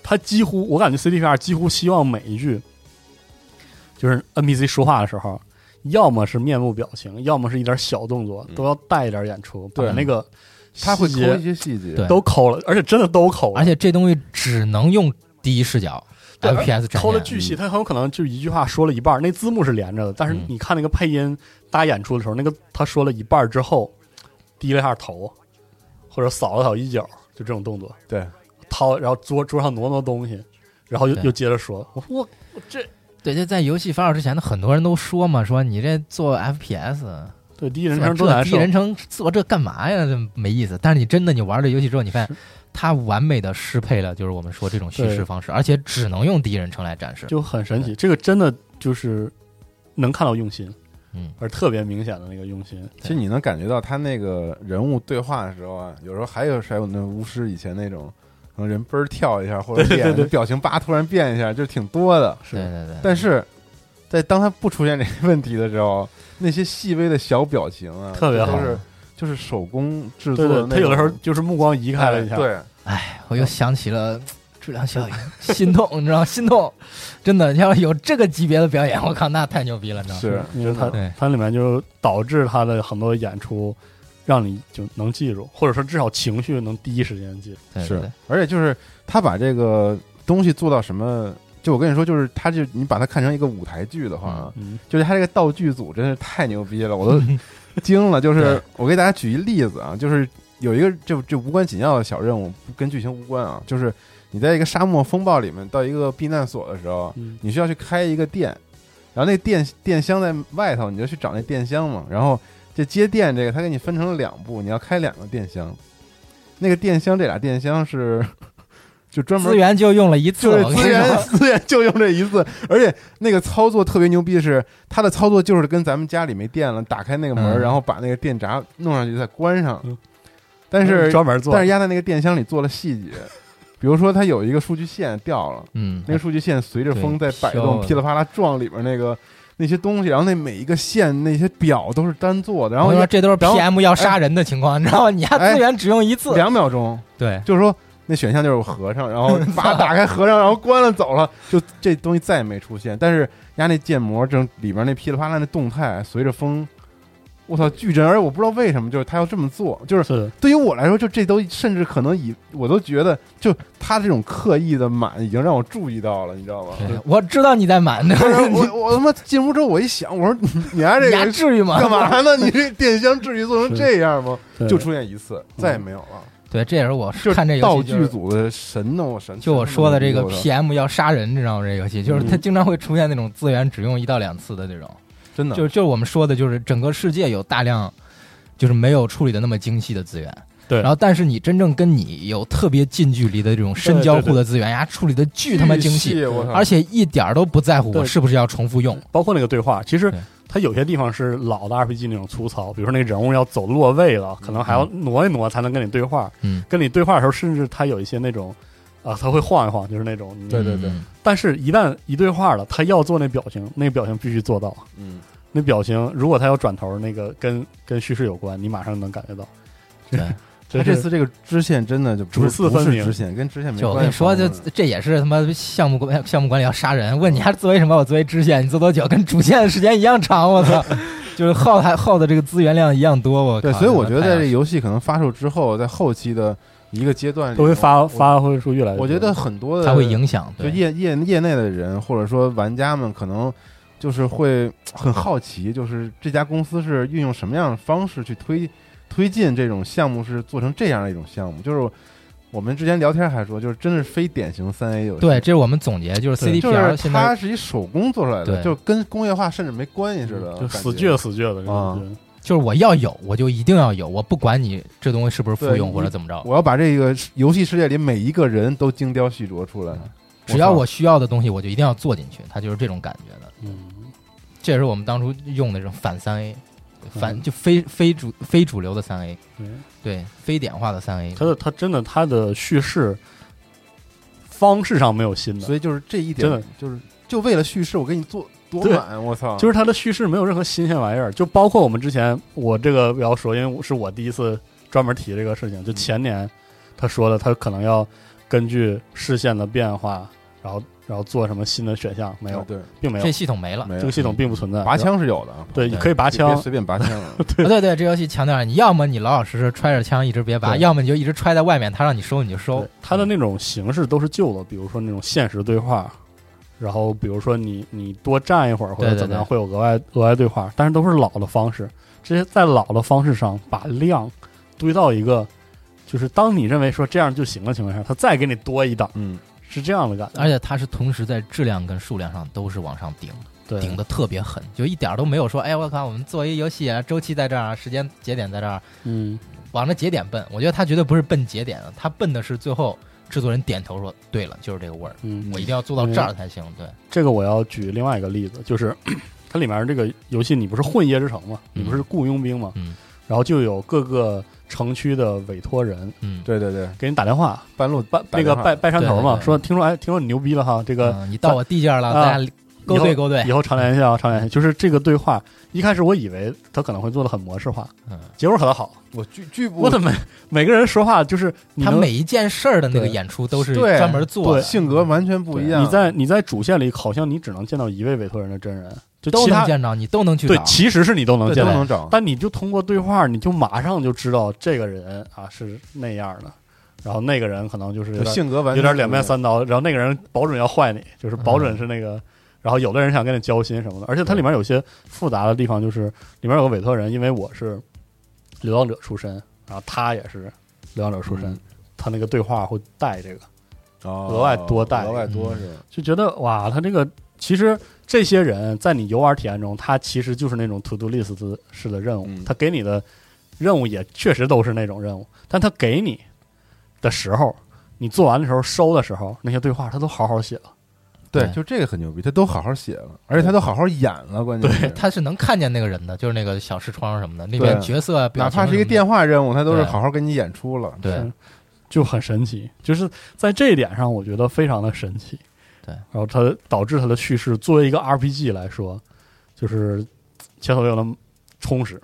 Speaker 2: 他几乎，我感觉 CDPR 几乎希望每一句，就是 NPC 说话的时候，要么是面部表情，要么是一点小动作，
Speaker 1: 嗯
Speaker 2: 都要带一点演出，把
Speaker 1: 对
Speaker 2: 那个
Speaker 1: 他会
Speaker 2: 细
Speaker 1: 抠
Speaker 2: 节
Speaker 1: 一些细节，
Speaker 3: 对
Speaker 2: 都抠了，而且真的都抠了
Speaker 3: 而，且这东西只能用第一视角
Speaker 2: 对
Speaker 3: FPS
Speaker 2: [laughs]
Speaker 3: 展
Speaker 2: 抠的
Speaker 3: 现，
Speaker 2: 巨细，他很有可能就一句话说了一半儿，那字幕是连着的，但是
Speaker 3: 哎嗯
Speaker 2: 你看那个配音搭演出的时候，那个他说了一半儿之后，低了一下头，或者扫了扫衣角，就这种动作，
Speaker 1: 对，
Speaker 2: 掏，然后桌桌上挪挪东西，然后又
Speaker 3: 对
Speaker 2: 又接着说，我我我这
Speaker 3: 对，就在游戏发售之前呢，很多人都说嘛，说你这做 FPS，
Speaker 2: 对第一
Speaker 3: 做
Speaker 2: 人
Speaker 3: 这
Speaker 2: 称哎多难
Speaker 3: 第
Speaker 2: 受
Speaker 3: 一，人称做这干嘛呀？这没意思。但是你真的你玩这游戏之后，你发现它完美的适配了，就是我们说这种叙
Speaker 2: 对
Speaker 3: 事方式，而且只能用第一人称来展示。
Speaker 2: 就很神奇。这个真的就是能看到用心，
Speaker 3: 嗯，
Speaker 2: 而特别明显的那个用心，
Speaker 1: 其实你能感觉到他那个人物对话的时候啊，有时候还有还有那巫师以前那种，可能人嘣儿跳一下，或者
Speaker 2: 对对
Speaker 1: 脸
Speaker 2: 对
Speaker 1: 表情叭突然变一下，就挺多的。
Speaker 2: 是
Speaker 3: 对对对。
Speaker 1: 但是在当他不出现这些问题的时候，那些细微的小表情啊，
Speaker 2: 特别
Speaker 1: 都
Speaker 2: 好
Speaker 1: 是就是手工制作
Speaker 2: 对
Speaker 1: 的那
Speaker 2: 对，
Speaker 1: 种。
Speaker 2: 他有的时候就是目光移开了一下，
Speaker 1: 哎对，
Speaker 3: 哎，我又想起了质量效应，心痛，你知道吗，心痛，真的要有这个级别的表演，我靠，那太牛逼了，你知道吗？
Speaker 1: 是
Speaker 2: 因为它
Speaker 3: 对
Speaker 2: 它里面就导致它的很多演出，让你就能记住，或者说至少情绪能第一时间记住。
Speaker 3: 对对
Speaker 1: 是
Speaker 3: 对，
Speaker 1: 而且就是他把这个东西做到什么，就我跟你说，就是他就你把它看成一个舞台剧的话啊，
Speaker 2: 嗯，
Speaker 1: 就是他这个道具组真是太牛逼了，
Speaker 2: [laughs]
Speaker 1: 我都惊了。就是
Speaker 3: 对
Speaker 1: 我给大家举一例子啊，就是有一个这这无关紧要的小任务，不跟剧情无关啊，就是你在一个沙漠风暴里面到一个避难所的时候，
Speaker 2: 嗯
Speaker 1: 你需要去开一个店，然后那电电箱在外头，你就去找那电箱嘛。然后这接电这个，它给你分成了两步，你要开两个电箱。那个电箱，这俩电箱是 [laughs] 就专门
Speaker 3: 资源就用了一次，
Speaker 1: [laughs] 就
Speaker 3: 我
Speaker 1: 是
Speaker 3: 跟你
Speaker 1: 资源
Speaker 3: 说， [laughs]
Speaker 1: 资源就用这一次，而且那个操作特别牛逼的是，它的操作就是跟咱们家里没电了，打开那个门，
Speaker 3: 嗯
Speaker 1: 然后把那个电闸弄上去再关上
Speaker 2: 嗯。
Speaker 1: 但是
Speaker 2: 专门做，
Speaker 1: 但是压在那个电箱里做了细节，比如说它有一个数据线掉了。
Speaker 3: 嗯，
Speaker 1: 那个数据线随着风在摆动，
Speaker 3: 对
Speaker 1: 噼里啪啦撞里边那个那些东西，然后那每一个线那些表都是单做的，然
Speaker 3: 我
Speaker 1: 后
Speaker 3: 跟你说这都是
Speaker 1: 然后哎
Speaker 3: PM 要杀人的情况，你知道吗？你家资源只用一次，
Speaker 1: 两秒钟，
Speaker 3: 对，
Speaker 1: 就是说那选项就是合上，
Speaker 3: [laughs]
Speaker 1: 然后把打开合上， [laughs] 然后关了走了，就这东西再也没出现。但是压那建模正里边那噼里啪啦那动态随着风。我操，巨真！而且我不知道为什么，就是他要这么做，就是
Speaker 2: 是的
Speaker 1: 对于我来说，就这都甚至可能以我都觉得，就他这种刻意的满已经让我注意到了，你知道吗？
Speaker 3: 对啊我知道你在瞒着，
Speaker 1: [laughs] 不是我我他妈进屋之后我一想，我说你你家这
Speaker 3: 你
Speaker 1: 个
Speaker 3: 还
Speaker 1: 人
Speaker 3: 至于吗？
Speaker 1: 干嘛呢？你这电箱至于做成这样吗？
Speaker 2: 对
Speaker 1: 就出现一次，再也没有了。
Speaker 3: 对，这也是我
Speaker 1: 就是
Speaker 3: 看这
Speaker 1: 道
Speaker 3: 游戏
Speaker 1: 具
Speaker 3: 嗯就是。
Speaker 1: 组的神呢，我神。
Speaker 3: 就我说的这个
Speaker 1: 我操
Speaker 3: PM 要杀人，你知道吗？这游戏就是它经常会出现那种资源只用一到两次的这种，
Speaker 1: 真的
Speaker 3: 就就是我们说的，就是整个世界有大量就是没有处理的那么精细的资源，
Speaker 2: 对
Speaker 3: 然后，但是你真正跟你有特别近距离的这种深交互的资源呀，处理的巨他妈精细，，
Speaker 1: 啊我操！嗯
Speaker 3: 而且一点儿都不在乎
Speaker 2: 对
Speaker 3: 我是不是要重复用。
Speaker 2: 包括那个对话，其实
Speaker 3: 对
Speaker 2: 它有些地方是老的 RPG 那种粗糙，比如说那个人物要走落位了，可能还要挪一挪才能跟你对话。
Speaker 3: 嗯，
Speaker 2: 跟你对话的时候，甚至它有一些那种啊，它会晃一晃，就是那种。
Speaker 1: 对对对
Speaker 3: 嗯
Speaker 2: 但是，一旦一对话了，他要做那表情，那个表情必须做到。
Speaker 1: 嗯，
Speaker 2: [laughs] 那表情，如果他要转头，那个跟跟叙事有关，你马上能感觉到。
Speaker 3: 对，
Speaker 1: 他
Speaker 2: 这
Speaker 1: 这
Speaker 2: 是
Speaker 1: 次这个支线真的就不
Speaker 2: 主次
Speaker 1: 不
Speaker 2: 分
Speaker 1: 是
Speaker 2: 明
Speaker 1: 支线，跟支线没
Speaker 3: 就我
Speaker 1: 关
Speaker 3: 跟
Speaker 1: 系。嗯
Speaker 3: 你说，就这也是他妈项目管项目管理要杀人。问你还作为什么？我作为支线，你做多久？跟主线的时间一样长，我
Speaker 1: [laughs]
Speaker 3: 操！就是耗还耗的这个资源量一样多，我靠
Speaker 1: 对，所以我觉得在
Speaker 3: 太
Speaker 1: 这
Speaker 3: 阳
Speaker 1: 游戏可能发售之后，在后期的一个阶段里
Speaker 2: 都会发
Speaker 1: 我
Speaker 2: 发挥出越来越多。
Speaker 1: 我觉得很多的
Speaker 3: 它会影响，
Speaker 1: 就
Speaker 3: 对，
Speaker 1: 业业业内的人或者说玩家们可能就是会很好奇，就是这家公司是运用什么样的方式去推推进这种项目，是做成这样的一种项目。就是我们之前聊天还说，就是真的是非典型三 A 游戏，
Speaker 3: 对，这是我们总结，就是
Speaker 2: 对
Speaker 1: 就
Speaker 3: CDPR
Speaker 1: 是
Speaker 3: 现在
Speaker 1: 它是一手工做出来的，
Speaker 3: 对
Speaker 1: 就跟工业化甚至没关系似的，
Speaker 2: 嗯就
Speaker 1: 感
Speaker 2: 死
Speaker 1: 觉
Speaker 2: 倔死倔的这
Speaker 1: 啊
Speaker 2: 种感觉。
Speaker 3: 就是我要有，我就一定要有，我不管你这东西是不是复
Speaker 1: 对
Speaker 3: 用
Speaker 1: 你
Speaker 3: 或者怎么着，
Speaker 1: 我要把这个游戏世界里每一个人都精雕细琢出来。
Speaker 2: 嗯
Speaker 3: 只要
Speaker 1: 操
Speaker 3: 我需要的东西，我就一定要做进去，它就是这种感觉的。
Speaker 2: 嗯，
Speaker 3: 这也是我们当初用的这种反三 A，反
Speaker 2: 嗯
Speaker 3: 就非非主非主流的三 A，
Speaker 2: 对，
Speaker 3: 对，非点化的三 A。
Speaker 2: 他的他真的他的叙事方式上没有新的，
Speaker 1: 所以就是这一
Speaker 2: 真
Speaker 1: 点
Speaker 2: 的，
Speaker 1: 就是就为了叙事，我给你做多
Speaker 2: 对
Speaker 1: 满，我操！
Speaker 2: 就是它的叙事没有任何新鲜玩意儿，就包括我们之前我这个要说，因为我是我第一次专门提这个事情，
Speaker 1: 嗯
Speaker 2: 就前年他说的，他可能要根据视线的变化，然后然后做什么新的选项，没有
Speaker 1: 啊，对，
Speaker 2: 并没有嗯
Speaker 3: 这，系统没了，
Speaker 1: 没有
Speaker 2: 这个系统并不存在。
Speaker 1: 拔枪是有的啊，
Speaker 2: 对，
Speaker 3: 对
Speaker 2: 你可以拔
Speaker 1: 拔
Speaker 2: 枪，
Speaker 1: 随便拔枪了。
Speaker 3: [laughs] 啊对对，这游戏强调了你要么你老老实实揣着枪一直别拔，
Speaker 2: 对
Speaker 3: 要么你就一直揣在外面，他让你收你就收
Speaker 2: 对。它的那种形式都是旧的，比如说那种限时对话，然后比如说你你多站一会儿或者
Speaker 3: 对对
Speaker 2: 怎么样，
Speaker 3: 对
Speaker 2: 会有额外额外对话，但是都是老的方式。这些在老的方式上把量堆到一个，就是当你认为说这样就行的情况下，它再给你多一档，
Speaker 1: 嗯，
Speaker 2: 是这样的感觉。
Speaker 3: 而且它是同时在质量跟数量上都是往上顶，
Speaker 2: 对
Speaker 3: 顶的特别狠，就一点儿都没有说，哎，我靠，我们做一游戏啊，周期在这儿啊，时间节点在这儿，
Speaker 2: 嗯，
Speaker 3: 往着节点奔。我觉得他绝对不是奔节点的，他奔的是最后制作人点头说，对了，就是这个味儿，
Speaker 2: 嗯，
Speaker 3: 我一定要做到这儿才行。对，
Speaker 2: 这个我要举另外一个例子，就是 [clears throat] 它里面这个游戏，你不是混夜之城嘛，你不是雇佣兵嘛，
Speaker 3: 嗯
Speaker 2: 然后就有各个城区的委托人
Speaker 3: 嗯，
Speaker 1: 对对对，
Speaker 2: 给你打电话，
Speaker 1: 半路
Speaker 2: 拜那
Speaker 1: 打电
Speaker 2: 个
Speaker 1: 话
Speaker 2: 拜拜山头嘛，
Speaker 3: 对对对
Speaker 2: 说听说哎，听说你牛逼了哈，这个、
Speaker 3: 嗯，你到我地界儿了，
Speaker 2: 啊
Speaker 3: 咱俩勾
Speaker 2: 以后
Speaker 3: 兑勾兑
Speaker 2: 以。后常联系啊，常联系。就是这个对话，一开始我以为他可能会做的很模式化，
Speaker 3: 嗯，
Speaker 2: 结果可倒好，
Speaker 1: 我拒拒不
Speaker 2: 我的每每个人说话就是你
Speaker 3: 他
Speaker 2: 能
Speaker 3: 每一件事儿的那个
Speaker 2: 对
Speaker 3: 演出都是
Speaker 1: 对
Speaker 3: 专门做的，
Speaker 1: 性格完全不一样。
Speaker 2: 你在你在主线里好像你只能见到一位委托人的真人，就
Speaker 3: 都
Speaker 2: 其
Speaker 3: 能
Speaker 2: 他
Speaker 3: 见着，你都能去
Speaker 2: 对
Speaker 3: 找，。
Speaker 2: 其实是你都能
Speaker 1: 对
Speaker 2: 见
Speaker 1: 都
Speaker 2: 到，
Speaker 1: 能找，
Speaker 2: 但你就通过对话，你就马上就知道这个人啊是那样的，然后那个人可能就是有
Speaker 1: 就
Speaker 2: 点
Speaker 1: 性格完全
Speaker 2: 有点两面
Speaker 1: 不一样嗯
Speaker 2: 三刀，然后那个人保准要坏你，就是保准是那个，然后有的人想跟你交心什么的，而且它里面有些复杂的地方，就是里面有个委托人，因为我是流浪者出身，然后他也是流浪者出身，
Speaker 1: 嗯
Speaker 2: 他那个对话会带这个，
Speaker 1: 哦
Speaker 2: 额外多带
Speaker 1: 额外多是吧
Speaker 2: 就觉得哇，他这个其实这些人在你游玩体验中，他其实就是那种 to do list 式的任务，
Speaker 1: 嗯
Speaker 2: 他给你的任务也确实都是那种任务，但他给你的时候，你做完的时候收的时候，那些对话他都好好写了。
Speaker 1: 对，
Speaker 3: 对
Speaker 1: 就这个很牛逼，他都好好写了，而且他都好好演了，关键是。
Speaker 3: [laughs] 他是能看见那个人的，就是那个小视窗什么的，那边
Speaker 1: 对
Speaker 3: 角色啊，
Speaker 1: 哪怕是一个
Speaker 3: 电，
Speaker 1: 电话任务，他都是
Speaker 3: 对
Speaker 1: 好好给你演出了。
Speaker 3: 对，
Speaker 2: 是就很神奇，就是在这一点上，我觉得非常的神奇。
Speaker 3: 对
Speaker 2: 然后它导致它的叙事作为一个 RPG 来说，就是前所未有的充实，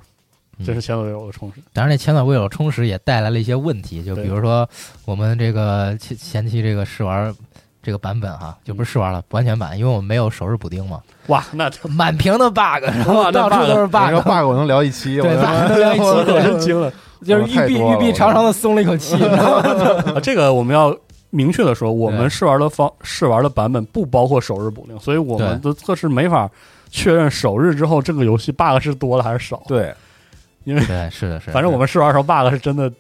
Speaker 3: 嗯
Speaker 2: 这是前所未有的充实。
Speaker 3: 当然，这前所未有充实也带来了一些问题，就比
Speaker 2: 对
Speaker 3: 如说我们这个前前期这个试玩这个版本哈，就
Speaker 1: 嗯
Speaker 3: 不是试玩了，完全版，因为我们没有首日补丁嘛，
Speaker 2: 哇，那这
Speaker 3: 满屏的 [laughs] bug，然后
Speaker 2: 哇
Speaker 3: 到
Speaker 2: 那
Speaker 3: 处都是
Speaker 1: 我说
Speaker 3: bug，
Speaker 1: bug 我能聊一期，
Speaker 3: [laughs] 对
Speaker 1: 我他妈
Speaker 3: 聊一期
Speaker 1: 我
Speaker 2: 我真惊了。
Speaker 3: [laughs] 就是
Speaker 1: 太
Speaker 3: 玉碧
Speaker 1: 多了
Speaker 3: 玉碧长长的松了一口气，你知道吗？
Speaker 2: 啊，这个我们要明确的说，我
Speaker 3: 对
Speaker 2: 们试玩的方试玩的版本不包括首日补丁，所以我们的测试没法确认首日之后这个游戏 bug 是多了还是少。
Speaker 1: 对
Speaker 3: [laughs] 对，是的，是的，
Speaker 2: 反正我们试玩的时候 bug 是真的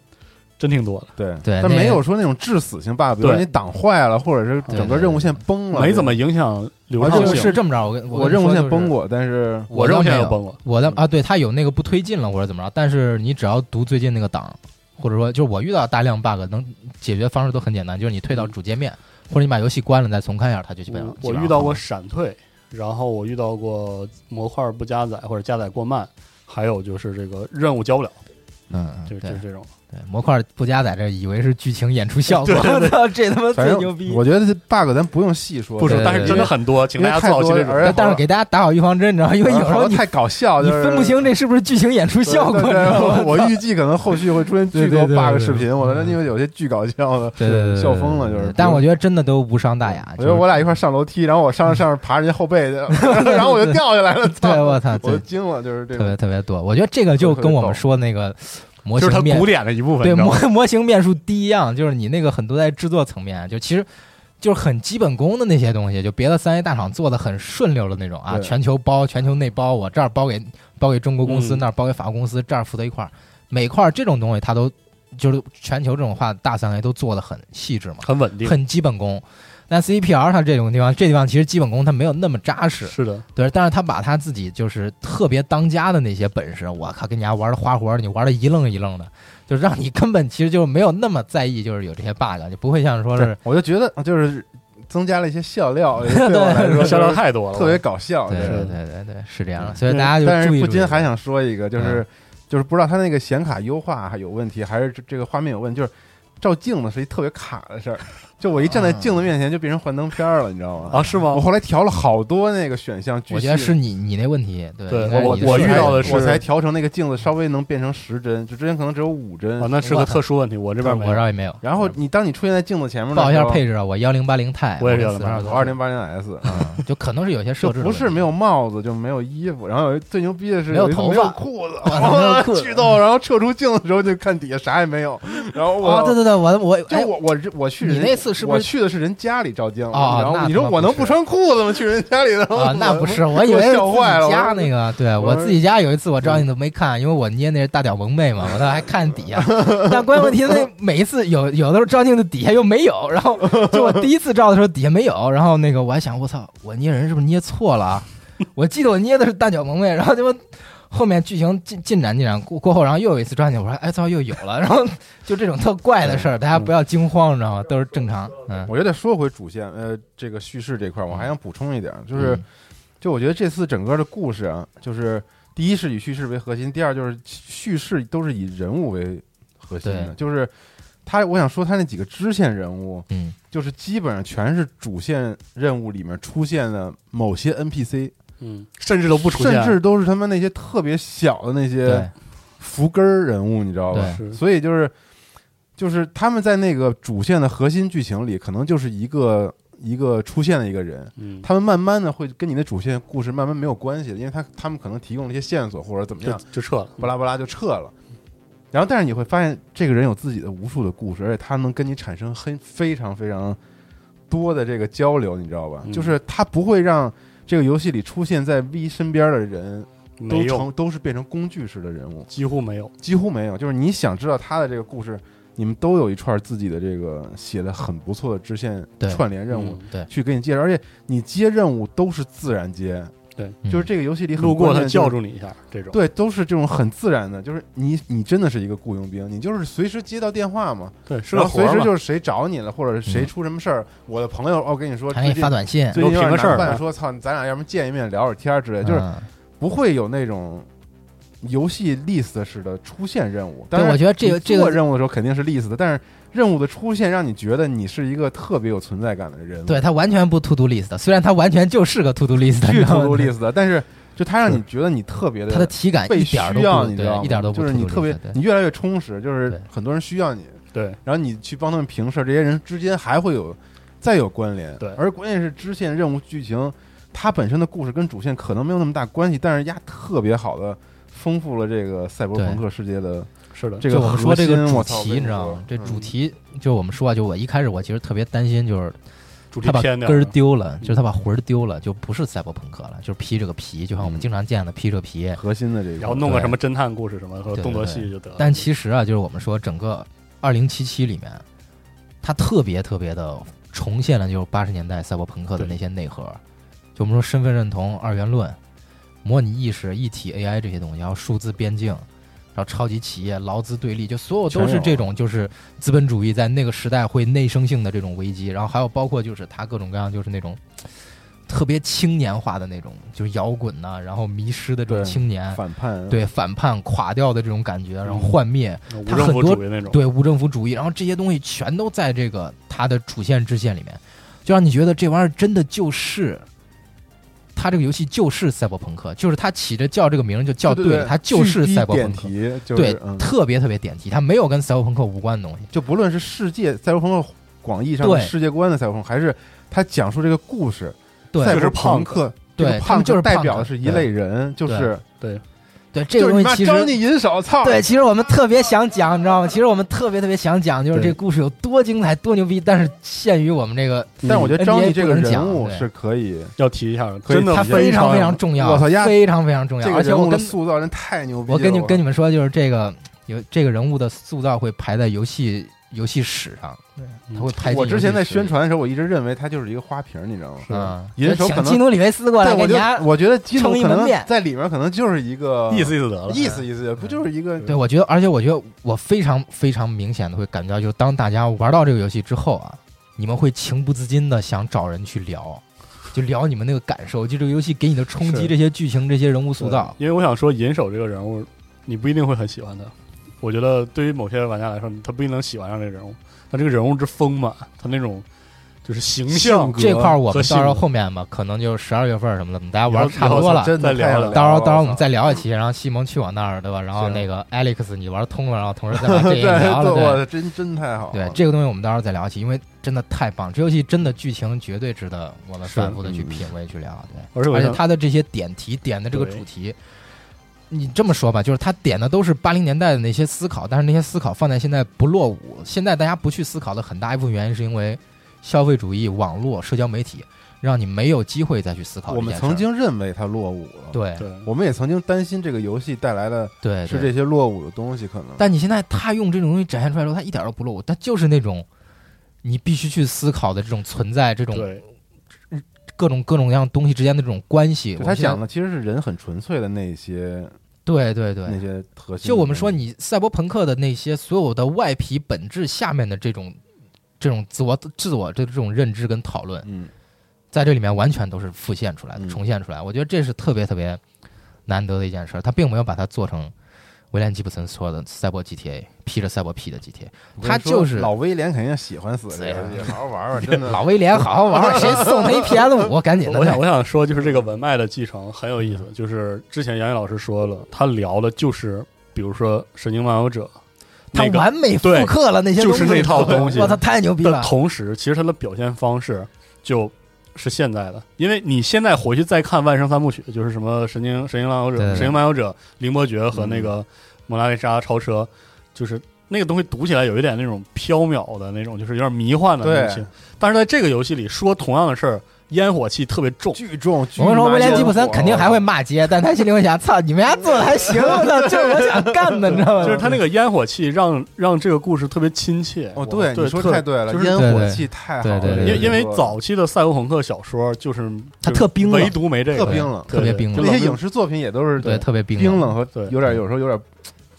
Speaker 2: 真挺多的，
Speaker 1: 对
Speaker 3: 对
Speaker 1: 但
Speaker 3: 那
Speaker 1: 没有说那种致死性 bug，比如说
Speaker 2: 对
Speaker 1: 你挡坏了，或者是整个任务线崩了，
Speaker 2: 没怎么影响流
Speaker 1: 啊
Speaker 2: 畅
Speaker 1: 这
Speaker 3: 是哦
Speaker 1: 个
Speaker 2: 性
Speaker 3: 是。这么着，我跟
Speaker 1: 我
Speaker 3: 我跟
Speaker 1: 任
Speaker 3: 你
Speaker 1: 务
Speaker 3: 说
Speaker 1: 线
Speaker 3: 就是
Speaker 1: 崩过，但是
Speaker 2: 我
Speaker 3: 我倒
Speaker 2: 任务线
Speaker 3: 没
Speaker 2: 又
Speaker 3: 有
Speaker 2: 崩了，
Speaker 3: 我的
Speaker 2: 嗯
Speaker 3: 啊，对，它有那个不推进了或者怎么着，但是你只要读最近那个档，或者说就是我遇到大量 bug，能解决方式都很简单，就是你退
Speaker 1: 嗯
Speaker 3: 到主界面，或者你把游戏关了再重开一下，它就基本上
Speaker 2: 我我遇到过闪退，然后我遇到过模块不加载或者加载过慢，还有就是这个任务交不了，
Speaker 3: 嗯，嗯
Speaker 2: 就是
Speaker 3: 对
Speaker 2: 就是这种。
Speaker 3: 对，模块不加在这，以为是剧情演出效果，我操， [laughs] 这他妈
Speaker 1: 反
Speaker 3: [laughs] 最
Speaker 1: 正
Speaker 3: 牛逼！
Speaker 1: 我觉得这 bug 咱不用细说，
Speaker 2: 不
Speaker 3: 说
Speaker 2: 是，
Speaker 1: 对
Speaker 2: 但是真的很多，请
Speaker 1: 因为
Speaker 2: 大家做好
Speaker 1: 太
Speaker 2: 心
Speaker 1: 多
Speaker 2: 理
Speaker 1: 了
Speaker 2: 准
Speaker 1: 而
Speaker 2: 备
Speaker 3: 但。但是给大家打好预防针，你知道吗？因为有时
Speaker 1: 嗯好
Speaker 3: 候
Speaker 1: 多
Speaker 3: 你
Speaker 1: 太搞笑，
Speaker 3: 你
Speaker 1: 就是
Speaker 3: 分不清这是不是剧情演出效果，
Speaker 1: 对
Speaker 3: 你
Speaker 1: 对
Speaker 3: 知
Speaker 1: 对
Speaker 3: 道吗？
Speaker 1: 我预计可能后续会出现
Speaker 3: 对
Speaker 1: 巨
Speaker 3: 对
Speaker 1: 多
Speaker 3: 对
Speaker 1: bug
Speaker 3: 对
Speaker 1: 视频，我
Speaker 3: 嗯
Speaker 1: 觉得因为有些巨搞笑的，
Speaker 3: 对对对对，
Speaker 1: 笑疯了就是
Speaker 3: 对但我觉得真的都无伤大雅。
Speaker 1: 我觉得我
Speaker 3: 俩
Speaker 1: 俩一块儿上楼梯，然后我
Speaker 3: [laughs]
Speaker 1: 上着上着爬人家后背，然后我就掉下来了，
Speaker 3: 对，
Speaker 1: 操！
Speaker 3: 我操，
Speaker 1: 我就
Speaker 3: 对，
Speaker 1: 惊了，就是这
Speaker 3: 特别
Speaker 1: 种。
Speaker 3: 特别多。我觉得这个就跟我们说那个模
Speaker 2: 就是它
Speaker 3: 型面
Speaker 2: 古典的一部分，
Speaker 3: 对
Speaker 2: 你知道
Speaker 3: 模
Speaker 2: 吗 [laughs]
Speaker 3: 模型面数第一样，就是你那个很多在制作层面，就其实就是很基本功的那些东西，就别的三 A 大厂做的很顺溜的那种啊，
Speaker 1: 对
Speaker 3: 全球包、全球内包，我这儿包给包给中国公司，
Speaker 2: 嗯
Speaker 3: 那儿包给法国公司，这儿负责一块儿，每块儿这种东西它都就是全球这种话，大三 A 都做的很细致嘛，
Speaker 2: 很稳定，
Speaker 3: 很基本功。但 CDPR 它这种地方，这地方其实基本功它没有那么扎实，
Speaker 2: 是的，
Speaker 3: 对，但是他把他自己就是特别当家的那些本事，我靠，跟人家玩的花活儿，你玩的一愣一愣的，就让你根本其实就没有那么在意，就是有这些 bug，就不会像说是
Speaker 1: 对，我就觉得就是增加了一些笑料，
Speaker 3: [laughs]
Speaker 1: 对我 [laughs] 来说
Speaker 2: 销量
Speaker 1: 就是
Speaker 2: 太多了，
Speaker 1: 特别搞笑。
Speaker 3: 对
Speaker 1: 对
Speaker 3: 对
Speaker 2: 是
Speaker 3: 对对对，是这样的，所以大家就
Speaker 1: 但
Speaker 3: 注
Speaker 1: 是
Speaker 3: 意
Speaker 1: 不
Speaker 3: 注意
Speaker 1: 禁还想说一个，就是
Speaker 3: 嗯
Speaker 1: 就是不知道他那个显卡优化还有问题，还是这这个画面有问题，就是照镜子是一特别卡的事儿。就我一站在
Speaker 3: 啊
Speaker 1: 镜子面前就变成幻灯片儿了，你知道吗？
Speaker 2: 啊，是
Speaker 1: 我
Speaker 2: 吗？
Speaker 1: 后来调了好多那个选项，
Speaker 3: 我觉得是你你那问题，对
Speaker 2: 对
Speaker 3: 应该是
Speaker 2: 我
Speaker 3: 你的
Speaker 2: 我
Speaker 3: 设
Speaker 2: 遇
Speaker 3: 计
Speaker 2: 到的
Speaker 3: 问
Speaker 2: 是
Speaker 3: 题
Speaker 1: 我才调成那个镜子稍微能变成十帧，就之前可能只有五帧
Speaker 2: 啊，。那是个特殊问题，我这边没
Speaker 3: 我这
Speaker 2: 有。
Speaker 3: 儿也没有，
Speaker 1: 然后你当你出现在镜子前面的
Speaker 3: 报一
Speaker 1: 时
Speaker 3: 下
Speaker 1: 候，啊
Speaker 3: 配置啊，我幺零八零 i
Speaker 2: 我也是1080
Speaker 1: 我二零八零 S
Speaker 3: 嗯，就可能是有些设
Speaker 1: 就
Speaker 3: 置的
Speaker 1: 不是
Speaker 3: 问题
Speaker 1: 没有帽子，就没有衣服，然后有一最牛逼的是
Speaker 3: 没有
Speaker 1: 一个
Speaker 3: 头
Speaker 1: 没有
Speaker 3: 发
Speaker 1: 裤子，
Speaker 3: 哇 [laughs] 没有
Speaker 1: 哇
Speaker 3: 裤子
Speaker 1: 巨逗。然后撤出镜子的时候就看底下啥也没
Speaker 3: [laughs]
Speaker 1: 有，然后我
Speaker 3: 啊，对对对，我我哎
Speaker 1: 就我我我去人
Speaker 3: 你那次是不是
Speaker 1: 我去的是人家里照镜子，
Speaker 3: 哦
Speaker 1: 然
Speaker 3: 那
Speaker 1: 后
Speaker 3: 他
Speaker 1: 你说
Speaker 3: 妈
Speaker 1: 我能
Speaker 3: 不
Speaker 1: 不穿裤子吗？去人家里头
Speaker 3: [laughs] 啊，那不是，我以
Speaker 1: 我
Speaker 3: 为是自
Speaker 1: 笑坏了
Speaker 3: 己
Speaker 1: 我
Speaker 3: 家那个，对
Speaker 1: 我
Speaker 3: 我自己家有一次我照镜子没看，因为我捏那是大屌萌妹嘛，我倒还看底
Speaker 1: [laughs]
Speaker 3: 下。但关键问题那每一次有有的时候照镜子底下又没有，然后就我第一次照的时候底下没有，然后那个我还想我操，我捏人是不是捏错了啊？我记得我捏的是大脚萌妹，然后结果后面剧情进进展进展过过后，然后又有一次抓紧，我说哎操又有了，然后就这种特怪的事儿，大家不要惊慌，你知道吗？都是正常，嗯，
Speaker 1: 我觉得说回主线，呃，这个叙事这块儿，我还想补充一点，就是
Speaker 3: 嗯
Speaker 1: 就我觉得这次整个的故事啊，就是第一是以叙事为核心，第二就是叙事都是以人物为核心的，
Speaker 3: 对
Speaker 1: 就是他，我想说他那几个支线人物，
Speaker 3: 嗯
Speaker 1: 就是基本上全是主线任务里面出现的某些 NPC，
Speaker 2: 嗯，甚至都不出现，
Speaker 1: 甚至都是他们那些特别小的那
Speaker 3: 对
Speaker 1: 些扶根儿人物，你知道吧？
Speaker 3: 对
Speaker 2: 是
Speaker 1: 所以就是就是他们在那个主线的核心剧情里，可能就是一个一个出现的一个人，
Speaker 2: 嗯，
Speaker 1: 他们慢慢的会跟你的主线故事慢慢没有关系了，因为他他们可能提供了一些线索或者怎么
Speaker 2: 就
Speaker 1: 样，
Speaker 2: 就撤了，
Speaker 1: 巴拉巴拉就撤了。然后，但是你会发现，这个人有自己的无数的故事，而且他能跟你产生很非常非常多的这个交流，你知道吧？
Speaker 2: 嗯
Speaker 1: 就是他不会让这个游戏里出现在 V 身边的人
Speaker 2: 没
Speaker 1: 都
Speaker 2: 有，
Speaker 1: 成都是变成工具式的人物，
Speaker 2: 几乎没有。
Speaker 1: 几乎没有。就是你想知道他的这个故事，你们都有一串自己的这个写的很不错的支线
Speaker 3: 对
Speaker 1: 串联任务
Speaker 2: 嗯
Speaker 3: 对，
Speaker 1: 去给你介绍，而且你接任务都是自然接，
Speaker 3: 嗯
Speaker 1: 就是这个游戏里很
Speaker 2: 路过
Speaker 1: 关键
Speaker 2: 他
Speaker 1: 就是
Speaker 2: 叫住你一下，这种
Speaker 1: 对，都是这种很自然的，就是你你真的是一个雇佣兵，你就是随时接到电话嘛，
Speaker 2: 对是
Speaker 1: 然
Speaker 2: 个
Speaker 1: 后
Speaker 2: 活
Speaker 1: 随
Speaker 2: 儿
Speaker 1: 时
Speaker 2: 嘛
Speaker 1: 就是谁找你了，或者谁出什么事儿，我的朋友哦跟你说
Speaker 3: 还
Speaker 1: 最
Speaker 3: 给你
Speaker 1: 近
Speaker 3: 嗯发短信，
Speaker 1: 最近
Speaker 2: 有
Speaker 1: 有点
Speaker 2: 评个事
Speaker 1: 难
Speaker 2: 儿
Speaker 1: 办，
Speaker 2: 吧
Speaker 1: 说操，咱俩要么见一面聊会儿天儿之类的，就是
Speaker 3: 嗯
Speaker 1: 不会有那种游戏 list 式的出现任务。但
Speaker 3: 对，我觉得这个这
Speaker 1: 做
Speaker 3: 个，
Speaker 1: 任务的时候肯定是 list 的，但是任务的出现让你觉得你是一个特别有存在感的人物，
Speaker 3: 对他完全不 to do list，虽然他完全就是个 to do list，
Speaker 1: 巨
Speaker 3: 你知道
Speaker 1: to do
Speaker 3: 吗
Speaker 1: list 的，但是就它让
Speaker 2: 是
Speaker 1: 你觉得你特别的
Speaker 3: 他的体感
Speaker 1: 被
Speaker 3: 哎一
Speaker 1: 需
Speaker 3: 点儿都
Speaker 1: 要，
Speaker 3: 不
Speaker 1: 你知道
Speaker 3: 对，
Speaker 1: 吗？
Speaker 3: 一点儿都不
Speaker 1: 就是
Speaker 3: to
Speaker 1: 你
Speaker 3: do
Speaker 1: 特别
Speaker 3: list，对，
Speaker 1: 你越来越充实，就是
Speaker 3: 对
Speaker 1: 很多人需要你，
Speaker 2: 对
Speaker 1: 然后你去帮他们平事，这些人之间还会有再有关联。
Speaker 2: 对
Speaker 1: 而关键是支线任务剧情，它本身的故事跟主线可能没有那么大关系，但是呀，特别好的丰富了这个赛博朋克世界的
Speaker 2: 是的，
Speaker 1: 这
Speaker 3: 就
Speaker 1: 个
Speaker 3: 我们说这
Speaker 1: 核
Speaker 3: 个
Speaker 1: 心
Speaker 3: 主
Speaker 1: 我操
Speaker 3: 题，
Speaker 1: 我跟
Speaker 3: 你知道吗
Speaker 1: 说？
Speaker 3: 这主
Speaker 1: 嗯
Speaker 3: 题就我们说啊，就我一开始我其实特别担心，就是
Speaker 2: 主题
Speaker 3: 他把
Speaker 2: 偏
Speaker 3: 根
Speaker 2: 掉了
Speaker 3: 儿丢
Speaker 1: 嗯
Speaker 3: 了，就是他把魂儿丢了，就不是赛博朋克了，就是披着个皮，就像
Speaker 1: 嗯
Speaker 3: 我们经常见的披着皮。
Speaker 1: 核心的这个，
Speaker 2: 然后弄个
Speaker 3: 对
Speaker 2: 什么侦探故事什么和
Speaker 3: 对
Speaker 2: 动作
Speaker 3: 对
Speaker 2: 戏就得了。
Speaker 3: 但其实啊，就是我们说整个二零七七里面，它特别特别的重现了就是八十年代赛博朋克的那些内核，就我们说身份认同、二元论、模拟意识、一体 AI 这些东西，然后数字边境，然后超级企业、劳资对立，就所有都
Speaker 1: 全
Speaker 3: 是
Speaker 1: 有
Speaker 3: 这种就是资本主义在那个时代会内生性的这种危机，然后还有包括就是它各种各样就是那种。特别青年化的那种，就是摇滚呐、然后迷失的这种
Speaker 1: 对
Speaker 3: 青年，
Speaker 1: 反叛，啊
Speaker 3: 对反叛垮掉的这种感觉，然后
Speaker 2: 嗯
Speaker 3: 幻灭，
Speaker 2: 那无
Speaker 3: 他
Speaker 2: 政
Speaker 3: 很
Speaker 2: 府
Speaker 3: 多
Speaker 2: 主义那种，
Speaker 3: 对无政府主义，然后这些东西全都在这个它的主线支线里面，就让你觉得这玩意儿真的就是。它这个游戏就是赛博朋克，就是它起着叫这个名儿就叫
Speaker 1: 对
Speaker 3: 对了，它就是
Speaker 1: 巨低
Speaker 3: 赛博
Speaker 1: 点
Speaker 3: 朋克，
Speaker 1: 题，就
Speaker 3: 对
Speaker 1: 是，嗯，
Speaker 3: 特别特别点题，它没有跟赛博朋克无关的东西。
Speaker 1: 就不论是世界赛博朋克广义上的
Speaker 3: 对
Speaker 1: 世界观的赛博朋克，还是他讲述这个故事，
Speaker 3: 对，
Speaker 1: 赛
Speaker 2: 就是
Speaker 1: 博朋克，
Speaker 3: 对
Speaker 1: 这个
Speaker 3: 他
Speaker 1: 胖
Speaker 3: 们就是
Speaker 1: 子代
Speaker 3: 胖
Speaker 1: 表
Speaker 3: 子
Speaker 1: 的是一
Speaker 3: 对
Speaker 1: 类人，就是
Speaker 3: 对这
Speaker 1: 就
Speaker 3: 个
Speaker 1: 是你
Speaker 3: 东
Speaker 1: 妈
Speaker 3: 西其
Speaker 1: 招
Speaker 3: 实
Speaker 1: 你银手，操，
Speaker 3: 对，其实我们特别想讲，你知道吗？其实我们特别特别想讲，就是
Speaker 2: 对
Speaker 3: 这故事有多精彩、多牛逼，但是限于我们这个，
Speaker 1: 但我觉得
Speaker 3: NBA
Speaker 1: 张力这个
Speaker 3: 不能
Speaker 1: 人
Speaker 3: 讲
Speaker 1: 物
Speaker 3: 对
Speaker 1: 是可以，
Speaker 2: 要提一下了，
Speaker 1: 可以
Speaker 2: 真的
Speaker 1: 那
Speaker 3: [laughs] 它
Speaker 1: 我
Speaker 3: 非常非
Speaker 1: 非
Speaker 3: 常
Speaker 1: 常
Speaker 3: 重要
Speaker 1: 我操，呀
Speaker 3: 非常非常重
Speaker 1: 这
Speaker 3: 要。
Speaker 1: 个
Speaker 3: 而且
Speaker 1: 人
Speaker 3: 我
Speaker 1: 物的
Speaker 3: 跟
Speaker 1: 塑造人太牛逼了。
Speaker 3: 我跟你
Speaker 1: 靠
Speaker 3: 跟你们说，就是这个有这个人物的塑造会排在游戏游戏史上，
Speaker 2: 嗯
Speaker 3: 他会排进
Speaker 1: 我之前
Speaker 3: 游戏
Speaker 1: 在
Speaker 3: 史
Speaker 1: 宣传的时候，我一直认为他就是一个花瓶儿，你知道吗？
Speaker 2: 是
Speaker 3: 啊，
Speaker 1: 银手可
Speaker 3: 请
Speaker 1: 能
Speaker 3: 基努里维斯过来
Speaker 1: 我
Speaker 3: 给你
Speaker 1: 就
Speaker 3: 家。
Speaker 1: 我觉得基努
Speaker 3: 撑一
Speaker 1: 可
Speaker 3: 门
Speaker 1: 能
Speaker 3: 面
Speaker 1: 在里面可能就是一个
Speaker 2: 意思意思得了，
Speaker 1: 意思意思，不就是一个
Speaker 2: 对
Speaker 3: 对，我觉得，而且我觉得我非常非常明显的会感觉到，就是当大家玩到这个游戏之后啊，你们会情不自禁的想找人去聊，就聊你们那个感受，就这个游戏给你的冲击，
Speaker 2: 是
Speaker 3: 这些剧情，这些人物塑造，
Speaker 2: 因为我想说，银手这个人物，你不一定会很喜欢他。我觉得对于某些玩家来说，他不一定能喜欢上这个人物。但这个人物之丰满，他那种就是形象
Speaker 1: 性格
Speaker 3: 这块儿我们到时
Speaker 2: 和
Speaker 3: 候
Speaker 2: 性格
Speaker 3: 后面吧，可能就十二月份儿什么的，等大家
Speaker 2: 以
Speaker 3: 玩
Speaker 2: 后
Speaker 3: 儿差不多了，
Speaker 1: 真的
Speaker 2: 再聊
Speaker 1: 太
Speaker 2: 了
Speaker 1: 好
Speaker 3: 到时候到时候我
Speaker 1: 了
Speaker 3: 们再聊一期，然后西蒙去我那儿，对吧？然后
Speaker 1: 行
Speaker 3: 那个 Alex 你玩通了，然后同时再把
Speaker 1: [laughs]
Speaker 3: 这
Speaker 1: 对
Speaker 3: 也聊了，对
Speaker 1: 我真真太好了。
Speaker 3: 对，这个东西我们到时候再聊一期，因为真的太棒，这游戏真的剧情绝对值得我们
Speaker 2: 是
Speaker 3: 反复的去
Speaker 1: 嗯
Speaker 3: 品味去聊，对。
Speaker 2: 而且我
Speaker 3: 而且
Speaker 2: 想，
Speaker 3: 他的这些点题点的这个
Speaker 2: 对
Speaker 3: 主题，你这么说吧，就是他点的都是八零年代的那些思考，但是那些思考放在现在不落伍。现在大家不去思考的很大一部分原因，是因为消费主义、网络、社交媒体，让你没有机会再去思考这
Speaker 1: 我
Speaker 3: 件事儿。
Speaker 1: 们曾经认为它落伍了，，
Speaker 3: 对
Speaker 2: 对，
Speaker 1: 我们也曾经担心这个游戏带来的
Speaker 3: 对
Speaker 1: 是
Speaker 3: 对
Speaker 1: 这些落伍的东西，可能
Speaker 3: 但你现在他用这种东西展现出来之后，他一点都不落伍，他就是那种你必须去思考的这种存在，这种
Speaker 2: 对，
Speaker 3: 各种各种各样东西之间的这种关系。
Speaker 1: 就
Speaker 3: 我
Speaker 1: 他
Speaker 3: 现在
Speaker 1: 讲的其实是人很纯粹的那些
Speaker 3: 对对对，
Speaker 1: 那些核心。
Speaker 3: 就我们说，，你赛博朋克的那些所有的外皮本质下面的这种这种自我自我的这种认知跟讨论，
Speaker 1: 嗯，
Speaker 3: 在这里面完全都是复现出来的、
Speaker 1: 嗯
Speaker 3: 重现出来。我觉得这是特别特别难得的一件事儿，他并没有把它做成威廉吉普森说的赛博 GTA，披着赛博皮的 GTA。他
Speaker 1: 我跟你说
Speaker 3: 就是
Speaker 1: 老威廉肯定喜欢死这个啊游戏，好好玩玩，真的
Speaker 3: 老威廉，好好玩玩，谁送他一 PS
Speaker 2: [laughs]
Speaker 3: 五？赶紧
Speaker 2: 嗯
Speaker 3: 的，
Speaker 2: 我想我想说，就是这个文脉的继承很有意思。
Speaker 3: 嗯
Speaker 2: 就是之前杨毅老师说了，他聊的就是比如说《神经漫游者》
Speaker 3: 他
Speaker 2: 那个
Speaker 3: 完美复刻了那些东西，
Speaker 2: 就是那套东西
Speaker 3: 我操，太牛逼
Speaker 2: 的
Speaker 3: 了！
Speaker 2: 同时，其实他的表现方式就是现在的，因为你现在回去再看《万圣三部曲》，就是什么《神经神经漫游者
Speaker 3: 对》对
Speaker 2: 《神经漫游者》《凌波爵》和那
Speaker 1: 嗯
Speaker 2: 个《蒙娜丽莎超车》就是那个东西读起来有一点那种飘渺的那种，就是有点迷幻的
Speaker 1: 对
Speaker 2: 东西。但是在这个游戏里说同样的事儿，烟火气特别重，
Speaker 1: 巨重。
Speaker 3: 我跟你说，
Speaker 1: 巨
Speaker 3: 威廉
Speaker 1: 麻
Speaker 3: 吉普森
Speaker 1: 将
Speaker 3: 肯定还会
Speaker 2: [laughs]
Speaker 3: 骂街，但他心里会想：操，你们家做的还行，我操，这是我想干的，你知道吗？
Speaker 2: 就是他那个烟火气让让这个故事特别亲切。
Speaker 1: 哦，对，
Speaker 2: 对，
Speaker 1: 你说
Speaker 2: 特
Speaker 1: 太对了，
Speaker 2: 就是
Speaker 1: 烟
Speaker 3: 对
Speaker 1: 火
Speaker 3: 对
Speaker 1: 气太好
Speaker 3: 对
Speaker 1: 了，
Speaker 3: 对对
Speaker 2: 因为
Speaker 3: 对
Speaker 2: 因为早期的赛博朋克小说就是
Speaker 3: 他
Speaker 2: 就
Speaker 3: 特冰冷
Speaker 2: 唯独没这
Speaker 1: 特
Speaker 2: 个
Speaker 1: 冰冷，
Speaker 3: 特别
Speaker 2: 对
Speaker 3: 冰冷
Speaker 2: 就
Speaker 1: 那些
Speaker 2: 冷
Speaker 1: 影视作品也都是
Speaker 3: 对特别冰
Speaker 1: 冰冷和
Speaker 2: 对
Speaker 1: 有点有时候有点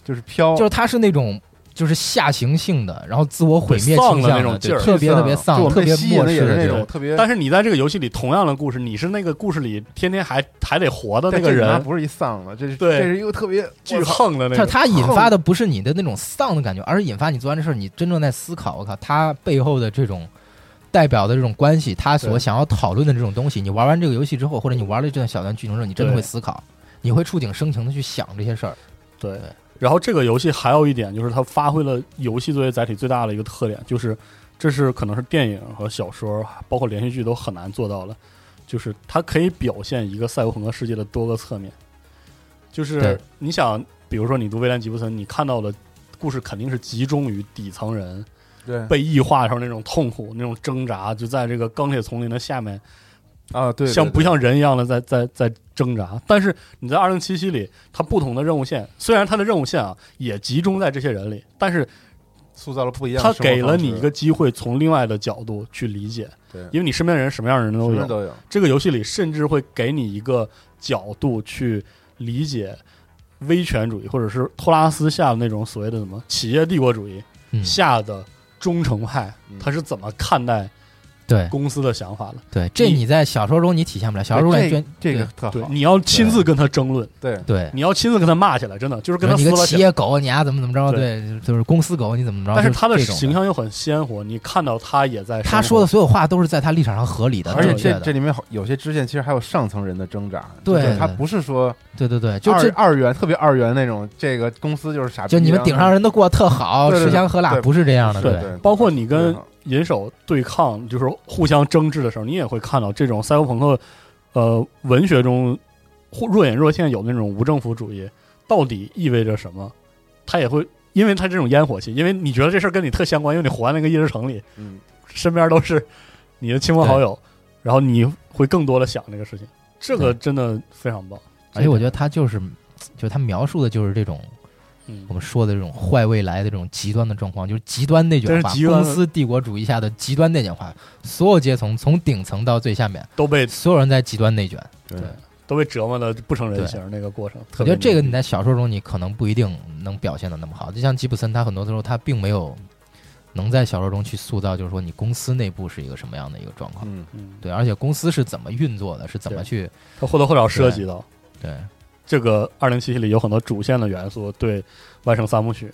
Speaker 1: 就是飘，
Speaker 3: 就是他是那种就是下行性的，然后自我毁灭
Speaker 2: 对丧
Speaker 3: 倾
Speaker 2: 的
Speaker 3: 向
Speaker 2: 那种劲儿
Speaker 3: 对特别特别
Speaker 1: 就
Speaker 3: 丧，
Speaker 1: 我
Speaker 3: 特
Speaker 1: 们被
Speaker 3: 别
Speaker 1: 吸引
Speaker 3: 漠
Speaker 1: 的也
Speaker 3: 视
Speaker 1: 是
Speaker 3: 的
Speaker 1: 那
Speaker 3: 这
Speaker 1: 种
Speaker 3: 种。
Speaker 1: 特别，
Speaker 2: 但是你在这个游戏里同样的故事，你是那个故事里天天还还得活的那
Speaker 1: 但
Speaker 2: 个
Speaker 1: 这他
Speaker 2: 人，
Speaker 1: 不是一丧了，这是
Speaker 2: 对
Speaker 1: 这是一个特别
Speaker 2: 巨
Speaker 1: 我操
Speaker 2: 横的那
Speaker 3: 他
Speaker 2: 个。
Speaker 3: 他引发的不是你的那种丧的感觉，而是引发你做完这事儿，你真正在思考。我靠，他背后的这种代表的这种关系，他所
Speaker 2: 对
Speaker 3: 想要讨论的这种东西，你玩完这个游戏之后，或者你玩了这段小段剧情之后，你真的
Speaker 2: 对
Speaker 3: 会思考，你会触景生情的去想这些事儿。
Speaker 2: 对。然后这个游戏还有一点就是，它发挥了游戏作为载体最大的一个特点，就是这是可能是电影和小说，包括连续剧都很难做到的，就是它可以表现一个赛博朋克世界的多个侧面。就
Speaker 3: 对
Speaker 2: 是你想，比如说你读威廉吉布森，你看到的故事肯定是集中于底层人，
Speaker 1: 对
Speaker 2: 被异化的时候那种痛苦、那种挣扎，就在这个钢铁丛林的下面，
Speaker 1: 啊，对，对
Speaker 2: 像不
Speaker 1: 对
Speaker 2: 像人一样的在在在挣扎？但是你在二零七七里，它不同的任务线，虽然它的任务线啊也集中在这些人里，但是
Speaker 1: 塑造了不一样
Speaker 2: 它
Speaker 1: 的生活方
Speaker 2: 给
Speaker 1: 式？
Speaker 2: 了你一个机会，从另外的角度去理解，
Speaker 1: 对，
Speaker 2: 因为你身边人什么样的人
Speaker 1: 什
Speaker 2: 都
Speaker 1: 么
Speaker 2: 有。
Speaker 1: 都有，
Speaker 2: 这个游戏里甚至会给你一个角度去理解威权主义，或者是托拉斯下的那种所谓的什么企业帝国主义，
Speaker 3: 嗯，
Speaker 2: 下的忠诚派
Speaker 1: 嗯，
Speaker 2: 他是怎么看待
Speaker 3: 对
Speaker 2: 公司的想法了。
Speaker 3: 对，这你在小说中你体现不了，小说中你
Speaker 1: 这
Speaker 3: 就
Speaker 1: 这个特
Speaker 2: 对，
Speaker 1: 好，
Speaker 2: 你要亲自跟他争论，
Speaker 1: 对，
Speaker 3: 对。
Speaker 2: 你要亲自跟他骂起来，真的就是跟他
Speaker 3: 你
Speaker 2: 撕
Speaker 3: 个
Speaker 2: 了
Speaker 3: 企
Speaker 2: 起来。
Speaker 3: 业狗，你丫怎么怎么着？
Speaker 2: 对
Speaker 3: 对，就是公司狗，你怎么怎么着？
Speaker 2: 但是
Speaker 3: 就
Speaker 2: 他的
Speaker 3: 这种
Speaker 2: 形，象又很鲜活，你看到他也在生活。
Speaker 3: 他说的所有话都是在他立场上合理的，
Speaker 1: 而且
Speaker 3: 正确
Speaker 1: 这
Speaker 3: 的
Speaker 1: 这里面好有些支线其实还有上层人的挣扎，
Speaker 3: 对
Speaker 1: 就是他
Speaker 3: 对
Speaker 1: 不是说
Speaker 3: 对对对，就
Speaker 1: 二
Speaker 3: 这
Speaker 1: 二元特别二元那种，这个公司就是傻逼，
Speaker 3: 就你们
Speaker 1: 然后
Speaker 3: 顶上人都过得特好，
Speaker 1: 对对对
Speaker 3: 吃香喝辣，
Speaker 1: 对
Speaker 3: 不是这样的，
Speaker 1: 对
Speaker 3: 对
Speaker 1: 对
Speaker 2: 包括你跟
Speaker 1: 对
Speaker 2: 银手对抗，就是互相争执的时候，你也会看到这种赛博朋克，呃，文学中或若隐若现有那种无政府主义到底意味着什么？他也会，因为他这种烟火气，因为你觉得这事儿跟你特相关，因为你活在那个意识城里，
Speaker 1: 嗯，
Speaker 2: 身边都是你的亲朋好友，然后你会更多的想这个事情，这个真的非常棒。
Speaker 3: 而且我觉得他就是，就是他描述的就是这种
Speaker 2: 嗯
Speaker 3: 我，们说的这种坏未来的这种极端的状况，就是极端内卷
Speaker 2: 但
Speaker 3: 化，
Speaker 2: 是极端
Speaker 3: 公司帝国主义下的极端内卷化，所有阶层从顶层到最下面，
Speaker 2: 都被
Speaker 3: 所有人在极端内卷。
Speaker 1: 对
Speaker 2: 对都被折磨的不成人形，那个过程。
Speaker 3: 我觉得这个
Speaker 2: 特别
Speaker 3: 你在小说中你可能不一定能表现的那么好，就像吉普森，他很多时候他并没有能在小说中去塑造，就是说你公司内部是一个什么样的一个状况。
Speaker 1: 嗯，
Speaker 2: 嗯，
Speaker 3: 对，而且公司是怎么运作的，是怎么
Speaker 2: 对
Speaker 3: 去
Speaker 2: 他或多或少涉及到。
Speaker 3: 对
Speaker 2: 这个二零七七里有很多主线的元素，对《万圣三部曲》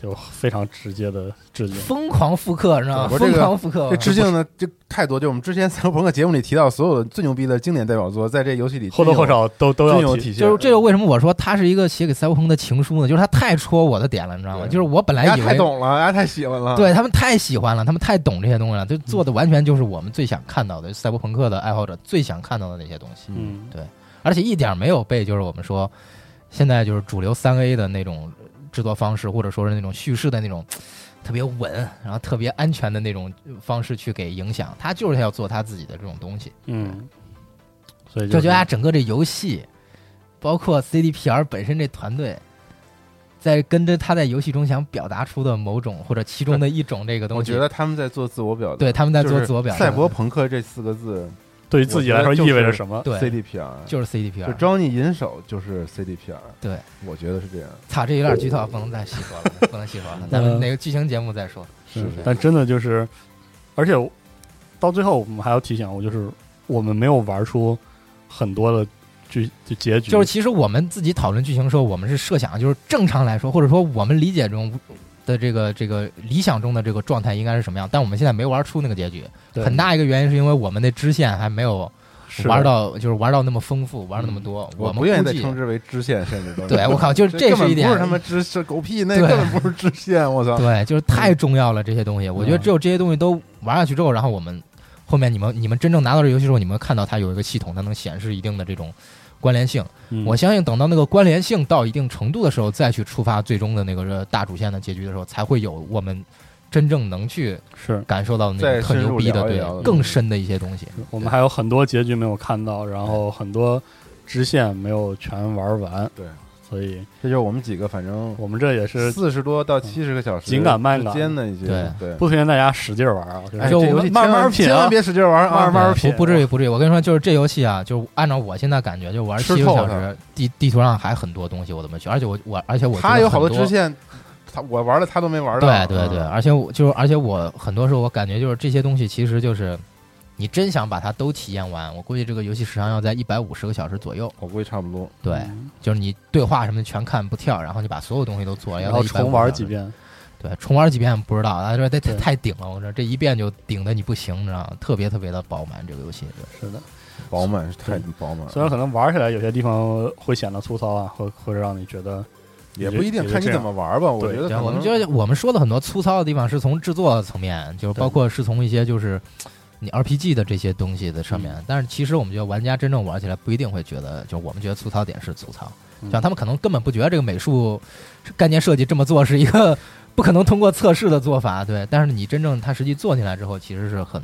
Speaker 2: 有非常直接的致敬。
Speaker 3: 疯狂复刻，你知道吗？
Speaker 1: 我这个
Speaker 3: 疯狂复刻，
Speaker 1: 这致敬呢，这太多，就我们之前 [laughs] 赛博朋克节目里提到所有的最牛逼的经典代表作，在这游戏里
Speaker 2: 或多或少都都
Speaker 1: 真
Speaker 2: 要
Speaker 1: 有
Speaker 2: 提
Speaker 1: 体现，
Speaker 3: 就是这个，为什么我说它是一个写给赛博朋克的情书呢？就是它太戳我的点了，你知道吗？
Speaker 1: 对
Speaker 3: 就是我本来
Speaker 1: 大家
Speaker 3: 以
Speaker 1: 太
Speaker 3: 为
Speaker 1: 懂了，大家太喜欢了，
Speaker 3: 对他们太喜欢了，他们太懂这些东西了，
Speaker 1: 嗯
Speaker 3: 就做的完全就是我们最想看到的赛博朋克的爱好者最想看到的那些东西，
Speaker 2: 嗯，
Speaker 3: 而且一点没有被就是我们说现在就是主流三 A 的那种制作方式，或者说是那种叙事的那种特别稳，然后特别安全的那种方式去给影响。他就是要做他自己的这种东西，
Speaker 2: 嗯，所以
Speaker 3: 这
Speaker 2: 就
Speaker 3: 就他整个这游戏，包括 CDPR 本身这团队，在跟着他在游戏中想表达出的某种或者其中的一种这个东
Speaker 1: 我
Speaker 3: 西，
Speaker 1: 觉得他们在做自我表达，
Speaker 3: 嗯对他们在
Speaker 1: 就
Speaker 3: 做
Speaker 1: 是
Speaker 3: 自我表达。
Speaker 1: 赛博朋克这四个字
Speaker 2: 对于自己来说
Speaker 1: 我觉得就是
Speaker 2: 意味着什么？
Speaker 3: 对，
Speaker 1: ，CDPR，
Speaker 3: 就是
Speaker 1: 就
Speaker 3: CDPR。
Speaker 1: Johnny 银手就是 CDPR，
Speaker 3: 对，
Speaker 1: 我觉得是这样，
Speaker 3: 操，这有点剧透，不能再细说了，不能细说
Speaker 1: [laughs]
Speaker 3: 了，咱们哪个剧情节目再说。
Speaker 1: 是这样，
Speaker 2: 嗯但真的就是，而且到最后我们还要提醒我，就是我们没有玩出很多的剧就结局，
Speaker 3: 就是其实我们自己讨论剧情的时候，我们是设想，就是正常来说，或者说我们理解中的这个这个理想中的这个状态应该是什么样，但我们现在没玩出那个结局。
Speaker 2: 对
Speaker 3: 很大一个原因是因为我们的支线还没有
Speaker 2: 是
Speaker 3: 玩到，就是玩到那么丰富，玩到那么多。
Speaker 1: 嗯我
Speaker 3: 们
Speaker 1: 不愿意
Speaker 3: 估
Speaker 1: 再
Speaker 3: 计
Speaker 1: 称之为支线，甚至都是
Speaker 3: 对我靠，就是
Speaker 1: 根
Speaker 3: 是
Speaker 1: 本
Speaker 3: 一点
Speaker 1: 不是他妈支是狗屁，那
Speaker 3: 对
Speaker 1: 根本不是支线，我操！
Speaker 3: 对，就是太
Speaker 1: 嗯
Speaker 3: 重要了这些东西。我觉得只有这些东西都玩下去之后，然后我们后面你们你们真正拿到这游戏之后，你们看到它有一个系统，它能显示一定的这种关联性。
Speaker 2: 嗯
Speaker 3: 我相信等到那个关联性到一定程度的时候，再去触发最终的那个大主线的结局的时候，才会有我们真正能去
Speaker 2: 是
Speaker 3: 感受到那
Speaker 1: 再
Speaker 3: 个特
Speaker 1: 深
Speaker 3: 牛
Speaker 1: 入
Speaker 3: 逼的
Speaker 1: 聊一
Speaker 3: 对
Speaker 1: 聊
Speaker 3: 更深的一些东西。
Speaker 2: 我们还有很多结局没有看到，然后很多支线没有全玩完，
Speaker 1: 对，
Speaker 2: 所以
Speaker 1: 这就是我们几个，反正
Speaker 2: 我们这也是
Speaker 1: 四十多到七十个小时
Speaker 2: 嗯紧赶慢赶
Speaker 1: 之间的一些
Speaker 3: 对
Speaker 1: 对。
Speaker 2: 不推荐大家使劲玩啊，就是
Speaker 1: 哎，
Speaker 3: 就
Speaker 1: 这
Speaker 3: 我
Speaker 1: 游戏
Speaker 2: 慢
Speaker 1: 千万
Speaker 2: 慢品啊
Speaker 1: 千万别使劲玩啊！
Speaker 2: 慢慢
Speaker 3: 对
Speaker 2: 品
Speaker 3: 不不至于不至于。我跟你说，就是这游戏啊，就是按照我现在感觉，就玩
Speaker 1: 吃
Speaker 3: 七个
Speaker 1: 透
Speaker 3: 小
Speaker 1: 它
Speaker 3: 时，地地图上还很多东西我都没去，而且我我而且我觉
Speaker 1: 他
Speaker 3: 得
Speaker 1: 有好
Speaker 3: 很
Speaker 1: 多支线，他我玩了他都没玩到。
Speaker 3: 对对对，
Speaker 1: 啊
Speaker 3: 而且我就是，而且我很多时候我感觉就是这些东西其实就是，你真想把它都体验完，我估计这个游戏时长要在一百五十个小时左右。
Speaker 1: 我估计差不多。
Speaker 3: 对，
Speaker 2: 嗯
Speaker 3: 就是你对话什么的全看不跳，然后你把所有东西都做了，
Speaker 2: 然
Speaker 3: 要
Speaker 2: 后
Speaker 3: 在150
Speaker 2: 重玩
Speaker 3: 小时
Speaker 2: 几。遍，
Speaker 3: 对，重玩几遍不知道，他说这太
Speaker 2: 对
Speaker 3: 太顶了，我说这一遍就顶的你不行，你知道吗？特别特别的饱满这个游戏。对
Speaker 2: 是的。
Speaker 1: 饱满是太饱满了，
Speaker 2: 虽然可能玩起来有些地方会显得粗糙啊，会会让你觉得
Speaker 1: 也不一定
Speaker 2: 也就
Speaker 1: 看你
Speaker 2: 这样
Speaker 1: 怎么玩吧。我
Speaker 2: 对
Speaker 1: 觉得
Speaker 3: 对，
Speaker 1: 可
Speaker 3: 我们
Speaker 1: 能
Speaker 3: 就是我们说的很多粗糙的地方是从制作层面，就是包括是从一些就是你 RPG 的这些东西的
Speaker 1: 嗯
Speaker 3: 上面，但是其实我们觉得玩家真正玩起来不一定会觉得，就是我们觉得粗糙点是粗糙，
Speaker 2: 嗯
Speaker 3: 像他们可能根本不觉得这个美术概念设计这么做是一个不可能通过测试的做法，对，但是你真正它实际做进来之后，其实是很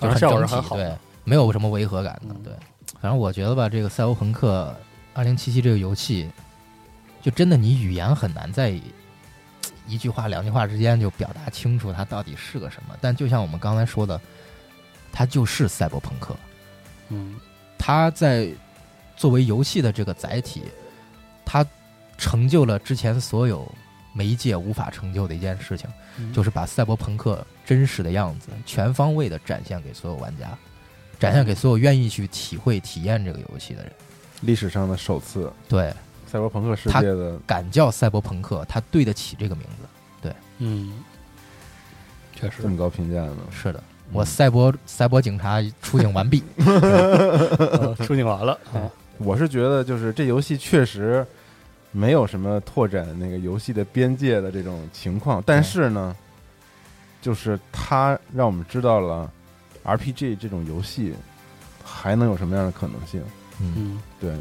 Speaker 3: 就
Speaker 2: 反正
Speaker 3: 很
Speaker 2: 效果
Speaker 3: 整
Speaker 2: 是
Speaker 3: 体
Speaker 2: 很，好的
Speaker 3: 对，没有什么违和感的
Speaker 2: 嗯。
Speaker 3: 对，反正我觉得吧，这个《赛欧朋克二零七七》这个游戏，就真的你语言很难在一句话、两句话之间就表达清楚它到底是个什么。但就像我们刚才说的，它就是赛博朋克，
Speaker 2: 嗯
Speaker 3: 它在作为游戏的这个载体，它成就了之前所有媒介无法成就的一件事情，
Speaker 2: 嗯
Speaker 3: 就是把赛博朋克真实的样子全方位的展现给所有玩家，展现给所有愿意去体会、体验这个游戏的人。
Speaker 1: 历史上的首次
Speaker 3: 对，
Speaker 1: 赛博朋克世
Speaker 3: 它
Speaker 1: 界的
Speaker 3: 敢叫赛博朋克，它对得起这个名字。
Speaker 2: 嗯，确实
Speaker 1: 这，么高评价呢？
Speaker 3: 是的，
Speaker 2: 嗯
Speaker 3: 我赛博赛博警察出
Speaker 2: [laughs]
Speaker 3: 警完毕。
Speaker 2: 呃出镜完了啊，
Speaker 1: 我是觉得就是这游戏确实没有什么拓展那个游戏的边界的这种情况，但是呢，
Speaker 3: 嗯
Speaker 1: 就是它让我们知道了 RPG 这种游戏还能有什么样的可能性。
Speaker 3: 嗯，
Speaker 2: 嗯，
Speaker 1: 对，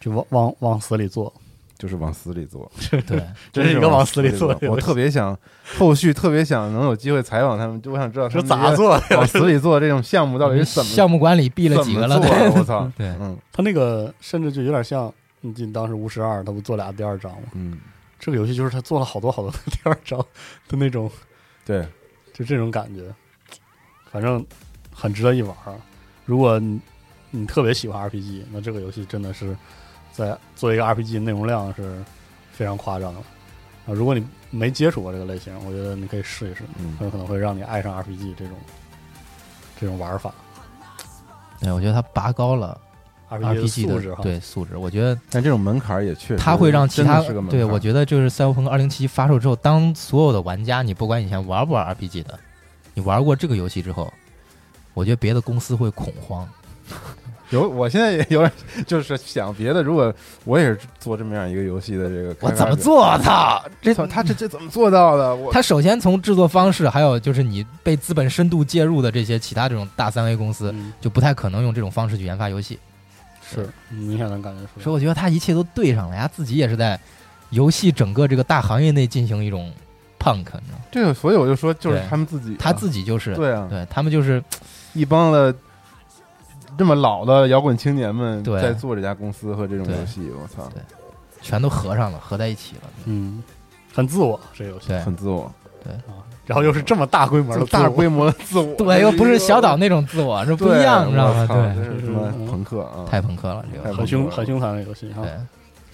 Speaker 2: 就往往往死里做，
Speaker 1: 就是往死里做，
Speaker 3: 对，
Speaker 2: 真是一
Speaker 1: 是
Speaker 2: 个往死
Speaker 1: 死
Speaker 2: 里
Speaker 1: 做
Speaker 2: 做。
Speaker 1: 我特别想后续特别想能有机会采访他们，就我想知道他
Speaker 2: 是
Speaker 1: 们
Speaker 2: 咋
Speaker 1: 这些
Speaker 2: 做的？ [laughs]
Speaker 1: 往死里做这种项 [laughs] 目到底是怎么
Speaker 3: 嗯项目管理毙
Speaker 1: 怎
Speaker 3: 了
Speaker 1: 么
Speaker 3: 几个了？
Speaker 1: 做
Speaker 3: 对！
Speaker 1: 的我操
Speaker 3: [laughs] 对，
Speaker 1: 嗯
Speaker 2: 他那个甚至就有点像，你记得当时巫师二，他不做俩第二章吗？
Speaker 1: 嗯，
Speaker 2: 这个游戏就是他做了好多好多个第二章的那种，
Speaker 1: 对，
Speaker 2: 就这种感觉，反正很值得一玩儿。如果你你特别喜欢 RPG，那这个游戏真的是在做一个 RPG 内容量是非常夸张的啊！如果你没接触过这个类型，我觉得你可以试一试，
Speaker 1: 嗯
Speaker 2: 很有可能会让你爱上 RPG 这种这种玩法
Speaker 3: 对我觉得它拔高了
Speaker 2: RPG 的
Speaker 3: RPG
Speaker 2: 素质
Speaker 3: 的
Speaker 2: 哈。
Speaker 3: 对素质，我觉得。
Speaker 1: 但这种门槛儿也确实，
Speaker 3: 它会让其他
Speaker 1: 是个门槛儿。
Speaker 3: 对，我觉得就是《赛博朋克2077》发售之后，当所有的玩家，你不管以前玩不玩 RPG 的，你玩过这个游戏之后，我觉得别的公司会恐慌。
Speaker 1: [laughs] 有，我现在也有点就是想别的。如果我也是做这么样一个游戏的这个，
Speaker 3: 我怎么？做？我操！这
Speaker 1: 操，他这这怎么做到的？我
Speaker 3: 它首先从制作方式，还有就是你被资本深度介入的这些其他这种大三 A 公司，
Speaker 2: 嗯，
Speaker 3: 就不太可能用这种方式去研发游戏。
Speaker 2: 是明显能感觉出来。
Speaker 3: 所以我觉得他一切都对上了，他自己也是在游戏整个这个大行业内进行一种 punk，你知道吗？
Speaker 1: 这个，所以我就说，就是
Speaker 3: 对
Speaker 1: 他们自己啊，
Speaker 3: 他自己就是
Speaker 1: 对啊，
Speaker 3: 对他们就是
Speaker 1: 一帮的这么老的摇滚青年们
Speaker 3: 对
Speaker 1: 在做这家公司和这种
Speaker 3: 对
Speaker 1: 游戏，我操，
Speaker 3: 全都合上了，合在一起了。
Speaker 2: 嗯，很自我这个游戏
Speaker 3: 对，
Speaker 1: 很自我，
Speaker 2: 啊，然后又是这么大规模
Speaker 1: 这
Speaker 2: 的
Speaker 1: 么大
Speaker 2: 自我
Speaker 1: 规模的自我，
Speaker 3: 对，又不是小岛那种自我，这
Speaker 1: 这
Speaker 3: 不一样，你知道吗？
Speaker 1: 这
Speaker 3: 对，嗯
Speaker 1: 是什么朋克啊？
Speaker 3: 太朋哎克了，这个
Speaker 1: 太
Speaker 2: 很凶很凶残的游戏哈。
Speaker 3: 对，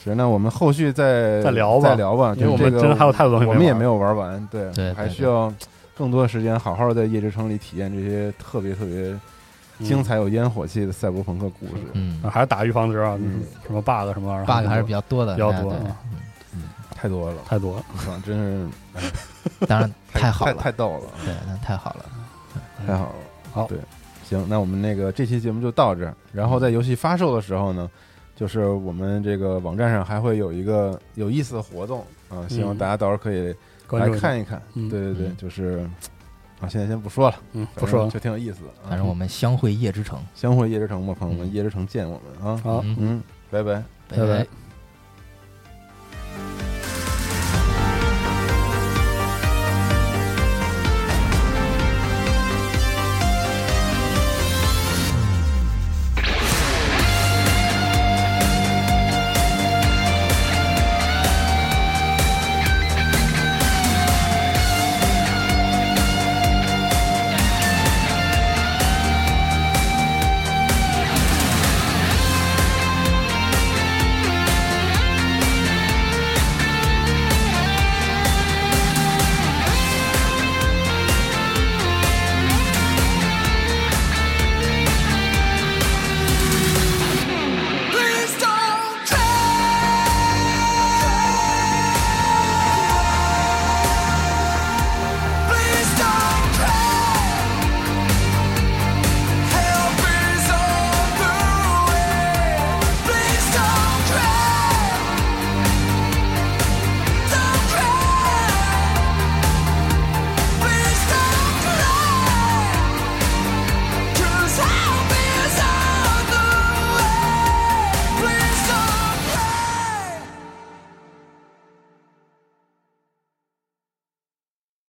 Speaker 1: 是，那我们后续再
Speaker 2: 再聊吧
Speaker 1: 再聊吧，
Speaker 2: 因为我
Speaker 1: 就是
Speaker 2: 们
Speaker 1: 这个
Speaker 2: 真的还有太多东西没
Speaker 1: 我们也
Speaker 2: 玩
Speaker 1: 没有玩完，对，
Speaker 3: 对对
Speaker 1: 还需要更多的时间好好在夜之城里体验这些特别特
Speaker 2: 嗯
Speaker 1: 别精彩有烟火气的赛博朋克故事。
Speaker 3: 嗯
Speaker 2: 啊，还是打预防针啊，
Speaker 1: 嗯
Speaker 2: 什么 bug 什么玩意儿
Speaker 3: ，bug 还是比较多的，
Speaker 2: 比较多
Speaker 3: 对，
Speaker 2: 啊
Speaker 3: 嗯
Speaker 1: 太多了，
Speaker 2: 太多了。
Speaker 1: 我操，真是
Speaker 3: 当然太好
Speaker 1: 太
Speaker 3: 了，
Speaker 1: 逗了，
Speaker 3: 对，那太好了，
Speaker 1: 太好了。
Speaker 2: 嗯好
Speaker 1: 对，行，那我们那个这期节目就到这儿。然后在
Speaker 2: 嗯
Speaker 1: 游戏发售的时候呢，就是我们这个网站上还会有一个有意思的活动啊，希望
Speaker 2: 嗯
Speaker 1: 大家到时候可以
Speaker 2: 关
Speaker 1: 来
Speaker 2: 注一下
Speaker 1: 看一看。
Speaker 2: 嗯
Speaker 1: 对对对，
Speaker 3: 嗯
Speaker 1: 就是啊，现在先不说了，
Speaker 2: 嗯，
Speaker 1: 反
Speaker 2: 不说
Speaker 1: 正
Speaker 2: 了，
Speaker 1: 就挺有意思的。啊
Speaker 3: 反正我们相会夜之城，
Speaker 1: 相会夜之城吧，朋友们，
Speaker 3: 嗯
Speaker 1: 夜之城见我们啊。
Speaker 2: 好，
Speaker 3: 嗯，
Speaker 1: 嗯，拜拜。
Speaker 3: 拜
Speaker 2: 拜拜